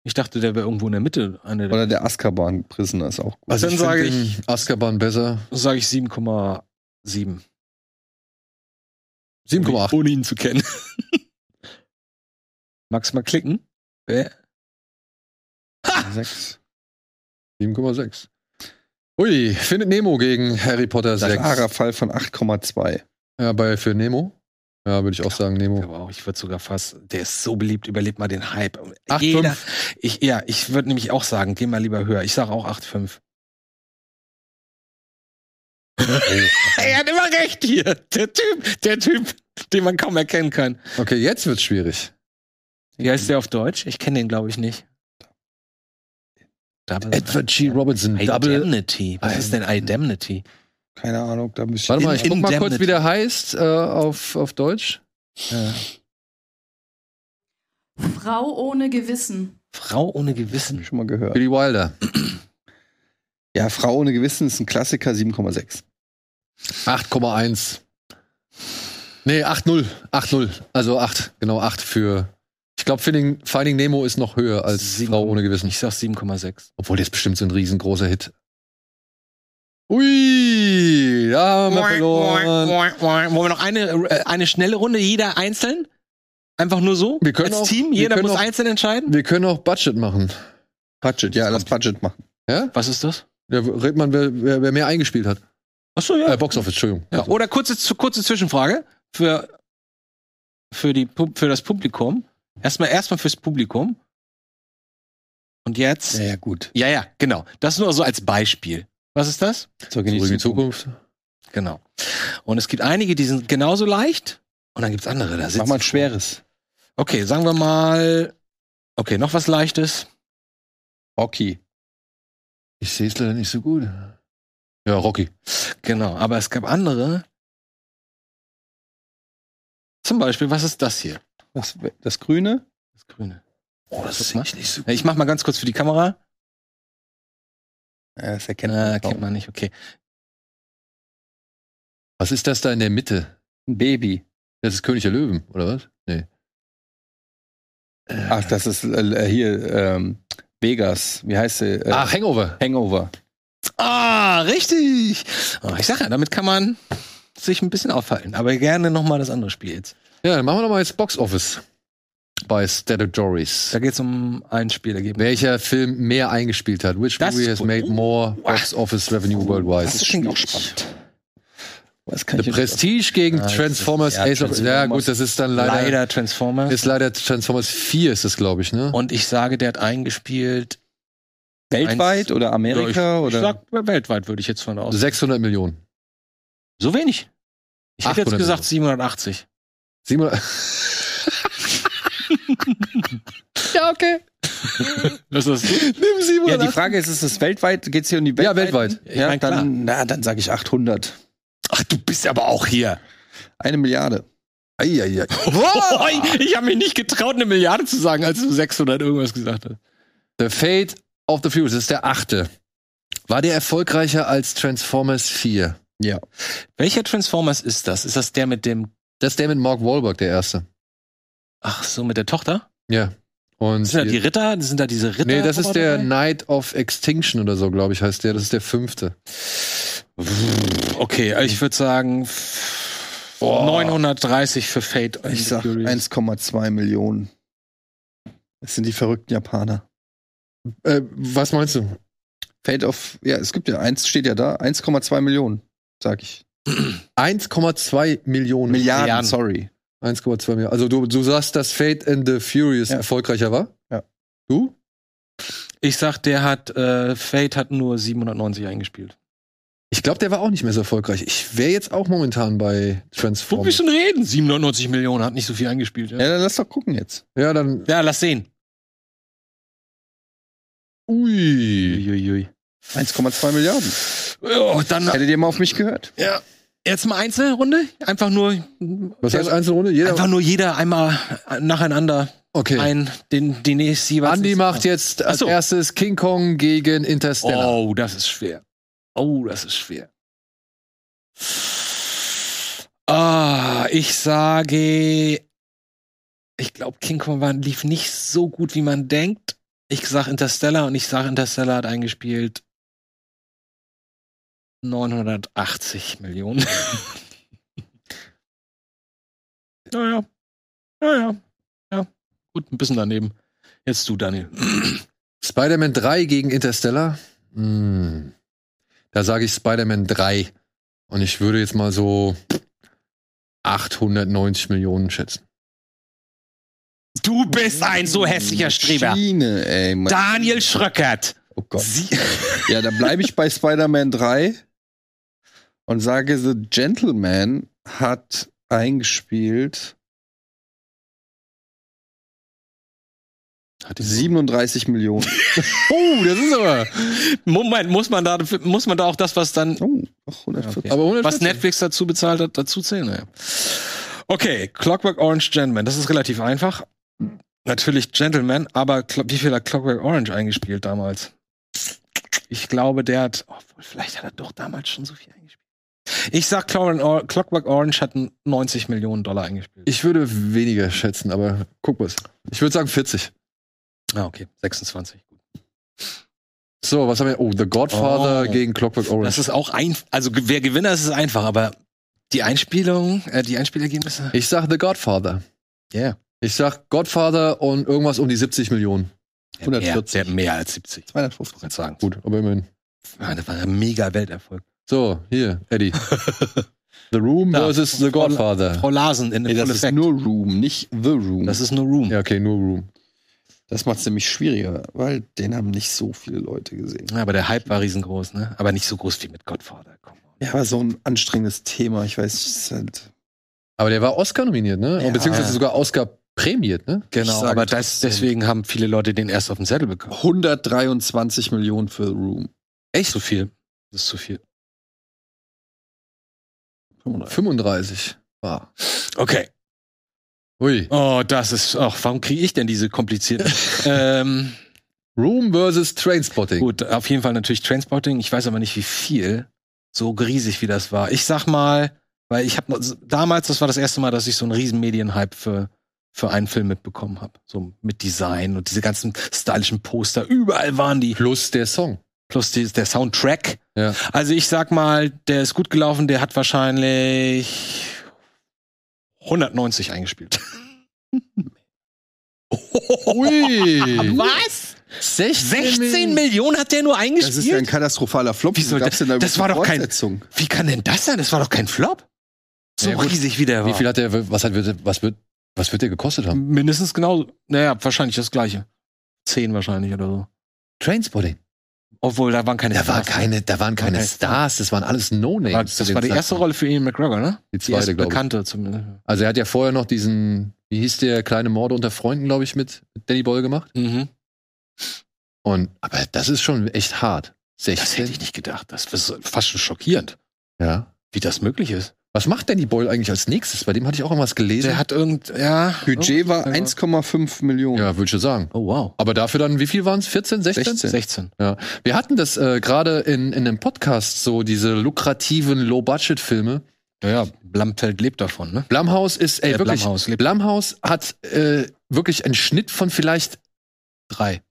[SPEAKER 2] Ich dachte, der wäre irgendwo in der Mitte. Einer der,
[SPEAKER 3] Oder der Azkaban Prisoner ist auch gut.
[SPEAKER 1] Also
[SPEAKER 2] Dann
[SPEAKER 1] ich finde
[SPEAKER 2] sage
[SPEAKER 1] den Azkaban besser.
[SPEAKER 2] sage ich 7,7.
[SPEAKER 1] 7,8.
[SPEAKER 2] Ohne ihn zu kennen. Magst du mal klicken? Wer?
[SPEAKER 3] 6.
[SPEAKER 1] 7,6. Ui, findet Nemo gegen Harry Potter 6.
[SPEAKER 3] Klarer Fall von 8,2.
[SPEAKER 1] Ja, bei für Nemo. Ja, würde ich auch sagen,
[SPEAKER 2] Ich
[SPEAKER 1] Nemo.
[SPEAKER 2] glaube auch, ich würde sogar fast, der ist so beliebt, überlebt mal den Hype.
[SPEAKER 1] Acht,
[SPEAKER 2] Jeder,
[SPEAKER 1] fünf.
[SPEAKER 2] ich, ja, ich würde nämlich auch sagen, geh mal lieber höher. Ich sage auch 8,5. er hat immer recht hier. Der Typ, der Typ, den man kaum erkennen kann.
[SPEAKER 1] Okay, jetzt wird's schwierig.
[SPEAKER 2] Wie heißt der auf Deutsch? Ich kenne den, glaube ich, nicht. Double
[SPEAKER 1] Edward G. Robinson, Double.
[SPEAKER 2] Indemnity. Was ist denn Indemnity?
[SPEAKER 4] Keine Ahnung, da müsste
[SPEAKER 1] Warte mal, ich guck mal
[SPEAKER 2] Indemnity.
[SPEAKER 1] kurz, wie der heißt äh, auf, auf Deutsch.
[SPEAKER 5] Frau ohne Gewissen.
[SPEAKER 2] Frau ohne
[SPEAKER 4] ich
[SPEAKER 2] Gewissen.
[SPEAKER 4] schon mal gehört.
[SPEAKER 1] Billy Wilder.
[SPEAKER 4] Ja, Frau ohne Gewissen ist ein Klassiker, 7,6.
[SPEAKER 1] 8,1. Nee, 8,0. 8,0. Also 8, genau 8 für. Ich glaube, Finding, Finding Nemo ist noch höher als
[SPEAKER 2] Sieben.
[SPEAKER 1] Frau ohne Gewissen.
[SPEAKER 2] Ich sag 7,6.
[SPEAKER 1] Obwohl, das ist bestimmt so ein riesengroßer Hit. Ui, da haben wir verloren.
[SPEAKER 2] Wollen wir noch eine, äh, eine schnelle Runde, jeder einzeln? Einfach nur so?
[SPEAKER 1] Wir können
[SPEAKER 2] Als
[SPEAKER 1] auch-
[SPEAKER 2] Team?
[SPEAKER 1] wir
[SPEAKER 2] Jeder
[SPEAKER 1] können
[SPEAKER 2] muss
[SPEAKER 1] auch-
[SPEAKER 2] einzeln entscheiden?
[SPEAKER 1] Wir können auch Budget machen.
[SPEAKER 4] Budget, ja, lass Budget machen.
[SPEAKER 2] Was ist das?
[SPEAKER 1] Da redet man, wer, wer, wer mehr eingespielt hat.
[SPEAKER 2] Achso, ja.
[SPEAKER 1] Äh, Box Office, Entschuldigung.
[SPEAKER 2] ja. Oder kurze, zu- kurze Zwischenfrage für, für, die, Pub- für das Publikum. Erstmal, erstmal fürs Publikum. Und jetzt?
[SPEAKER 4] ja, gut.
[SPEAKER 2] Ja, ja, genau. Das nur so als Beispiel. Was ist das?
[SPEAKER 4] So
[SPEAKER 1] Zurück in die
[SPEAKER 4] Zukunft.
[SPEAKER 1] Zukunft.
[SPEAKER 2] Genau. Und es gibt einige, die sind genauso leicht. Und dann gibt's andere, da
[SPEAKER 4] Mach
[SPEAKER 2] sitzen
[SPEAKER 4] mal ein schweres.
[SPEAKER 2] Okay, sagen wir mal. Okay, noch was Leichtes.
[SPEAKER 4] Hockey.
[SPEAKER 1] Ich sehe es leider nicht so gut. Ja, Rocky.
[SPEAKER 2] Genau, aber es gab andere. Zum Beispiel, was ist das hier?
[SPEAKER 4] Das, das Grüne?
[SPEAKER 2] Das Grüne.
[SPEAKER 1] Oh, das
[SPEAKER 2] sehe ich
[SPEAKER 1] nicht so
[SPEAKER 2] Ich mach mal ganz kurz für die Kamera.
[SPEAKER 4] Ja, das erkennt
[SPEAKER 2] Äh,
[SPEAKER 4] man
[SPEAKER 2] kennt
[SPEAKER 4] kaum.
[SPEAKER 2] man nicht, okay.
[SPEAKER 1] Was ist das da in der Mitte?
[SPEAKER 4] Ein Baby.
[SPEAKER 1] Das ist König der Löwen, oder was? Nee.
[SPEAKER 4] Ach, das ist äh, hier ähm, Vegas. Wie heißt sie? Äh,
[SPEAKER 1] Ah, Hangover.
[SPEAKER 4] Hangover.
[SPEAKER 2] Ah, richtig. Ah, ich sage ja, damit kann man sich ein bisschen aufhalten. Aber gerne nochmal das andere Spiel jetzt.
[SPEAKER 1] Ja, dann machen wir doch mal jetzt Box Office bei Statutories.
[SPEAKER 2] Da geht's um ein Spielergebnis.
[SPEAKER 1] Welcher Film mehr eingespielt hat? Which
[SPEAKER 2] Das Oh.
[SPEAKER 1] movie
[SPEAKER 2] ist
[SPEAKER 1] has
[SPEAKER 2] gut.
[SPEAKER 1] made more box office revenue worldwide?
[SPEAKER 4] Das klingt auch spannend. Was kann
[SPEAKER 1] The
[SPEAKER 4] ich jetzt-
[SPEAKER 1] Prestige gegen
[SPEAKER 2] Ah, das ist-
[SPEAKER 1] Transformers
[SPEAKER 2] ja,
[SPEAKER 1] Age of... Ja
[SPEAKER 2] Transformers.
[SPEAKER 1] gut, das ist dann leider...
[SPEAKER 2] Leider, Transformers.
[SPEAKER 1] Ist leider Transformers 4 ist das, glaube ich, ne?
[SPEAKER 2] Und ich sage, der hat eingespielt.
[SPEAKER 4] Weltweit oder Amerika?
[SPEAKER 2] Ja, ich,
[SPEAKER 4] oder?
[SPEAKER 2] Ich sag, weltweit würde ich jetzt von aus.
[SPEAKER 1] 600 Also Millionen.
[SPEAKER 2] So wenig. Ich hätte jetzt
[SPEAKER 1] 800
[SPEAKER 2] gesagt 780.
[SPEAKER 1] 700... ja, okay.
[SPEAKER 2] Das ist
[SPEAKER 1] Nimm 700.
[SPEAKER 4] ja, die Frage ist, ist es weltweit? Geht es hier um die Welt?
[SPEAKER 1] Ja, weltweit.
[SPEAKER 2] Ich
[SPEAKER 4] Ja,
[SPEAKER 2] mein, klar.
[SPEAKER 4] dann, na, dann sage ich 800.
[SPEAKER 2] Ach, du bist aber auch hier.
[SPEAKER 4] Eine Milliarde.
[SPEAKER 1] Eieiei.
[SPEAKER 2] Oh, ich ich habe mich nicht getraut, eine Milliarde zu sagen, als du 600 irgendwas gesagt hast.
[SPEAKER 1] The Fate of the Furious, das ist der achte. War der erfolgreicher als Transformers 4?
[SPEAKER 2] Welcher Transformers ist das? Ist das der mit dem,
[SPEAKER 1] Das ist der mit Mark Wahlberg, der erste.
[SPEAKER 2] ach so, mit der Tochter?
[SPEAKER 1] Ja. Und
[SPEAKER 2] Sind da die Ritter? Sind da diese Ritter?
[SPEAKER 1] nee, das ist der
[SPEAKER 2] dabei?
[SPEAKER 1] Night of Extinction oder so, glaube ich, heißt der. Das ist der fünfte.
[SPEAKER 2] Okay, ich würde sagen
[SPEAKER 1] Boah.
[SPEAKER 2] 930 für Fate. and
[SPEAKER 4] Ich sag
[SPEAKER 2] Furious.
[SPEAKER 4] 1,2 Millionen. Das sind die verrückten Japaner.
[SPEAKER 1] Äh, was meinst du?
[SPEAKER 4] Fate of, ja, es gibt ja, eins steht ja da, 1,2 Millionen, sag ich.
[SPEAKER 1] 1,2
[SPEAKER 4] Milliarden,
[SPEAKER 1] Millionen.
[SPEAKER 2] Milliarden.
[SPEAKER 4] sorry.
[SPEAKER 1] 1,2 Millionen. Also du, du sagst, dass Fate and the Furious
[SPEAKER 4] Ja.
[SPEAKER 1] erfolgreicher war?
[SPEAKER 4] Ja.
[SPEAKER 1] Du?
[SPEAKER 2] Ich sag, der hat, äh, Fate hat nur 790 eingespielt.
[SPEAKER 1] Ich glaube, der war auch nicht mehr so erfolgreich. Ich wäre jetzt auch momentan bei
[SPEAKER 2] Wo
[SPEAKER 1] Transformers.
[SPEAKER 2] wir schon reden? 790 Millionen, hat nicht so viel eingespielt.
[SPEAKER 4] Ja, dann lass doch gucken jetzt.
[SPEAKER 1] Ja, dann.
[SPEAKER 2] ja lass sehen.
[SPEAKER 1] Ui.
[SPEAKER 2] Uiuiui.
[SPEAKER 4] 1,2 Milliarden.
[SPEAKER 2] Oh, dann
[SPEAKER 4] Hättet ihr mal auf mich gehört?
[SPEAKER 2] jetzt mal Einzelrunde. Einfach nur,
[SPEAKER 1] Was heißt Einzelrunde? Jeder.
[SPEAKER 2] einfach nur jeder einmal nacheinander
[SPEAKER 1] Okay.
[SPEAKER 2] ein, den, den nächsten jeweils.
[SPEAKER 1] Andy macht jetzt als
[SPEAKER 2] so.
[SPEAKER 1] erstes King Kong gegen Interstellar.
[SPEAKER 2] Oh, das ist schwer. Oh, das ist schwer. Ah, ich sage, ich glaube, King Kong war, lief nicht so gut, wie man denkt. Ich sage Interstellar und ich sage Interstellar hat eingespielt 980 Millionen. naja, naja, ja, gut, ein bisschen daneben. Jetzt du, Daniel.
[SPEAKER 1] Spider-Man 3 gegen Interstellar? Hm. Da sage ich Spider-Man 3. Und ich würde jetzt mal so 890 Millionen schätzen.
[SPEAKER 2] Du bist ein so hässlicher Streber.
[SPEAKER 4] Schiene, ey, Mann.
[SPEAKER 2] Daniel Schröckert.
[SPEAKER 4] Oh Gott.
[SPEAKER 2] Sie
[SPEAKER 4] Ja, da bleibe ich bei Spider-Man 3 und sage, The Gentleman hat eingespielt
[SPEAKER 1] Hat die
[SPEAKER 4] 37 Millionen.
[SPEAKER 2] oh, das ist aber. Moment, muss man da, muss man da auch das, was dann
[SPEAKER 4] Oh, doch, 140.
[SPEAKER 1] Aber 140.
[SPEAKER 2] was Netflix dazu bezahlt hat, dazu zählen. Ja. Okay, Clockwork Orange Gentleman, das ist relativ einfach. Natürlich Gentleman, aber Cl- wie viel hat Clockwork Orange eingespielt damals? Ich glaube, der hat, obwohl, vielleicht hat er doch damals schon so viel eingespielt. Ich sag, Clockwork Or- Clockwork Orange hat 90 Millionen Dollar eingespielt.
[SPEAKER 1] Ich würde weniger schätzen, aber guck mal. Ich würde sagen 40.
[SPEAKER 2] ah, okay, 26.
[SPEAKER 1] So, was haben wir? Oh, The Godfather
[SPEAKER 2] Oh.
[SPEAKER 1] gegen Clockwork Orange.
[SPEAKER 2] Das ist auch ein, also ge- wer Gewinner ist, ist einfach, aber die Einspielung, äh, die Einspielergebnisse.
[SPEAKER 1] ich sag The Godfather.
[SPEAKER 2] Yeah.
[SPEAKER 1] Ich sag Godfather und irgendwas um die 70 Millionen.
[SPEAKER 2] 140. Mehr, der hat mehr als 70.
[SPEAKER 4] 250.
[SPEAKER 2] Kann ich sagen.
[SPEAKER 1] Gut, aber immerhin.
[SPEAKER 2] Ja, das war ein mega Welterfolg.
[SPEAKER 1] So, hier, Eddie. The Room
[SPEAKER 2] Da,
[SPEAKER 1] versus The
[SPEAKER 2] Frau-
[SPEAKER 1] Godfather.
[SPEAKER 2] Frau Larsen in
[SPEAKER 4] Nee,
[SPEAKER 2] Full
[SPEAKER 4] das ist
[SPEAKER 2] Effect.
[SPEAKER 4] nur Room, nicht The Room.
[SPEAKER 2] das ist nur Room.
[SPEAKER 1] Ja,
[SPEAKER 2] Ja.
[SPEAKER 1] okay, nur Room.
[SPEAKER 4] Das macht es nämlich schwieriger, weil den haben nicht so viele Leute gesehen.
[SPEAKER 2] Aber der Hype war riesengroß, ne? Aber nicht so groß wie mit Godfather. Komm.
[SPEAKER 4] Ja, aber so ein anstrengendes Thema, ich weiß, es ist halt.
[SPEAKER 1] Aber der war Oscar nominiert, ne?
[SPEAKER 4] Ja.
[SPEAKER 1] Beziehungsweise sogar Oscar prämiert, ne?
[SPEAKER 4] Ich
[SPEAKER 2] Genau,
[SPEAKER 4] sage
[SPEAKER 2] aber das,
[SPEAKER 4] trotzdem.
[SPEAKER 2] deswegen haben viele Leute den erst auf den Zettel bekommen.
[SPEAKER 4] 123 Millionen für Room.
[SPEAKER 2] Echt? Zu viel. Das ist zu viel. Genau.
[SPEAKER 1] 35 war.
[SPEAKER 2] Okay.
[SPEAKER 1] Ui.
[SPEAKER 2] Oh, das ist. Ach, warum kriege ich denn diese komplizierten? ähm,
[SPEAKER 1] Room versus Trainspotting.
[SPEAKER 2] gut, auf jeden Fall natürlich Trainspotting. Ich weiß aber nicht, wie viel. So riesig wie das war. Ich sag mal, weil ich habe damals, das war das erste Mal, dass ich so einen riesen Medienhype für für einen Film mitbekommen habe. So mit Design und diese ganzen stylischen Poster. Überall waren die.
[SPEAKER 1] Plus der Song.
[SPEAKER 2] plus die, der Soundtrack.
[SPEAKER 1] Ja.
[SPEAKER 2] Also ich sag mal, der ist gut gelaufen, der hat wahrscheinlich 190 eingespielt.
[SPEAKER 1] Ui.
[SPEAKER 2] Was?
[SPEAKER 1] 16,
[SPEAKER 2] 16 Millionen hat der nur
[SPEAKER 4] Das ist ja ein
[SPEAKER 2] eingespielt?
[SPEAKER 4] katastrophaler Flop.
[SPEAKER 2] Wie soll
[SPEAKER 4] gab's
[SPEAKER 2] das-
[SPEAKER 4] denn da
[SPEAKER 2] das war doch kein-
[SPEAKER 4] Fortsetzung?
[SPEAKER 2] Wie kann denn das sein? Das war doch kein Flop. So
[SPEAKER 1] Ja, gut.
[SPEAKER 2] riesig wie der war.
[SPEAKER 1] Wie viel hat der, was hat, was wird, was wird der gekostet haben?
[SPEAKER 2] Mindestens genauso. Naja, wahrscheinlich das gleiche. 10 wahrscheinlich oder so.
[SPEAKER 1] Trainspotting.
[SPEAKER 2] Obwohl, da waren keine
[SPEAKER 1] Da, war
[SPEAKER 2] Stars.
[SPEAKER 1] keine, da waren keine
[SPEAKER 2] Okay.
[SPEAKER 1] Stars, das waren alles
[SPEAKER 2] Aber
[SPEAKER 1] No-Names. zu
[SPEAKER 2] Das
[SPEAKER 1] dem
[SPEAKER 2] war die erste
[SPEAKER 1] Zeitpunkt.
[SPEAKER 2] Rolle für Ian McGregor, ne?
[SPEAKER 1] Die
[SPEAKER 2] Die erste
[SPEAKER 1] zweite, glaube ich.
[SPEAKER 2] bekannte zumindest.
[SPEAKER 1] Also er hat ja vorher noch diesen, wie hieß der, kleine Morde unter Freunden, glaube ich, mit Danny Boyle gemacht.
[SPEAKER 2] Mhm.
[SPEAKER 1] Und, aber das ist schon echt hart.
[SPEAKER 2] Das hätte
[SPEAKER 1] 16.
[SPEAKER 2] ich nicht gedacht. Das ist fast schon schockierend,
[SPEAKER 1] Ja.
[SPEAKER 2] wie das möglich ist.
[SPEAKER 1] Was macht Danny Boyle eigentlich als nächstes? Bei dem hatte ich auch irgendwas gelesen.
[SPEAKER 2] Der hat irgend, ja.
[SPEAKER 4] Budget war
[SPEAKER 2] Ja.
[SPEAKER 4] 1,5 Millionen.
[SPEAKER 1] ja, würde ich schon sagen.
[SPEAKER 2] Oh, wow.
[SPEAKER 1] Aber dafür dann, wie viel waren es? 14, 16?
[SPEAKER 4] 16.
[SPEAKER 2] 16.
[SPEAKER 1] Wir hatten das äh, gerade in, in einem Podcast, so diese lukrativen Low-Budget-Filme.
[SPEAKER 2] Naja, Blamfeld lebt davon, ne?
[SPEAKER 1] Blumhouse ist, ey,
[SPEAKER 2] Der
[SPEAKER 1] wirklich,
[SPEAKER 2] Blumhouse lebt
[SPEAKER 1] Blumhouse hat äh, wirklich einen Schnitt von vielleicht,
[SPEAKER 2] drei.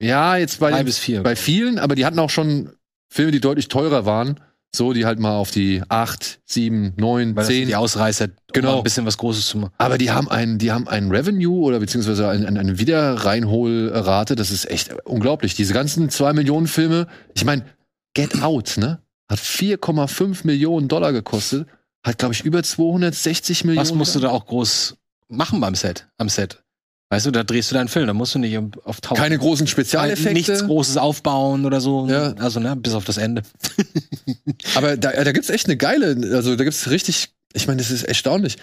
[SPEAKER 1] ja, jetzt bei,
[SPEAKER 2] Drei
[SPEAKER 1] den,
[SPEAKER 2] bis vier.
[SPEAKER 1] bei vielen, aber die hatten auch schon Filme, die deutlich teurer waren. So, die halt mal auf die 8, 7, 9,
[SPEAKER 2] Weil das sind
[SPEAKER 1] 10.
[SPEAKER 2] die Ausreißer,
[SPEAKER 1] Genau.
[SPEAKER 2] um ein bisschen was Großes zu machen.
[SPEAKER 1] aber die haben einen, die haben einen Revenue oder beziehungsweise ein, ein, eine Wiederreinholrate, das ist echt unglaublich. Diese ganzen 2 Millionen Filme, ich meine, Get Out, ne? Hat 4,5 Millionen Dollar gekostet, hat, glaube ich, über 260 Millionen.
[SPEAKER 2] Was musst du da auch groß machen beim Set? Am Set. Weißt du, da drehst du deinen Film, da musst du nicht um, auf tausend.
[SPEAKER 1] Keine großen Spezialeffekte.
[SPEAKER 2] Nichts Großes aufbauen oder so.
[SPEAKER 1] Ja.
[SPEAKER 2] Also, ne, bis auf das Ende.
[SPEAKER 1] Aber da, da gibt's echt eine geile, also da gibt's richtig, ich meine, das ist erstaunlich.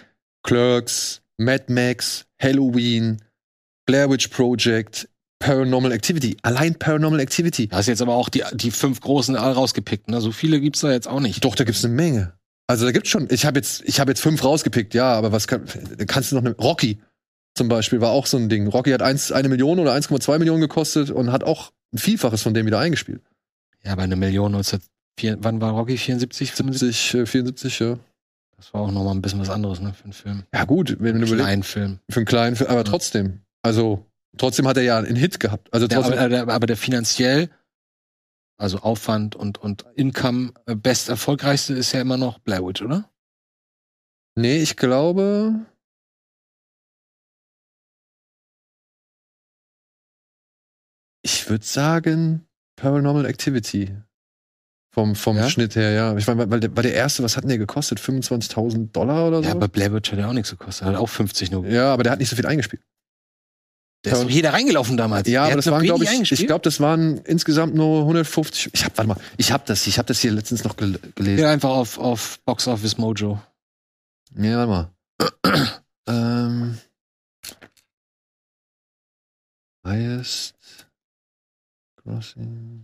[SPEAKER 1] Clerks, Mad Max, Halloween, Blair Witch Project, Paranormal Activity. Allein Paranormal Activity.
[SPEAKER 2] Da hast du jetzt aber auch die, die fünf großen all rausgepickt, ne? So viele gibt's da jetzt auch nicht.
[SPEAKER 1] Doch, da gibt's eine Menge. Also da gibt's schon, ich habe jetzt, ich habe jetzt fünf rausgepickt, ja, aber was kann, da kannst du noch eine, Rocky zum Beispiel war auch so ein Ding. Rocky hat eins, eine Million oder 1,2 Millionen gekostet und hat auch ein Vielfaches von dem wieder eingespielt.
[SPEAKER 2] Ja, aber eine Million 1904, wann war Rocky? 74, 75?
[SPEAKER 1] 70, äh, 74, ja.
[SPEAKER 2] Das war auch nochmal ein bisschen was anderes, ne, für einen Film.
[SPEAKER 1] Ja gut, wenn du überlegst.
[SPEAKER 2] Kleinen Film.
[SPEAKER 1] Für einen kleinen, Film, aber
[SPEAKER 2] Ja.
[SPEAKER 1] trotzdem. Also, trotzdem hat er ja einen Hit gehabt. Also,
[SPEAKER 2] Der,
[SPEAKER 1] trotzdem.
[SPEAKER 2] aber, der, aber der finanziell, also Aufwand und, und Income, äh, best erfolgreichste ist ja immer noch Blair Witch, oder?
[SPEAKER 1] nee, ich glaube. Ich würde sagen, Paranormal Activity. Vom, vom
[SPEAKER 2] Ja?
[SPEAKER 1] Schnitt her, ja. Ich meine, weil, der- weil der erste, was hat denn der gekostet? 25.000 Dollar oder so?
[SPEAKER 2] Ja, aber Blair Witch hat ja auch nichts gekostet. Hat auch 50 nur.
[SPEAKER 1] Also- ja, aber der hat nicht so viel eingespielt.
[SPEAKER 2] Da ist doch jeder reingelaufen damals.
[SPEAKER 1] Ja,
[SPEAKER 2] Der
[SPEAKER 1] aber
[SPEAKER 2] hat
[SPEAKER 1] das
[SPEAKER 2] noch
[SPEAKER 1] waren,
[SPEAKER 2] wenig
[SPEAKER 1] glaube ich,
[SPEAKER 2] eingespielt.
[SPEAKER 1] ich glaube, das waren insgesamt nur 150. Ich hab, warte mal, ich hab das, ich hab das hier letztens noch gel gelesen.
[SPEAKER 2] Ja, einfach auf, auf Box Office Mojo.
[SPEAKER 1] Ja, warte mal. ähm. Highest Crossing.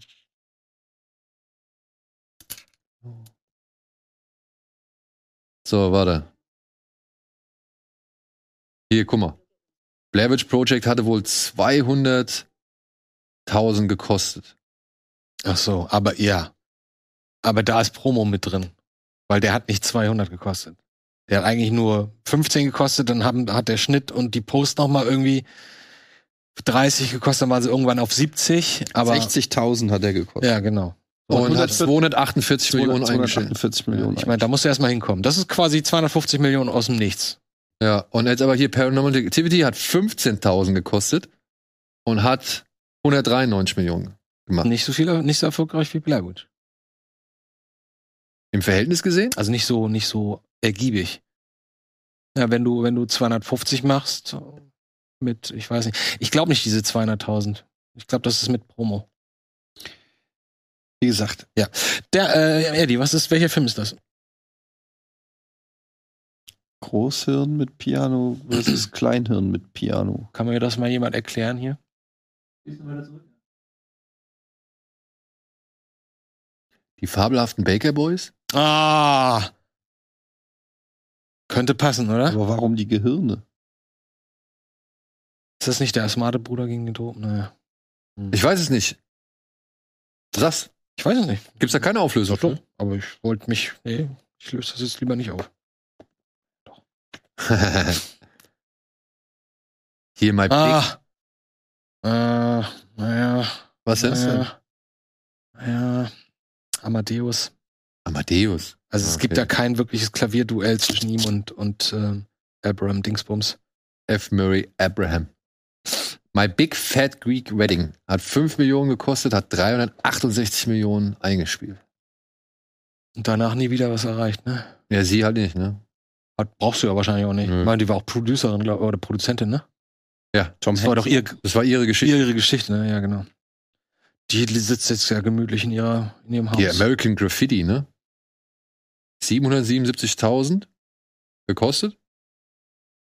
[SPEAKER 1] So, warte. Hier, guck mal. Blair Witch Project hatte wohl 200.000 gekostet.
[SPEAKER 2] Ach so, aber ja. Aber da ist Promo mit drin. Weil der hat nicht 200 gekostet. Der hat eigentlich nur 15 gekostet, dann haben, hat der Schnitt und die Post nochmal irgendwie 30 gekostet, dann waren sie irgendwann auf 70. Aber
[SPEAKER 4] 60.000 hat er gekostet.
[SPEAKER 2] Ja, genau.
[SPEAKER 1] Und hat 248 Millionen eingeschnitten.
[SPEAKER 4] 248 Millionen.
[SPEAKER 2] Ich meine, da musst du erstmal hinkommen. Das ist quasi 250 Millionen aus dem Nichts.
[SPEAKER 1] Ja, und jetzt aber hier Paranormal Activity hat 15.000 gekostet und hat 193 Millionen gemacht.
[SPEAKER 2] Nicht so viel, nicht so erfolgreich wie Blair Witch.
[SPEAKER 1] Im Verhältnis gesehen?
[SPEAKER 2] Also nicht so, nicht so ergiebig. Ja, wenn du, wenn du 250 machst mit, ich weiß nicht, ich glaube nicht diese 200.000. Ich glaube, das ist mit Promo.
[SPEAKER 4] Wie gesagt,
[SPEAKER 2] Der, äh, Eddie, was ist, welcher Film ist das?
[SPEAKER 4] Großhirn mit Piano versus Kleinhirn mit Piano.
[SPEAKER 2] Kann mir das mal jemand erklären hier?
[SPEAKER 1] Die fabelhaften Baker Boys?
[SPEAKER 2] Ah! Könnte passen, oder?
[SPEAKER 4] Aber warum die Gehirne?
[SPEAKER 2] Ist das nicht der smarte Bruder gegen den Toten? Naja.
[SPEAKER 1] Ich weiß es nicht. Krass.
[SPEAKER 2] Ich weiß es nicht.
[SPEAKER 1] Gibt's da keine Auflösung?
[SPEAKER 2] Doch, aber ich wollte mich. Nee, ich löse das jetzt lieber nicht auf.
[SPEAKER 1] Hier, my big.
[SPEAKER 2] Ah. Äh, naja.
[SPEAKER 1] Was
[SPEAKER 2] naja,
[SPEAKER 1] ist denn?
[SPEAKER 2] Naja. Amadeus.
[SPEAKER 1] Amadeus.
[SPEAKER 2] Also es
[SPEAKER 1] Okay.
[SPEAKER 2] gibt ja kein wirkliches Klavierduell zwischen ihm und, und ähm, Abraham Dingsbums.
[SPEAKER 1] F. Murray Abraham. My Big Fat Greek Wedding hat 5 Millionen gekostet, hat 368 Millionen eingespielt.
[SPEAKER 2] Und danach nie wieder was erreicht, ne?
[SPEAKER 1] Ja, sie halt nicht, ne?
[SPEAKER 2] Hat, brauchst du ja wahrscheinlich auch nicht.
[SPEAKER 1] Nö.
[SPEAKER 2] Ich meine, die war auch Producerin, glaub, oder Produzentin, ne?
[SPEAKER 1] Ja,
[SPEAKER 2] Tom Das war doch ihr,
[SPEAKER 1] Das war ihre Geschichte.
[SPEAKER 2] ihre Geschichte, ne? Ja, genau. Die sitzt jetzt ja gemütlich in, ihrer, in ihrem Haus.
[SPEAKER 1] Die American Graffiti, ne? 777.000 gekostet.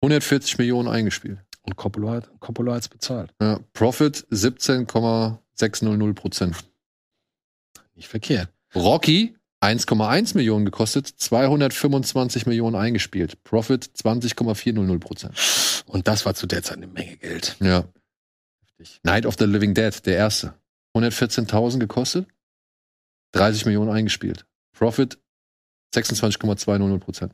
[SPEAKER 1] 140 Millionen eingespielt.
[SPEAKER 2] Und Coppola, hat- Coppola hat's bezahlt.
[SPEAKER 1] Ja, Profit 17,600 Prozent.
[SPEAKER 2] Nicht verkehrt.
[SPEAKER 1] Rocky 1,1 Millionen gekostet, 225 Millionen eingespielt. Profit 20,400 Prozent.
[SPEAKER 2] Und das war zu der Zeit eine Menge Geld.
[SPEAKER 1] Ja. Night of the Living Dead, der erste. 114.000 gekostet, 30 Millionen eingespielt. Profit 26,200 Prozent.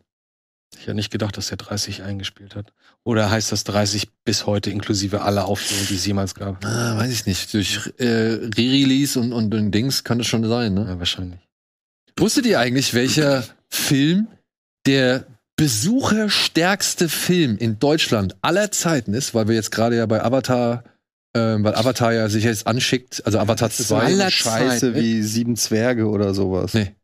[SPEAKER 2] Ich hätte nicht gedacht, dass er 30 eingespielt hat. Oder heißt das 30 bis heute inklusive aller Aufführungen, die es jemals gab?
[SPEAKER 1] Ah, weiß ich nicht. Durch äh, Re-Release und, und den Dings kann das schon sein, ne?
[SPEAKER 2] Ja, wahrscheinlich.
[SPEAKER 1] Wusstet ihr eigentlich, welcher Film der besucherstärkste Film in Deutschland aller Zeiten ist? Weil wir jetzt gerade ja bei Avatar, ähm, weil Avatar ja sich jetzt anschickt, also Avatar 2.
[SPEAKER 2] aller
[SPEAKER 4] Scheiße
[SPEAKER 2] Zeit, ne?
[SPEAKER 4] wie sieben Zwerge oder sowas.
[SPEAKER 1] Nee.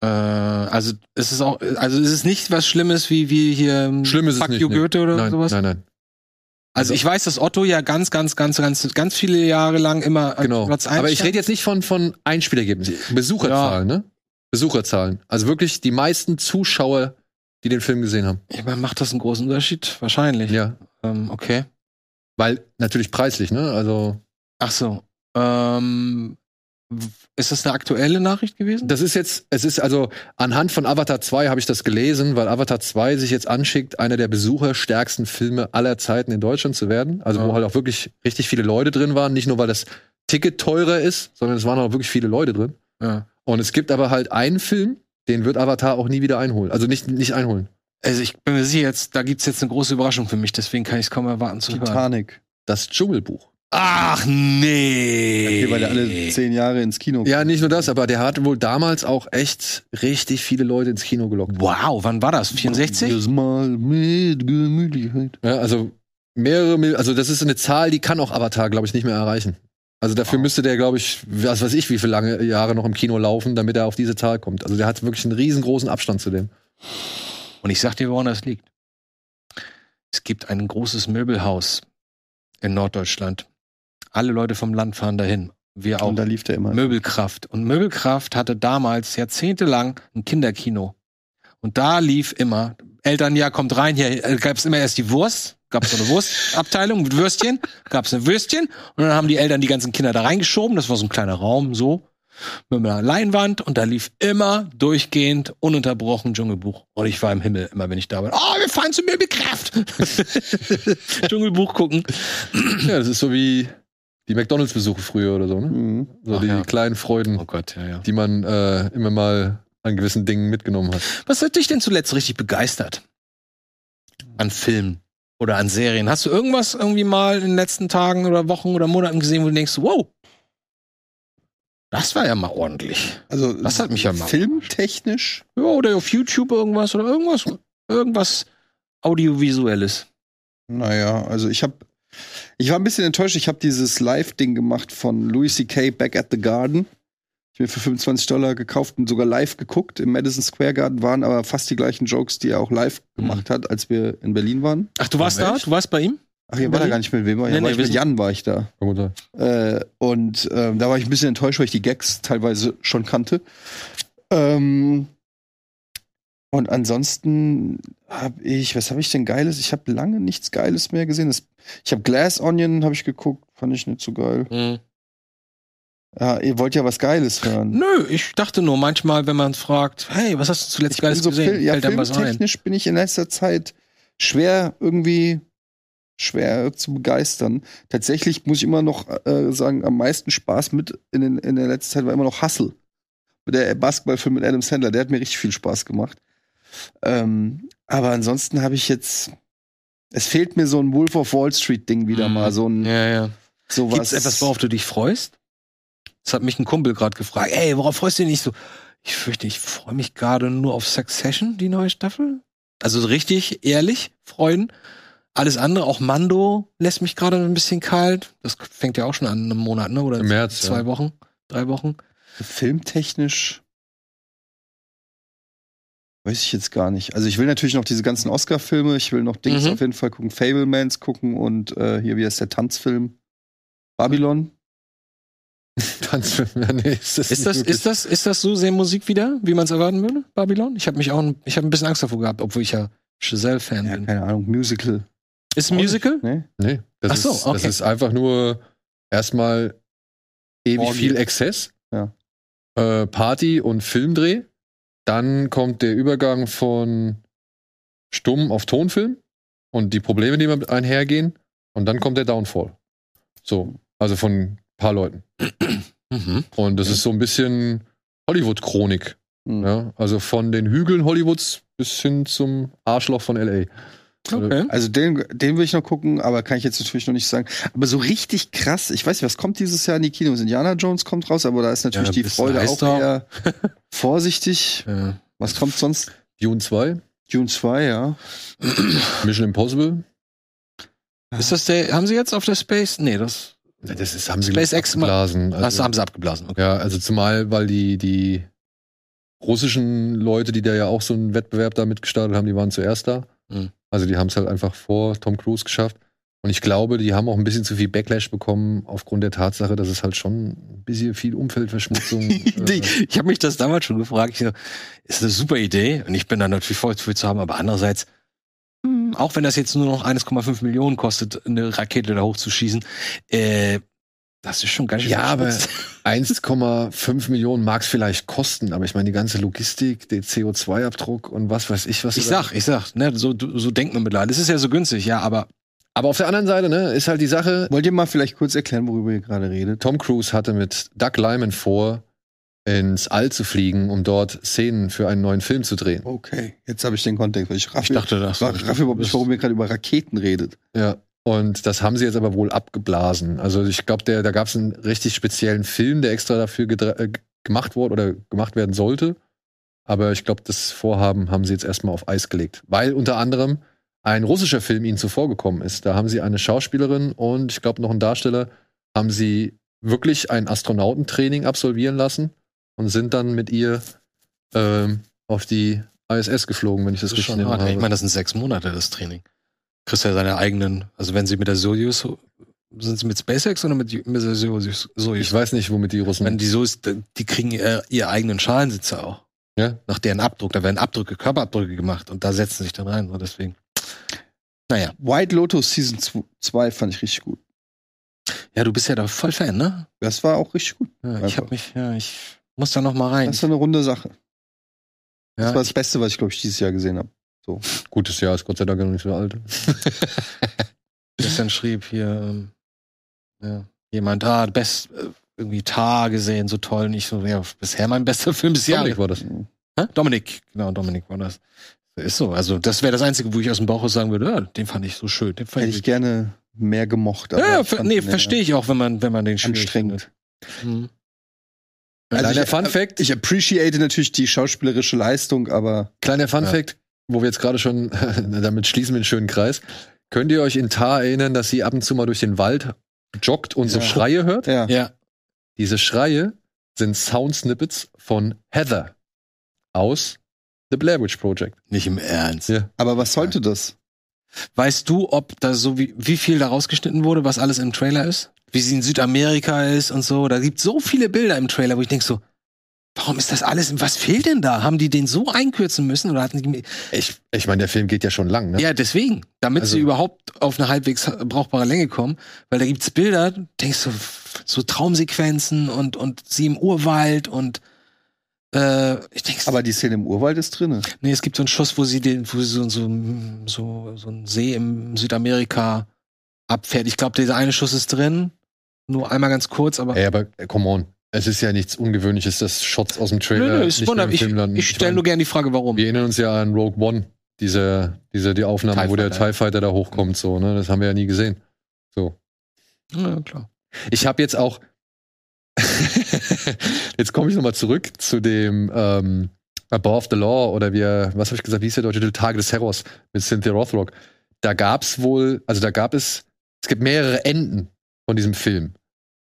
[SPEAKER 2] Äh, also es ist auch, also es ist nicht was Schlimmes wie wie hier ähm,
[SPEAKER 1] Schlimm ist es
[SPEAKER 2] Fuck
[SPEAKER 1] nicht,
[SPEAKER 2] You
[SPEAKER 1] ne.
[SPEAKER 2] Goethe oder
[SPEAKER 1] Nein,
[SPEAKER 2] sowas.
[SPEAKER 1] nein, nein.
[SPEAKER 2] Also ich weiß, dass Otto ja ganz, ganz, ganz, ganz, ganz viele Jahre lang immer an
[SPEAKER 1] Genau.
[SPEAKER 2] Platz eins
[SPEAKER 1] Aber ich
[SPEAKER 2] stand.
[SPEAKER 1] rede jetzt nicht von, von Einspielergebnissen. Besucherzahlen, ne? Besucherzahlen. Also wirklich die meisten Zuschauer, die den Film gesehen haben.
[SPEAKER 2] Ich meine, macht das einen großen Unterschied? Wahrscheinlich.
[SPEAKER 1] Ja.
[SPEAKER 2] Ähm, okay.
[SPEAKER 1] Weil natürlich preislich, ne? Also
[SPEAKER 2] Ach so. Ähm, w- ist das eine aktuelle Nachricht gewesen?
[SPEAKER 1] das ist jetzt, es ist also anhand von Avatar 2 habe ich das gelesen, weil Avatar 2 sich jetzt anschickt, einer der besucherstärksten Filme aller Zeiten in Deutschland zu werden. Also wo
[SPEAKER 2] Ah.
[SPEAKER 1] halt auch wirklich richtig viele Leute drin waren, nicht nur weil das Ticket teurer ist, sondern es waren auch wirklich viele Leute drin.
[SPEAKER 2] Ja.
[SPEAKER 1] Und es gibt aber halt einen Film, den wird Avatar auch nie wieder einholen. Also nicht, nicht einholen.
[SPEAKER 2] Also ich bin mir sicher, jetzt, da gibt's jetzt eine große Überraschung für mich, deswegen kann ich es kaum erwarten zu hören.
[SPEAKER 4] Titanic.
[SPEAKER 1] Das Dschungelbuch.
[SPEAKER 2] Ach nee.
[SPEAKER 4] Okay, weil der alle zehn Jahre ins Kino
[SPEAKER 1] Ja, nicht nur das, aber der hat wohl damals auch echt richtig viele Leute ins Kino gelockt.
[SPEAKER 2] Wow, wann war das? 64?
[SPEAKER 4] Jedes Mal mit Gemütlichkeit.
[SPEAKER 1] Ja, also mehrere Millionen, also das ist eine Zahl, die kann auch Avatar, glaube ich, nicht mehr erreichen. Also dafür müsste der, glaube ich, was weiß ich, wie viele lange Jahre noch im Kino laufen, damit er auf diese Zahl kommt. Also der hat wirklich einen riesengroßen Abstand zu dem.
[SPEAKER 2] Und ich sag dir, woran das liegt. Es gibt ein großes Möbelhaus in Norddeutschland. Alle Leute vom Land fahren dahin. Wir auch.
[SPEAKER 3] Und da lief der immer.
[SPEAKER 2] Möbelkraft. Und Möbelkraft hatte damals jahrzehntelang ein Kinderkino. Und da lief immer, Elternjahr kommt rein, hier äh, gab's immer erst die Wurst, gab's so eine Wurstabteilung mit Würstchen, gab's ein Würstchen und dann haben die Eltern die ganzen Kinder da reingeschoben, das war so ein kleiner Raum, so, mit einer Leinwand und da lief immer durchgehend, ununterbrochen Dschungelbuch. Und ich war im Himmel, immer wenn ich da war. Oh, wir fahren zu Möbelkraft! Dschungelbuch gucken.
[SPEAKER 1] Ja, das ist so wie die McDonalds-Besuche früher oder so, ne?
[SPEAKER 3] Mhm.
[SPEAKER 1] So
[SPEAKER 2] Ach
[SPEAKER 1] die
[SPEAKER 2] ja.
[SPEAKER 1] kleinen Freuden,
[SPEAKER 2] Oh Gott, ja, ja.
[SPEAKER 1] die man äh, immer mal an gewissen Dingen mitgenommen hat.
[SPEAKER 2] Was hat dich denn zuletzt richtig begeistert? An Filmen oder an Serien? Hast du irgendwas irgendwie mal in den letzten Tagen oder Wochen oder Monaten gesehen, wo du denkst, wow, das war ja mal ordentlich.
[SPEAKER 3] Also
[SPEAKER 2] Das hat mich ja mal.
[SPEAKER 3] filmtechnisch
[SPEAKER 2] Ja, oder auf YouTube irgendwas oder irgendwas, irgendwas audiovisuelles.
[SPEAKER 3] Naja, also ich habe, ich war ein bisschen enttäuscht. Ich habe dieses Live-Ding gemacht von Louis C.K. Back at the Garden. Ich hab mir für 25 Dollar gekauft und sogar live geguckt. Im Madison Square Garden waren aber fast die gleichen Jokes, die er auch live
[SPEAKER 2] Mhm.
[SPEAKER 3] gemacht hat, als wir in Berlin waren.
[SPEAKER 2] Ach, du warst da? Du warst bei ihm?
[SPEAKER 3] Ach, ihr war da
[SPEAKER 2] Berlin?
[SPEAKER 3] gar nicht mit wem? war ich?
[SPEAKER 2] Nee,
[SPEAKER 3] Da war
[SPEAKER 2] nee,
[SPEAKER 3] ich
[SPEAKER 2] wir
[SPEAKER 3] mit
[SPEAKER 2] sind-
[SPEAKER 3] Jan war ich da.
[SPEAKER 1] Na gut, ja.
[SPEAKER 3] Äh, und ähm, da war ich ein bisschen enttäuscht, weil ich die Gags teilweise schon kannte. Ähm, und ansonsten habe ich, was habe ich denn Geiles? Ich habe lange nichts Geiles mehr gesehen. Das, ich habe Glass Onion, habe ich geguckt, fand ich nicht so geil. Ja, ihr wollt ja was Geiles hören.
[SPEAKER 2] Nö, ich dachte nur manchmal, wenn man fragt, hey, was hast du zuletzt Geiles gesehen?
[SPEAKER 3] Fil- ja,
[SPEAKER 2] Fällt einem was ein.
[SPEAKER 3] filmtechnisch bin ich in letzter Zeit schwer irgendwie schwer zu begeistern. Tatsächlich muss ich immer noch äh, sagen, am meisten Spaß mit in, den, in der letzten Zeit war immer noch Hustle. Der Basketballfilm mit Adam Sandler, der hat mir richtig viel Spaß gemacht. Ähm, aber ansonsten habe ich jetzt, es fehlt mir so ein Wolf of Wall Street Ding wieder
[SPEAKER 2] Mhm.
[SPEAKER 3] mal, so ein
[SPEAKER 2] Ja, ja.
[SPEAKER 3] sowas.
[SPEAKER 2] Gibt's etwas, worauf du dich freust? Das hat mich ein Kumpel gerade gefragt. Ey, worauf freust du dich nicht so? Ich fürchte, ich freue mich gerade nur auf Succession, die neue Staffel. Also richtig, ehrlich, freuen. Alles andere, auch Mando lässt mich gerade ein bisschen kalt. Das fängt ja auch schon an in einem Monat, ne? Oder
[SPEAKER 1] Im März.
[SPEAKER 2] zwei
[SPEAKER 1] ja.
[SPEAKER 2] Wochen, drei Wochen.
[SPEAKER 3] Filmtechnisch weiß ich jetzt gar nicht. Also ich will natürlich noch diese ganzen Oscar-Filme, ich will noch Dings
[SPEAKER 2] Mhm.
[SPEAKER 3] auf jeden Fall gucken, Fablemans gucken und äh, hier, wie heißt der Tanzfilm? Babylon?
[SPEAKER 1] Tanz, ja, nee, ist das,
[SPEAKER 2] Ist das, ist das, ist das so sehr Musik wieder, wie man es erwarten würde, Babylon? Ich habe mich auch, ein- ich habe ein bisschen Angst davor gehabt, obwohl ich ja genau. Chazelle-Fan
[SPEAKER 3] Ja,
[SPEAKER 2] bin.
[SPEAKER 3] keine Ahnung, Musical.
[SPEAKER 2] Ist ein Musical?
[SPEAKER 3] Ne?
[SPEAKER 1] Nee, das,
[SPEAKER 2] Ach so,
[SPEAKER 1] ist, das
[SPEAKER 2] okay.
[SPEAKER 1] ist einfach nur erstmal ewig
[SPEAKER 3] Orgie.
[SPEAKER 1] viel Exzess.
[SPEAKER 3] Ja.
[SPEAKER 1] Äh, Party und Filmdreh. Dann kommt der Übergang von Stumm auf Tonfilm und die Probleme, die damit einhergehen. Und dann kommt der Downfall. So, also von ein paar Leuten.
[SPEAKER 2] Mhm.
[SPEAKER 1] Und das ist so ein bisschen Hollywood-Chronik.
[SPEAKER 3] Mhm.
[SPEAKER 1] Ja? Also von den Hügeln Hollywoods bis hin zum Arschloch von L.A.
[SPEAKER 2] Okay.
[SPEAKER 3] Also den, den will ich noch gucken, aber kann ich jetzt natürlich noch nicht sagen. Aber so richtig krass, ich weiß nicht, was kommt dieses Jahr in die Kinos? Indiana Jones kommt raus, aber da ist natürlich
[SPEAKER 2] Ja,
[SPEAKER 3] die
[SPEAKER 2] bist
[SPEAKER 3] Freude
[SPEAKER 2] heiß
[SPEAKER 3] auch
[SPEAKER 2] drauf.
[SPEAKER 3] eher vorsichtig.
[SPEAKER 1] Also, äh,
[SPEAKER 2] Ja.
[SPEAKER 3] Was kommt sonst?
[SPEAKER 1] Dune 2,
[SPEAKER 3] Dune 2, ja.
[SPEAKER 1] Mission Impossible.
[SPEAKER 2] Ist das der, haben sie jetzt auf der Space? Nee, das,
[SPEAKER 1] Ja, Das ist, haben sie
[SPEAKER 2] SpaceX mal-
[SPEAKER 1] abgeblasen.
[SPEAKER 2] das
[SPEAKER 1] Also,
[SPEAKER 2] haben sie abgeblasen. Okay.
[SPEAKER 1] ja, also zumal, weil die, die russischen Leute, die da ja auch so einen Wettbewerb da mitgestartet haben, die waren zuerst da.
[SPEAKER 2] Mhm.
[SPEAKER 1] Also die haben es halt einfach vor Tom Cruise geschafft. Und ich glaube, die haben auch ein bisschen zu viel Backlash bekommen aufgrund der Tatsache, dass es halt schon ein bisschen viel Umfeldverschmutzung. äh,
[SPEAKER 2] Die- Ich habe mich das damals schon gefragt. Ich so, ist eine super Idee und ich bin da natürlich voll für zu haben, aber andererseits, hm, auch wenn das jetzt nur noch 1,5 Millionen kostet, eine Rakete da hochzuschießen, äh, das ist schon ganz schön.
[SPEAKER 1] Ja, aber-
[SPEAKER 2] verschmutzt.
[SPEAKER 1] 1,5 Millionen mag es vielleicht kosten, aber ich meine, die ganze Logistik, der CO2-Abdruck und was weiß ich, was
[SPEAKER 2] ich
[SPEAKER 1] du da-
[SPEAKER 2] sag, ich sag, ne, so, du- so denkt man mittlerweile. Es ist ja so günstig, ja, aber
[SPEAKER 1] Aber auf der anderen Seite, ne, ist halt die Sache,
[SPEAKER 3] Wollt ihr mal vielleicht kurz erklären, worüber ihr gerade redet?
[SPEAKER 1] Tom Cruise hatte mit Doug Lyman vor, ins All zu fliegen, um dort Szenen für einen neuen Film zu drehen.
[SPEAKER 3] Okay, jetzt habe ich den Kontext. weil Ich raff,
[SPEAKER 2] ich dachte, das
[SPEAKER 3] raff, raff überhaupt nicht, warum ihr gerade über Raketen redet.
[SPEAKER 1] Ja. Und das haben sie jetzt aber wohl abgeblasen. Also ich glaube, der, da gab es einen richtig speziellen Film, der extra dafür gedre- äh, gemacht wurde oder gemacht werden sollte. Aber ich glaube, das Vorhaben haben sie jetzt erstmal auf Eis gelegt. Weil unter anderem ein russischer Film ihnen zuvor gekommen ist. Da haben sie eine Schauspielerin und ich glaube noch einen Darsteller haben sie wirklich ein Astronautentraining absolvieren lassen und sind dann mit ihr ähm, auf die ISS geflogen, wenn ich das,
[SPEAKER 2] Das ist
[SPEAKER 1] richtig
[SPEAKER 2] schon
[SPEAKER 1] in
[SPEAKER 2] hart.
[SPEAKER 1] habe.
[SPEAKER 2] Ich meine, das sind sechs Monate, das Training. Kriegst ja seine eigenen, also wenn sie mit der Soyuz, sind sie mit SpaceX oder mit, mit der Soyuz?
[SPEAKER 1] ich
[SPEAKER 2] Soyuz?
[SPEAKER 1] weiß nicht, womit die Russen.
[SPEAKER 2] Wenn die Soyuz, die kriegen ihre, ihre eigenen Schalensitze auch.
[SPEAKER 1] Ja.
[SPEAKER 2] Nach deren Abdruck, da werden Abdrücke, Körperabdrücke gemacht und da setzen sie sich dann rein. Und deswegen. Naja.
[SPEAKER 4] White Lotus Season 2 fand ich richtig gut.
[SPEAKER 2] Ja, du bist ja da voll Fan, ne?
[SPEAKER 4] Das war auch richtig gut.
[SPEAKER 2] Ja, ich
[SPEAKER 4] Einfach.
[SPEAKER 2] hab mich, ja, ich muss da noch mal rein.
[SPEAKER 4] Das war eine runde Sache. Das
[SPEAKER 2] ja,
[SPEAKER 4] war das Beste, was ich, glaube ich, dieses Jahr gesehen habe.
[SPEAKER 1] Gutes Jahr ist Gott sei Dank noch nicht so alt.
[SPEAKER 2] Christian schrieb hier, ähm, ja, jemand, ah, best, äh, irgendwie Tar gesehen, so toll. Und ich so, ja, bisher mein bester Film des Jahres.
[SPEAKER 1] Dominik war das.
[SPEAKER 4] Hm.
[SPEAKER 2] Hä? Dominik, genau, Dominik war das. Ist so. Also, das wäre das Einzige, wo ich aus dem Bauch aus sagen würde, ja, den fand ich so schön. Den fand
[SPEAKER 4] Hätte
[SPEAKER 2] ich,
[SPEAKER 4] ich gerne mehr gemocht.
[SPEAKER 2] ja, ja,
[SPEAKER 4] ich
[SPEAKER 2] ver
[SPEAKER 4] fand
[SPEAKER 2] nee,
[SPEAKER 4] ihn, ja,
[SPEAKER 2] verstehe ich auch, wenn man, wenn man den schwierig
[SPEAKER 4] Anstrengend. Mhm.
[SPEAKER 2] findet. Hm.
[SPEAKER 1] Also
[SPEAKER 4] Also
[SPEAKER 1] kleiner
[SPEAKER 4] ich,
[SPEAKER 1] Fun Fact,
[SPEAKER 4] ich appreciate natürlich die schauspielerische Leistung, aber
[SPEAKER 1] Kleiner Fun
[SPEAKER 2] Ja.
[SPEAKER 1] Fact, wo wir jetzt gerade schon, damit schließen wir einen schönen Kreis. Könnt ihr euch in Tar erinnern, dass sie ab und zu mal durch den Wald joggt und so
[SPEAKER 4] Ja.
[SPEAKER 1] Schreie hört?
[SPEAKER 4] ja.
[SPEAKER 2] Ja,
[SPEAKER 1] Diese Schreie sind Soundsnippets von Heather aus The Blair Witch Project.
[SPEAKER 2] nicht im Ernst.
[SPEAKER 1] Ja.
[SPEAKER 4] Aber was sollte das?
[SPEAKER 2] Weißt du, ob da so wie, wie viel da rausgeschnitten wurde, was alles im Trailer ist? Wie sie in Südamerika ist und so. Da gibt so viele Bilder im Trailer, wo ich denke so, warum ist das alles? Was fehlt denn da? Haben die den so einkürzen müssen oder hatten die,
[SPEAKER 1] Ich, ich meine, der Film geht ja schon lang, ne?
[SPEAKER 2] Ja, deswegen. Damit
[SPEAKER 1] Also-
[SPEAKER 2] sie überhaupt auf eine halbwegs brauchbare Länge kommen. Weil da gibt's Bilder, denkst du, so Traumsequenzen und, und sie im Urwald und äh, ich denke,
[SPEAKER 4] Aber die Szene im Urwald ist drin.
[SPEAKER 2] nee, es gibt so einen Schuss, wo sie den, wo sie so, so, so, so einen See im Südamerika abfährt. Ich glaube, dieser eine Schuss ist drin. Nur einmal ganz kurz, aber
[SPEAKER 1] Ey, aber äh, come on. Es ist ja nichts Ungewöhnliches, dass Shots aus dem Trailer
[SPEAKER 2] Nö, nö,
[SPEAKER 1] nicht
[SPEAKER 2] ist
[SPEAKER 1] mehr im
[SPEAKER 2] wunderbar. Ich,
[SPEAKER 1] Film landen.
[SPEAKER 2] ich stelle
[SPEAKER 1] meine,
[SPEAKER 2] nur gerne die Frage, warum.
[SPEAKER 1] Wir erinnern uns ja an Rogue One, diese, diese die Aufnahme,
[SPEAKER 2] TIE
[SPEAKER 1] wo der
[SPEAKER 2] Fighter.
[SPEAKER 1] TIE Fighter da hochkommt, so, ne? Das haben wir ja nie gesehen.
[SPEAKER 2] Ja, klar.
[SPEAKER 1] Ich habe jetzt auch. jetzt komme ich nochmal zurück zu dem ähm, Above the Law oder wir, was habe ich gesagt, wie hieß der deutsche Titel? Tage des Terrors mit Cynthia Rothrock. Da gab es wohl, also da gab es, es gibt mehrere Enden von diesem Film.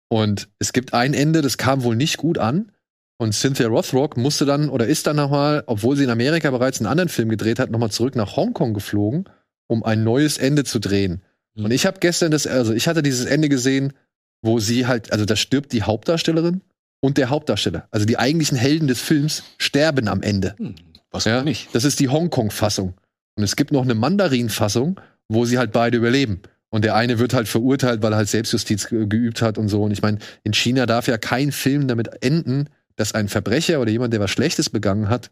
[SPEAKER 1] Und es gibt ein Ende, das kam wohl nicht gut an. Und Cynthia Rothrock musste dann oder ist dann nochmal, obwohl sie in Amerika bereits einen anderen Film gedreht hat, nochmal zurück nach Hongkong geflogen, um ein neues Ende zu drehen.
[SPEAKER 2] Mhm.
[SPEAKER 1] Und ich habe gestern das, also ich hatte dieses Ende gesehen, wo sie halt, also da stirbt die Hauptdarstellerin und der Hauptdarsteller. Also die eigentlichen Helden des Films sterben am Ende.
[SPEAKER 2] Hm, was
[SPEAKER 1] Ja?
[SPEAKER 2] nicht.
[SPEAKER 1] Das ist die Hongkong-Fassung. Und es gibt noch eine Mandarin-Fassung, wo sie halt beide überleben. Und der eine wird halt verurteilt, weil er halt Selbstjustiz ge- geübt hat und so. Und ich meine, in China darf ja kein Film damit enden, dass ein Verbrecher oder jemand, der was Schlechtes begangen hat,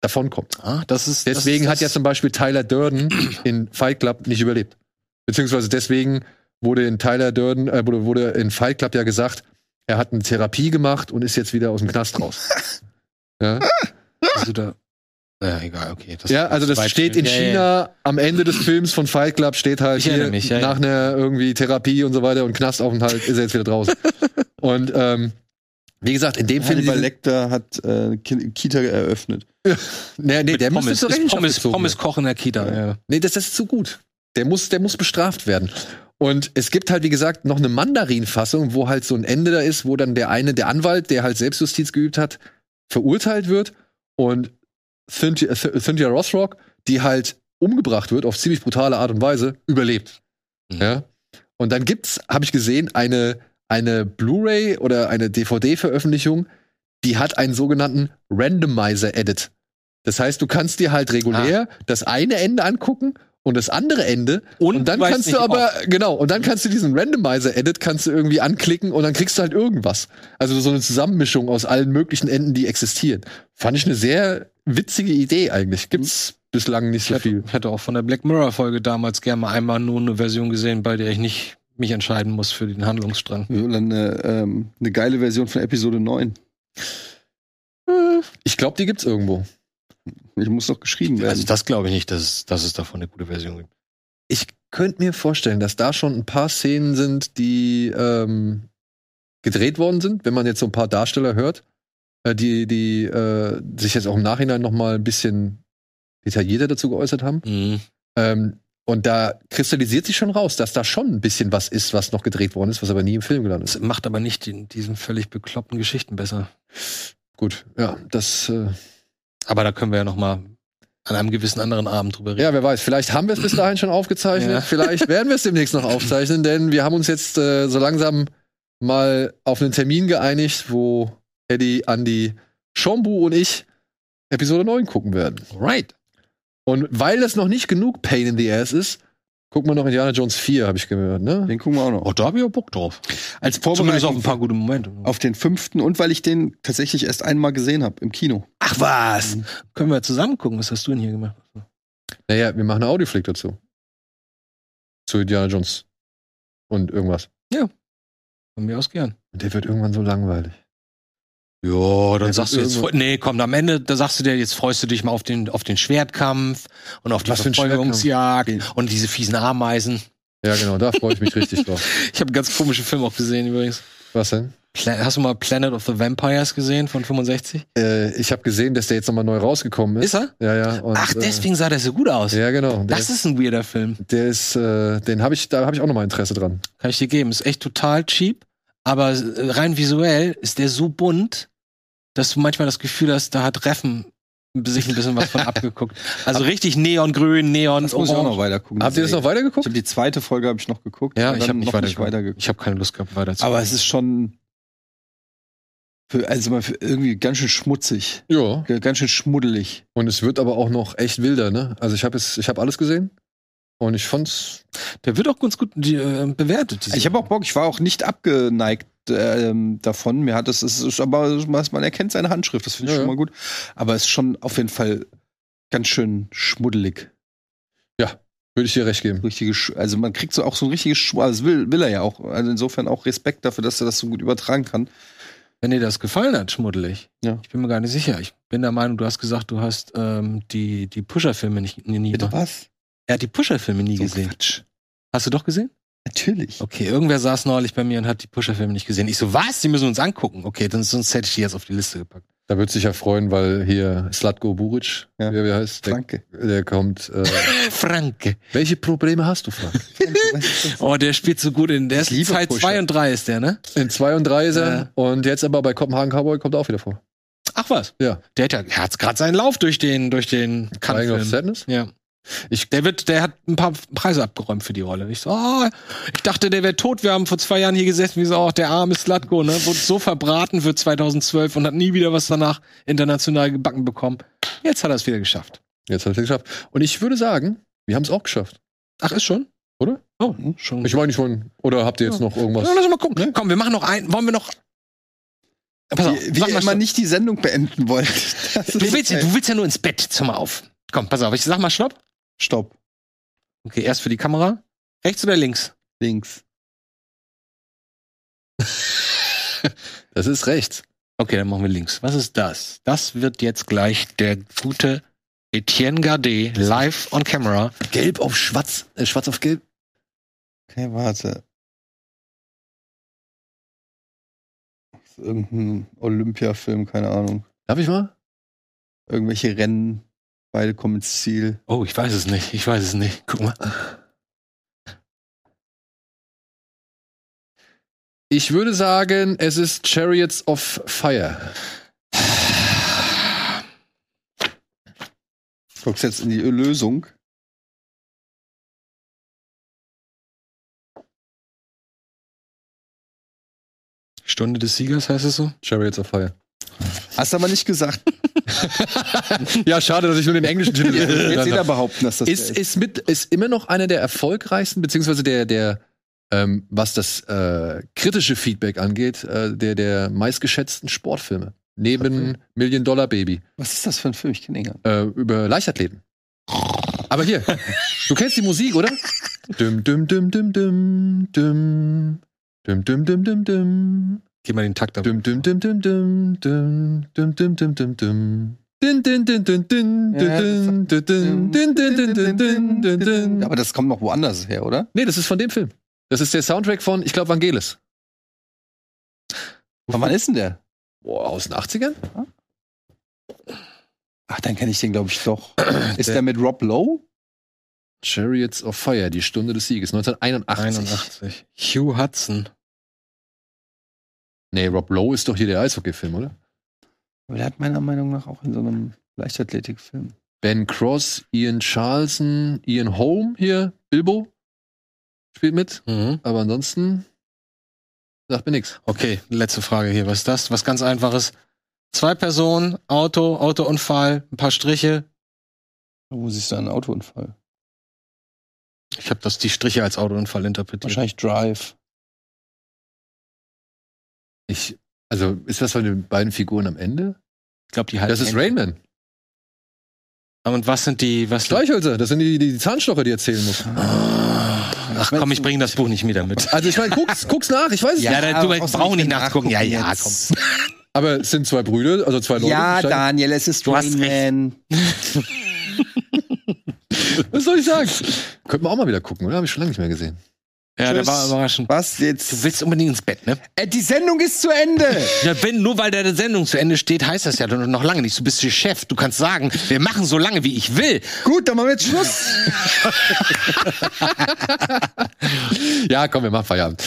[SPEAKER 1] davonkommt.
[SPEAKER 2] Ah, das ist,
[SPEAKER 1] Deswegen
[SPEAKER 2] das
[SPEAKER 1] hat ja zum Beispiel Tyler Durden in Fight Club nicht überlebt. Beziehungsweise deswegen wurde in Tyler Durden, äh, wurde, wurde in Fight Club ja gesagt, er hat eine Therapie gemacht und ist jetzt wieder aus dem Knast raus. ja?
[SPEAKER 2] Also da, ja, egal, okay. das-
[SPEAKER 1] ja, also das
[SPEAKER 2] weit-
[SPEAKER 1] steht in
[SPEAKER 2] Ja, ja,
[SPEAKER 1] China am Ende des Films von Fight Club steht halt
[SPEAKER 2] Ich erinnere mich, ja, ja.
[SPEAKER 1] nach einer irgendwie Therapie und so weiter und Knastaufenthalt ist er jetzt wieder draußen. und ähm, wie gesagt, in dem Film
[SPEAKER 4] Hannibal
[SPEAKER 1] diesen-
[SPEAKER 4] Lecter hat äh, Ki- Kita eröffnet.
[SPEAKER 1] nee, nee,
[SPEAKER 2] Mit
[SPEAKER 1] der
[SPEAKER 2] Pommes,
[SPEAKER 1] muss zur
[SPEAKER 2] ist
[SPEAKER 1] Rechenschaft
[SPEAKER 2] Pommes,
[SPEAKER 1] gezogen
[SPEAKER 2] Pommes kochen in der Kita. Ja.
[SPEAKER 1] Nee, das, das ist zu gut. Der muss, der muss bestraft werden. Und es gibt halt, wie gesagt, noch eine Mandarin-Fassung, wo halt so ein Ende da ist, wo dann der eine, der Anwalt, der halt Selbstjustiz geübt hat, verurteilt wird und Cynthia, äh, Cynthia Rothrock, die halt umgebracht wird auf ziemlich brutale Art und Weise, überlebt.
[SPEAKER 2] Mhm.
[SPEAKER 1] Ja. Und dann gibt's, habe ich gesehen, eine, eine Blu-ray oder eine DVD-Veröffentlichung, die hat einen sogenannten Randomizer-Edit. Das heißt, du kannst dir halt regulär das eine Ende angucken und das andere Ende. Und, dann
[SPEAKER 2] weiß
[SPEAKER 1] kannst
[SPEAKER 2] nicht,
[SPEAKER 1] du aber,
[SPEAKER 2] ob-
[SPEAKER 1] genau, und dann kannst du diesen Randomizer-Edit kannst du irgendwie anklicken und dann kriegst du halt irgendwas. Also so eine Zusammenmischung aus allen möglichen Enden, die existieren. Fand ich eine sehr witzige Idee eigentlich. Gibt's bislang nicht
[SPEAKER 2] Ich
[SPEAKER 1] so viel.
[SPEAKER 2] hätte, hätte auch von der Black Mirror-Folge damals gerne mal einmal nur eine Version gesehen, bei der ich nicht mich entscheiden muss für den Handlungsstrang.
[SPEAKER 4] Oder eine, ähm, eine geile Version von Episode 9.
[SPEAKER 1] Ich glaube, die gibt's irgendwo.
[SPEAKER 4] Ich muss noch geschrieben werden.
[SPEAKER 2] Also das glaube ich nicht, dass, es- dass es davon eine gute Version gibt.
[SPEAKER 1] Ich könnte mir vorstellen, dass da schon ein paar Szenen sind, die ähm, gedreht worden sind, wenn man jetzt so ein paar Darsteller hört, äh, die, die äh,
[SPEAKER 2] Mhm.
[SPEAKER 1] sich jetzt auch im Nachhinein noch mal ein bisschen detaillierter dazu geäußert haben. Ähm, Und da kristallisiert sich schon raus, dass da schon ein bisschen was ist, was noch gedreht worden ist, was aber nie im Film gelandet ist.
[SPEAKER 2] Das macht aber nicht den, diesen völlig bekloppten Geschichten besser.
[SPEAKER 1] Gut, ja, das. Äh,
[SPEAKER 2] Aber da können wir ja noch mal an einem gewissen anderen Abend drüber reden.
[SPEAKER 1] ja, wer weiß. Vielleicht haben wir es bis dahin schon aufgezeichnet.
[SPEAKER 2] Ja.
[SPEAKER 1] Vielleicht werden wir es demnächst noch aufzeichnen, denn wir haben uns jetzt äh, so langsam mal auf einen Termin geeinigt, wo Eddie, Andy, Schombu und ich Episode 9 gucken werden.
[SPEAKER 2] Right.
[SPEAKER 1] Und weil das noch nicht genug Pain in the Ass ist, gucken wir noch Indiana Jones 4, habe ich gehört, ne?
[SPEAKER 3] Den gucken wir auch noch.
[SPEAKER 2] Oh, da hab ich auch Bock drauf.
[SPEAKER 3] Als
[SPEAKER 2] Zumindest auf
[SPEAKER 3] Vorbereitung
[SPEAKER 2] ein paar gute Momente.
[SPEAKER 3] auf den fünften und weil ich den tatsächlich erst einmal gesehen habe im Kino.
[SPEAKER 2] Ach was. Mhm. Können wir zusammen gucken? Was hast du denn hier gemacht?
[SPEAKER 1] Naja, wir machen eine Audioflick dazu. Zu Indiana Jones. Und irgendwas.
[SPEAKER 2] Von mir aus gern.
[SPEAKER 1] Und der wird irgendwann so langweilig.
[SPEAKER 2] Ja, dann
[SPEAKER 1] Ja,
[SPEAKER 2] sagst du jetzt,
[SPEAKER 1] irgendwo-
[SPEAKER 2] fre- nee, komm, am Ende, da sagst du dir, jetzt freust du dich mal auf den, auf den Schwertkampf und auf die
[SPEAKER 1] Was für ein
[SPEAKER 2] Verfolgungsjagd und diese fiesen Ameisen.
[SPEAKER 1] Ja, genau, da freue ich mich richtig drauf.
[SPEAKER 2] Ich habe einen ganz komischen Film auch gesehen übrigens.
[SPEAKER 1] Was denn?
[SPEAKER 2] Pla hast du mal Planet of the Vampires gesehen von 65?
[SPEAKER 1] Äh, ich habe gesehen, dass der jetzt nochmal neu rausgekommen ist.
[SPEAKER 2] Ist er?
[SPEAKER 1] Ja, ja. und,
[SPEAKER 2] Ach, deswegen sah der so gut aus.
[SPEAKER 1] Äh, ja, genau. Der
[SPEAKER 2] das äh, ist ein weirder Film.
[SPEAKER 1] Der ist, äh, den habe ich, da habe ich auch nochmal Interesse dran.
[SPEAKER 2] Kann ich dir geben. Ist echt total cheap, aber äh, rein visuell ist der so bunt, dass du manchmal das Gefühl hast, da hat Reffen sich ein bisschen was von abgeguckt. Also richtig neongrün, neon,
[SPEAKER 3] Das muss ich auch noch weiter gucken.
[SPEAKER 1] Habt ihr das noch
[SPEAKER 3] Ich
[SPEAKER 1] weitergeguckt?
[SPEAKER 3] habe die zweite Folge habe ich noch geguckt.
[SPEAKER 2] Ja,
[SPEAKER 3] aber
[SPEAKER 2] ich
[SPEAKER 3] dann
[SPEAKER 2] habe nicht
[SPEAKER 3] noch nicht
[SPEAKER 2] weitergeguckt.
[SPEAKER 3] weitergeguckt.
[SPEAKER 2] Ich habe keine Lust gehabt, weiterzugucken.
[SPEAKER 3] Aber es ist schon für, also mal für irgendwie ganz schön schmutzig,
[SPEAKER 1] Ja.
[SPEAKER 3] g- ganz schön schmuddelig.
[SPEAKER 1] Und es wird aber auch noch echt wilder, ne? Also ich habe es, ich habe alles gesehen. Und ich fand's.
[SPEAKER 2] Der wird auch ganz gut die, äh, bewertet. diese-
[SPEAKER 3] Ich habe auch Bock. Ich war auch nicht abgeneigt ähm, davon. Mir hat es, es ist aber was- man erkennt seine Handschrift. Das finde ich
[SPEAKER 1] Ja,
[SPEAKER 3] schon
[SPEAKER 1] ja.
[SPEAKER 3] mal gut. Aber es ist schon auf jeden Fall ganz schön schmuddelig.
[SPEAKER 1] Würde ich dir recht geben.
[SPEAKER 3] richtige, Sch- also man kriegt so auch so ein richtiges, Sch also das will, will er ja auch. Also insofern auch Respekt dafür, dass er das so gut übertragen kann.
[SPEAKER 2] Wenn dir das gefallen hat, schmuddelig.
[SPEAKER 3] Ja.
[SPEAKER 2] Ich bin mir gar nicht sicher. Ich bin der Meinung, du hast gesagt, du hast ähm, die, die Pusher-Filme nicht, nie, nie
[SPEAKER 3] was?
[SPEAKER 2] Er hat die Pusher-Filme nie
[SPEAKER 3] So
[SPEAKER 2] gesehen.
[SPEAKER 3] Quatsch.
[SPEAKER 2] Hast du doch gesehen?
[SPEAKER 3] Natürlich.
[SPEAKER 2] Okay, irgendwer saß neulich bei mir und hat die Pusher-Filme nicht gesehen. Ich so, was? Die müssen wir uns angucken. Okay, dann sonst hätte ich die jetzt auf die Liste gepackt.
[SPEAKER 1] Da wird sich ja freuen, weil hier Slatko Buric,
[SPEAKER 3] Ja.
[SPEAKER 1] wie er heißt, der,
[SPEAKER 3] Danke.
[SPEAKER 1] der kommt. Äh,
[SPEAKER 2] Franke.
[SPEAKER 1] welche Probleme hast du, Frank?
[SPEAKER 2] Oh, der spielt so gut in. Der ist
[SPEAKER 3] Ich liebe
[SPEAKER 2] Teil
[SPEAKER 3] Pusher.
[SPEAKER 2] 2 und 3 ist der, ne?
[SPEAKER 1] In 2 und 3 ist er.
[SPEAKER 2] Ja.
[SPEAKER 1] Und jetzt aber bei Kopenhagen Cowboy kommt er auch wieder vor.
[SPEAKER 2] Ach was.
[SPEAKER 1] Ja.
[SPEAKER 2] Der hat ja er hat gerade seinen Lauf durch den, durch den
[SPEAKER 1] Triangle of
[SPEAKER 2] Kampf.
[SPEAKER 1] Sadness?
[SPEAKER 2] Ja.
[SPEAKER 1] Ich-
[SPEAKER 2] der wird, der hat ein paar Preise abgeräumt für die Rolle. Ich so, ah, ich dachte, der wäre tot. Wir haben vor zwei Jahren hier gesessen, wie so, oh, der arme Slatko, ne, wurde so verbraten für 2012 und hat nie wieder was danach international gebacken bekommen. Jetzt hat er es wieder geschafft.
[SPEAKER 1] Jetzt hat er es geschafft. Und ich würde sagen, wir haben es auch geschafft.
[SPEAKER 2] Ach, ist schon,
[SPEAKER 1] Oder?
[SPEAKER 2] Oh, hm, schon.
[SPEAKER 1] Ich meine nicht schon. Oder habt ihr jetzt noch
[SPEAKER 2] ja,
[SPEAKER 1] irgendwas?
[SPEAKER 2] lass uns mal gucken. Komm, wir machen noch ein. Wollen wir noch? Pass auf,
[SPEAKER 3] Wie,
[SPEAKER 2] sag
[SPEAKER 3] wie ihr
[SPEAKER 2] mal
[SPEAKER 3] immer
[SPEAKER 2] Schnapp-
[SPEAKER 3] nicht die Sendung beenden wollt. Das
[SPEAKER 2] du,
[SPEAKER 3] ist-
[SPEAKER 2] willst, ja- du willst ja nur ins Bett. Jetzt Hör mal auf. Komm, pass auf. Ich sag mal Stopp.
[SPEAKER 3] Stopp.
[SPEAKER 2] Okay, erst für die Kamera. Rechts oder links?
[SPEAKER 3] Links.
[SPEAKER 1] Das ist rechts.
[SPEAKER 2] Okay, dann machen wir links. Was ist das? Das wird jetzt gleich der gute Etienne Gardet live on camera.
[SPEAKER 1] Gelb auf schwarz. Äh, schwarz auf gelb.
[SPEAKER 3] Okay, warte. Das ist Irgendein Olympia-Film, keine Ahnung.
[SPEAKER 1] Darf ich mal?
[SPEAKER 3] Irgendwelche Rennen. Beide kommen ins Ziel.
[SPEAKER 2] Oh, ich weiß es nicht. Ich weiß es nicht. Guck mal.
[SPEAKER 1] Ich würde sagen, es ist Chariots of Fire.
[SPEAKER 3] Guckst jetzt in die Lösung.
[SPEAKER 2] Stunde des Siegers heißt es so?
[SPEAKER 1] Chariots of Fire.
[SPEAKER 3] Hast aber nicht gesagt.
[SPEAKER 1] Ja, schade, dass ich nur den englischen Titel
[SPEAKER 3] Jetzt
[SPEAKER 1] habe.
[SPEAKER 3] jeder behaupten, dass das
[SPEAKER 1] ist,
[SPEAKER 3] der
[SPEAKER 1] ist, mit, ist immer noch einer der erfolgreichsten, beziehungsweise der, der ähm, was das äh, kritische Feedback angeht, äh, der, der meistgeschätzten Sportfilme. Neben Million Dollar Baby.
[SPEAKER 3] Was ist das für ein Film? Ich kenne ihn gar nicht.
[SPEAKER 1] Äh, über Leichtathleten. Aber hier, du kennst die Musik, oder? Düm, düm, düm, düm, düm, düm. Düm, düm, düm, düm, düm.
[SPEAKER 2] Geh mal den Takt ab.
[SPEAKER 1] Düm, düm, düm, düm, düm, düm, düm, düm, düm, düm, düm. Din, din, din, din, din,
[SPEAKER 3] Ja,
[SPEAKER 1] din, din, din, din, din, din, din, din, din, din.
[SPEAKER 3] Aber das kommt noch woanders her, oder?
[SPEAKER 1] Nee, das ist von dem Film. Das ist der Soundtrack von, ich glaube, Vangelis.
[SPEAKER 3] Von wann ist denn der?
[SPEAKER 1] Boah, aus den 80ern?
[SPEAKER 3] Ach, dann kenne ich den, glaube ich, doch. Ist der mit Rob Lowe?
[SPEAKER 1] Chariots of Fire, die Stunde des Sieges, 1981.
[SPEAKER 2] 81. Hugh Hudson.
[SPEAKER 1] Nee, Rob Lowe ist doch hier der Eishockey-Film, oder?
[SPEAKER 4] Aber der hat meiner Meinung nach auch in so einem Leichtathletikfilm.
[SPEAKER 1] Ben Cross, Ian Charlson, Ian Holm hier, Bilbo spielt mit.
[SPEAKER 2] Mhm.
[SPEAKER 1] Aber ansonsten sagt mir nichts.
[SPEAKER 2] Okay, letzte Frage hier. Was ist das? Was ganz einfaches. Zwei Personen, Auto, Autounfall, ein paar Striche.
[SPEAKER 4] Wo siehst du einen Autounfall?
[SPEAKER 2] Ich habe das die Striche als Autounfall interpretiert.
[SPEAKER 4] Wahrscheinlich Drive.
[SPEAKER 1] Ich, also ist das von den beiden Figuren am Ende?
[SPEAKER 2] Ich glaube, die halten.
[SPEAKER 1] Das ist Rainman.
[SPEAKER 2] Und was sind die, was
[SPEAKER 1] Streichhölzer, das sind die, die, die Zahnstocher, die erzählen muss.
[SPEAKER 2] Ach komm, ich bringe das Buch nicht wieder mit.
[SPEAKER 1] Also ich meine, guck's, guck's nach, ich weiß es
[SPEAKER 2] Ja,
[SPEAKER 1] nicht.
[SPEAKER 2] da, du
[SPEAKER 4] aber brauchst
[SPEAKER 2] brauchst
[SPEAKER 4] nicht
[SPEAKER 2] nicht nachgucken. Ja, ja, komm.
[SPEAKER 4] jetzt.
[SPEAKER 1] Aber es sind zwei Brüder, also zwei Leute.
[SPEAKER 4] Ja,
[SPEAKER 1] die steigen-
[SPEAKER 4] Daniel, es ist
[SPEAKER 2] Du hast
[SPEAKER 4] Rain Man.
[SPEAKER 1] Was soll ich sagen? Könnten wir auch mal wieder gucken, oder? Hab ich schon lange nicht mehr gesehen.
[SPEAKER 2] Ja, der
[SPEAKER 4] Tschüss.
[SPEAKER 2] war überraschend.
[SPEAKER 4] Was
[SPEAKER 2] Du
[SPEAKER 4] jetzt?
[SPEAKER 2] willst unbedingt ins Bett, ne?
[SPEAKER 4] Äh, die Sendung ist zu Ende.
[SPEAKER 2] Ja, wenn, nur weil deine Sendung zu Ende steht, heißt das ja doch noch lange nicht. Du bist der Chef. Du kannst sagen, wir machen so lange, wie ich will.
[SPEAKER 4] Gut, dann machen wir jetzt Schluss.
[SPEAKER 1] Ja, komm, wir machen Feierabend.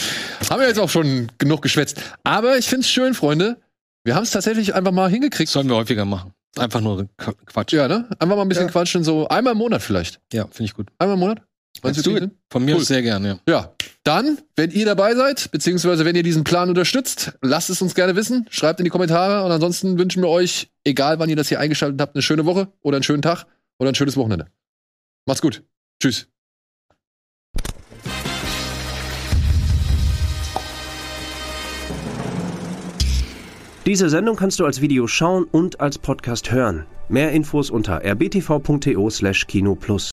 [SPEAKER 1] Haben wir jetzt auch schon genug geschwätzt. Aber ich find's schön, Freunde. Wir haben es tatsächlich einfach mal hingekriegt.
[SPEAKER 2] Sollen wir häufiger machen. Einfach nur Qu- Quatsch.
[SPEAKER 1] Ja, ne? Einfach mal ein bisschen quatschen, so einmal im Monat vielleicht.
[SPEAKER 2] Ja, finde ich gut.
[SPEAKER 1] Einmal im Monat?
[SPEAKER 2] Let's
[SPEAKER 1] Wenn's
[SPEAKER 2] do
[SPEAKER 1] okay
[SPEAKER 2] it.
[SPEAKER 1] sind?
[SPEAKER 2] Von mir
[SPEAKER 1] Cool.
[SPEAKER 2] aus sehr gerne, ja.
[SPEAKER 1] Ja. Dann, wenn ihr dabei seid, beziehungsweise wenn ihr diesen Plan unterstützt, lasst es uns gerne wissen. Schreibt in die Kommentare und ansonsten wünschen wir euch, egal wann ihr das hier eingeschaltet habt, eine schöne Woche oder einen schönen Tag oder ein schönes Wochenende. Macht's gut. Tschüss.
[SPEAKER 7] Diese Sendung kannst du als Video schauen und als Podcast hören. Mehr Infos unter rbtv.to/kinoplus.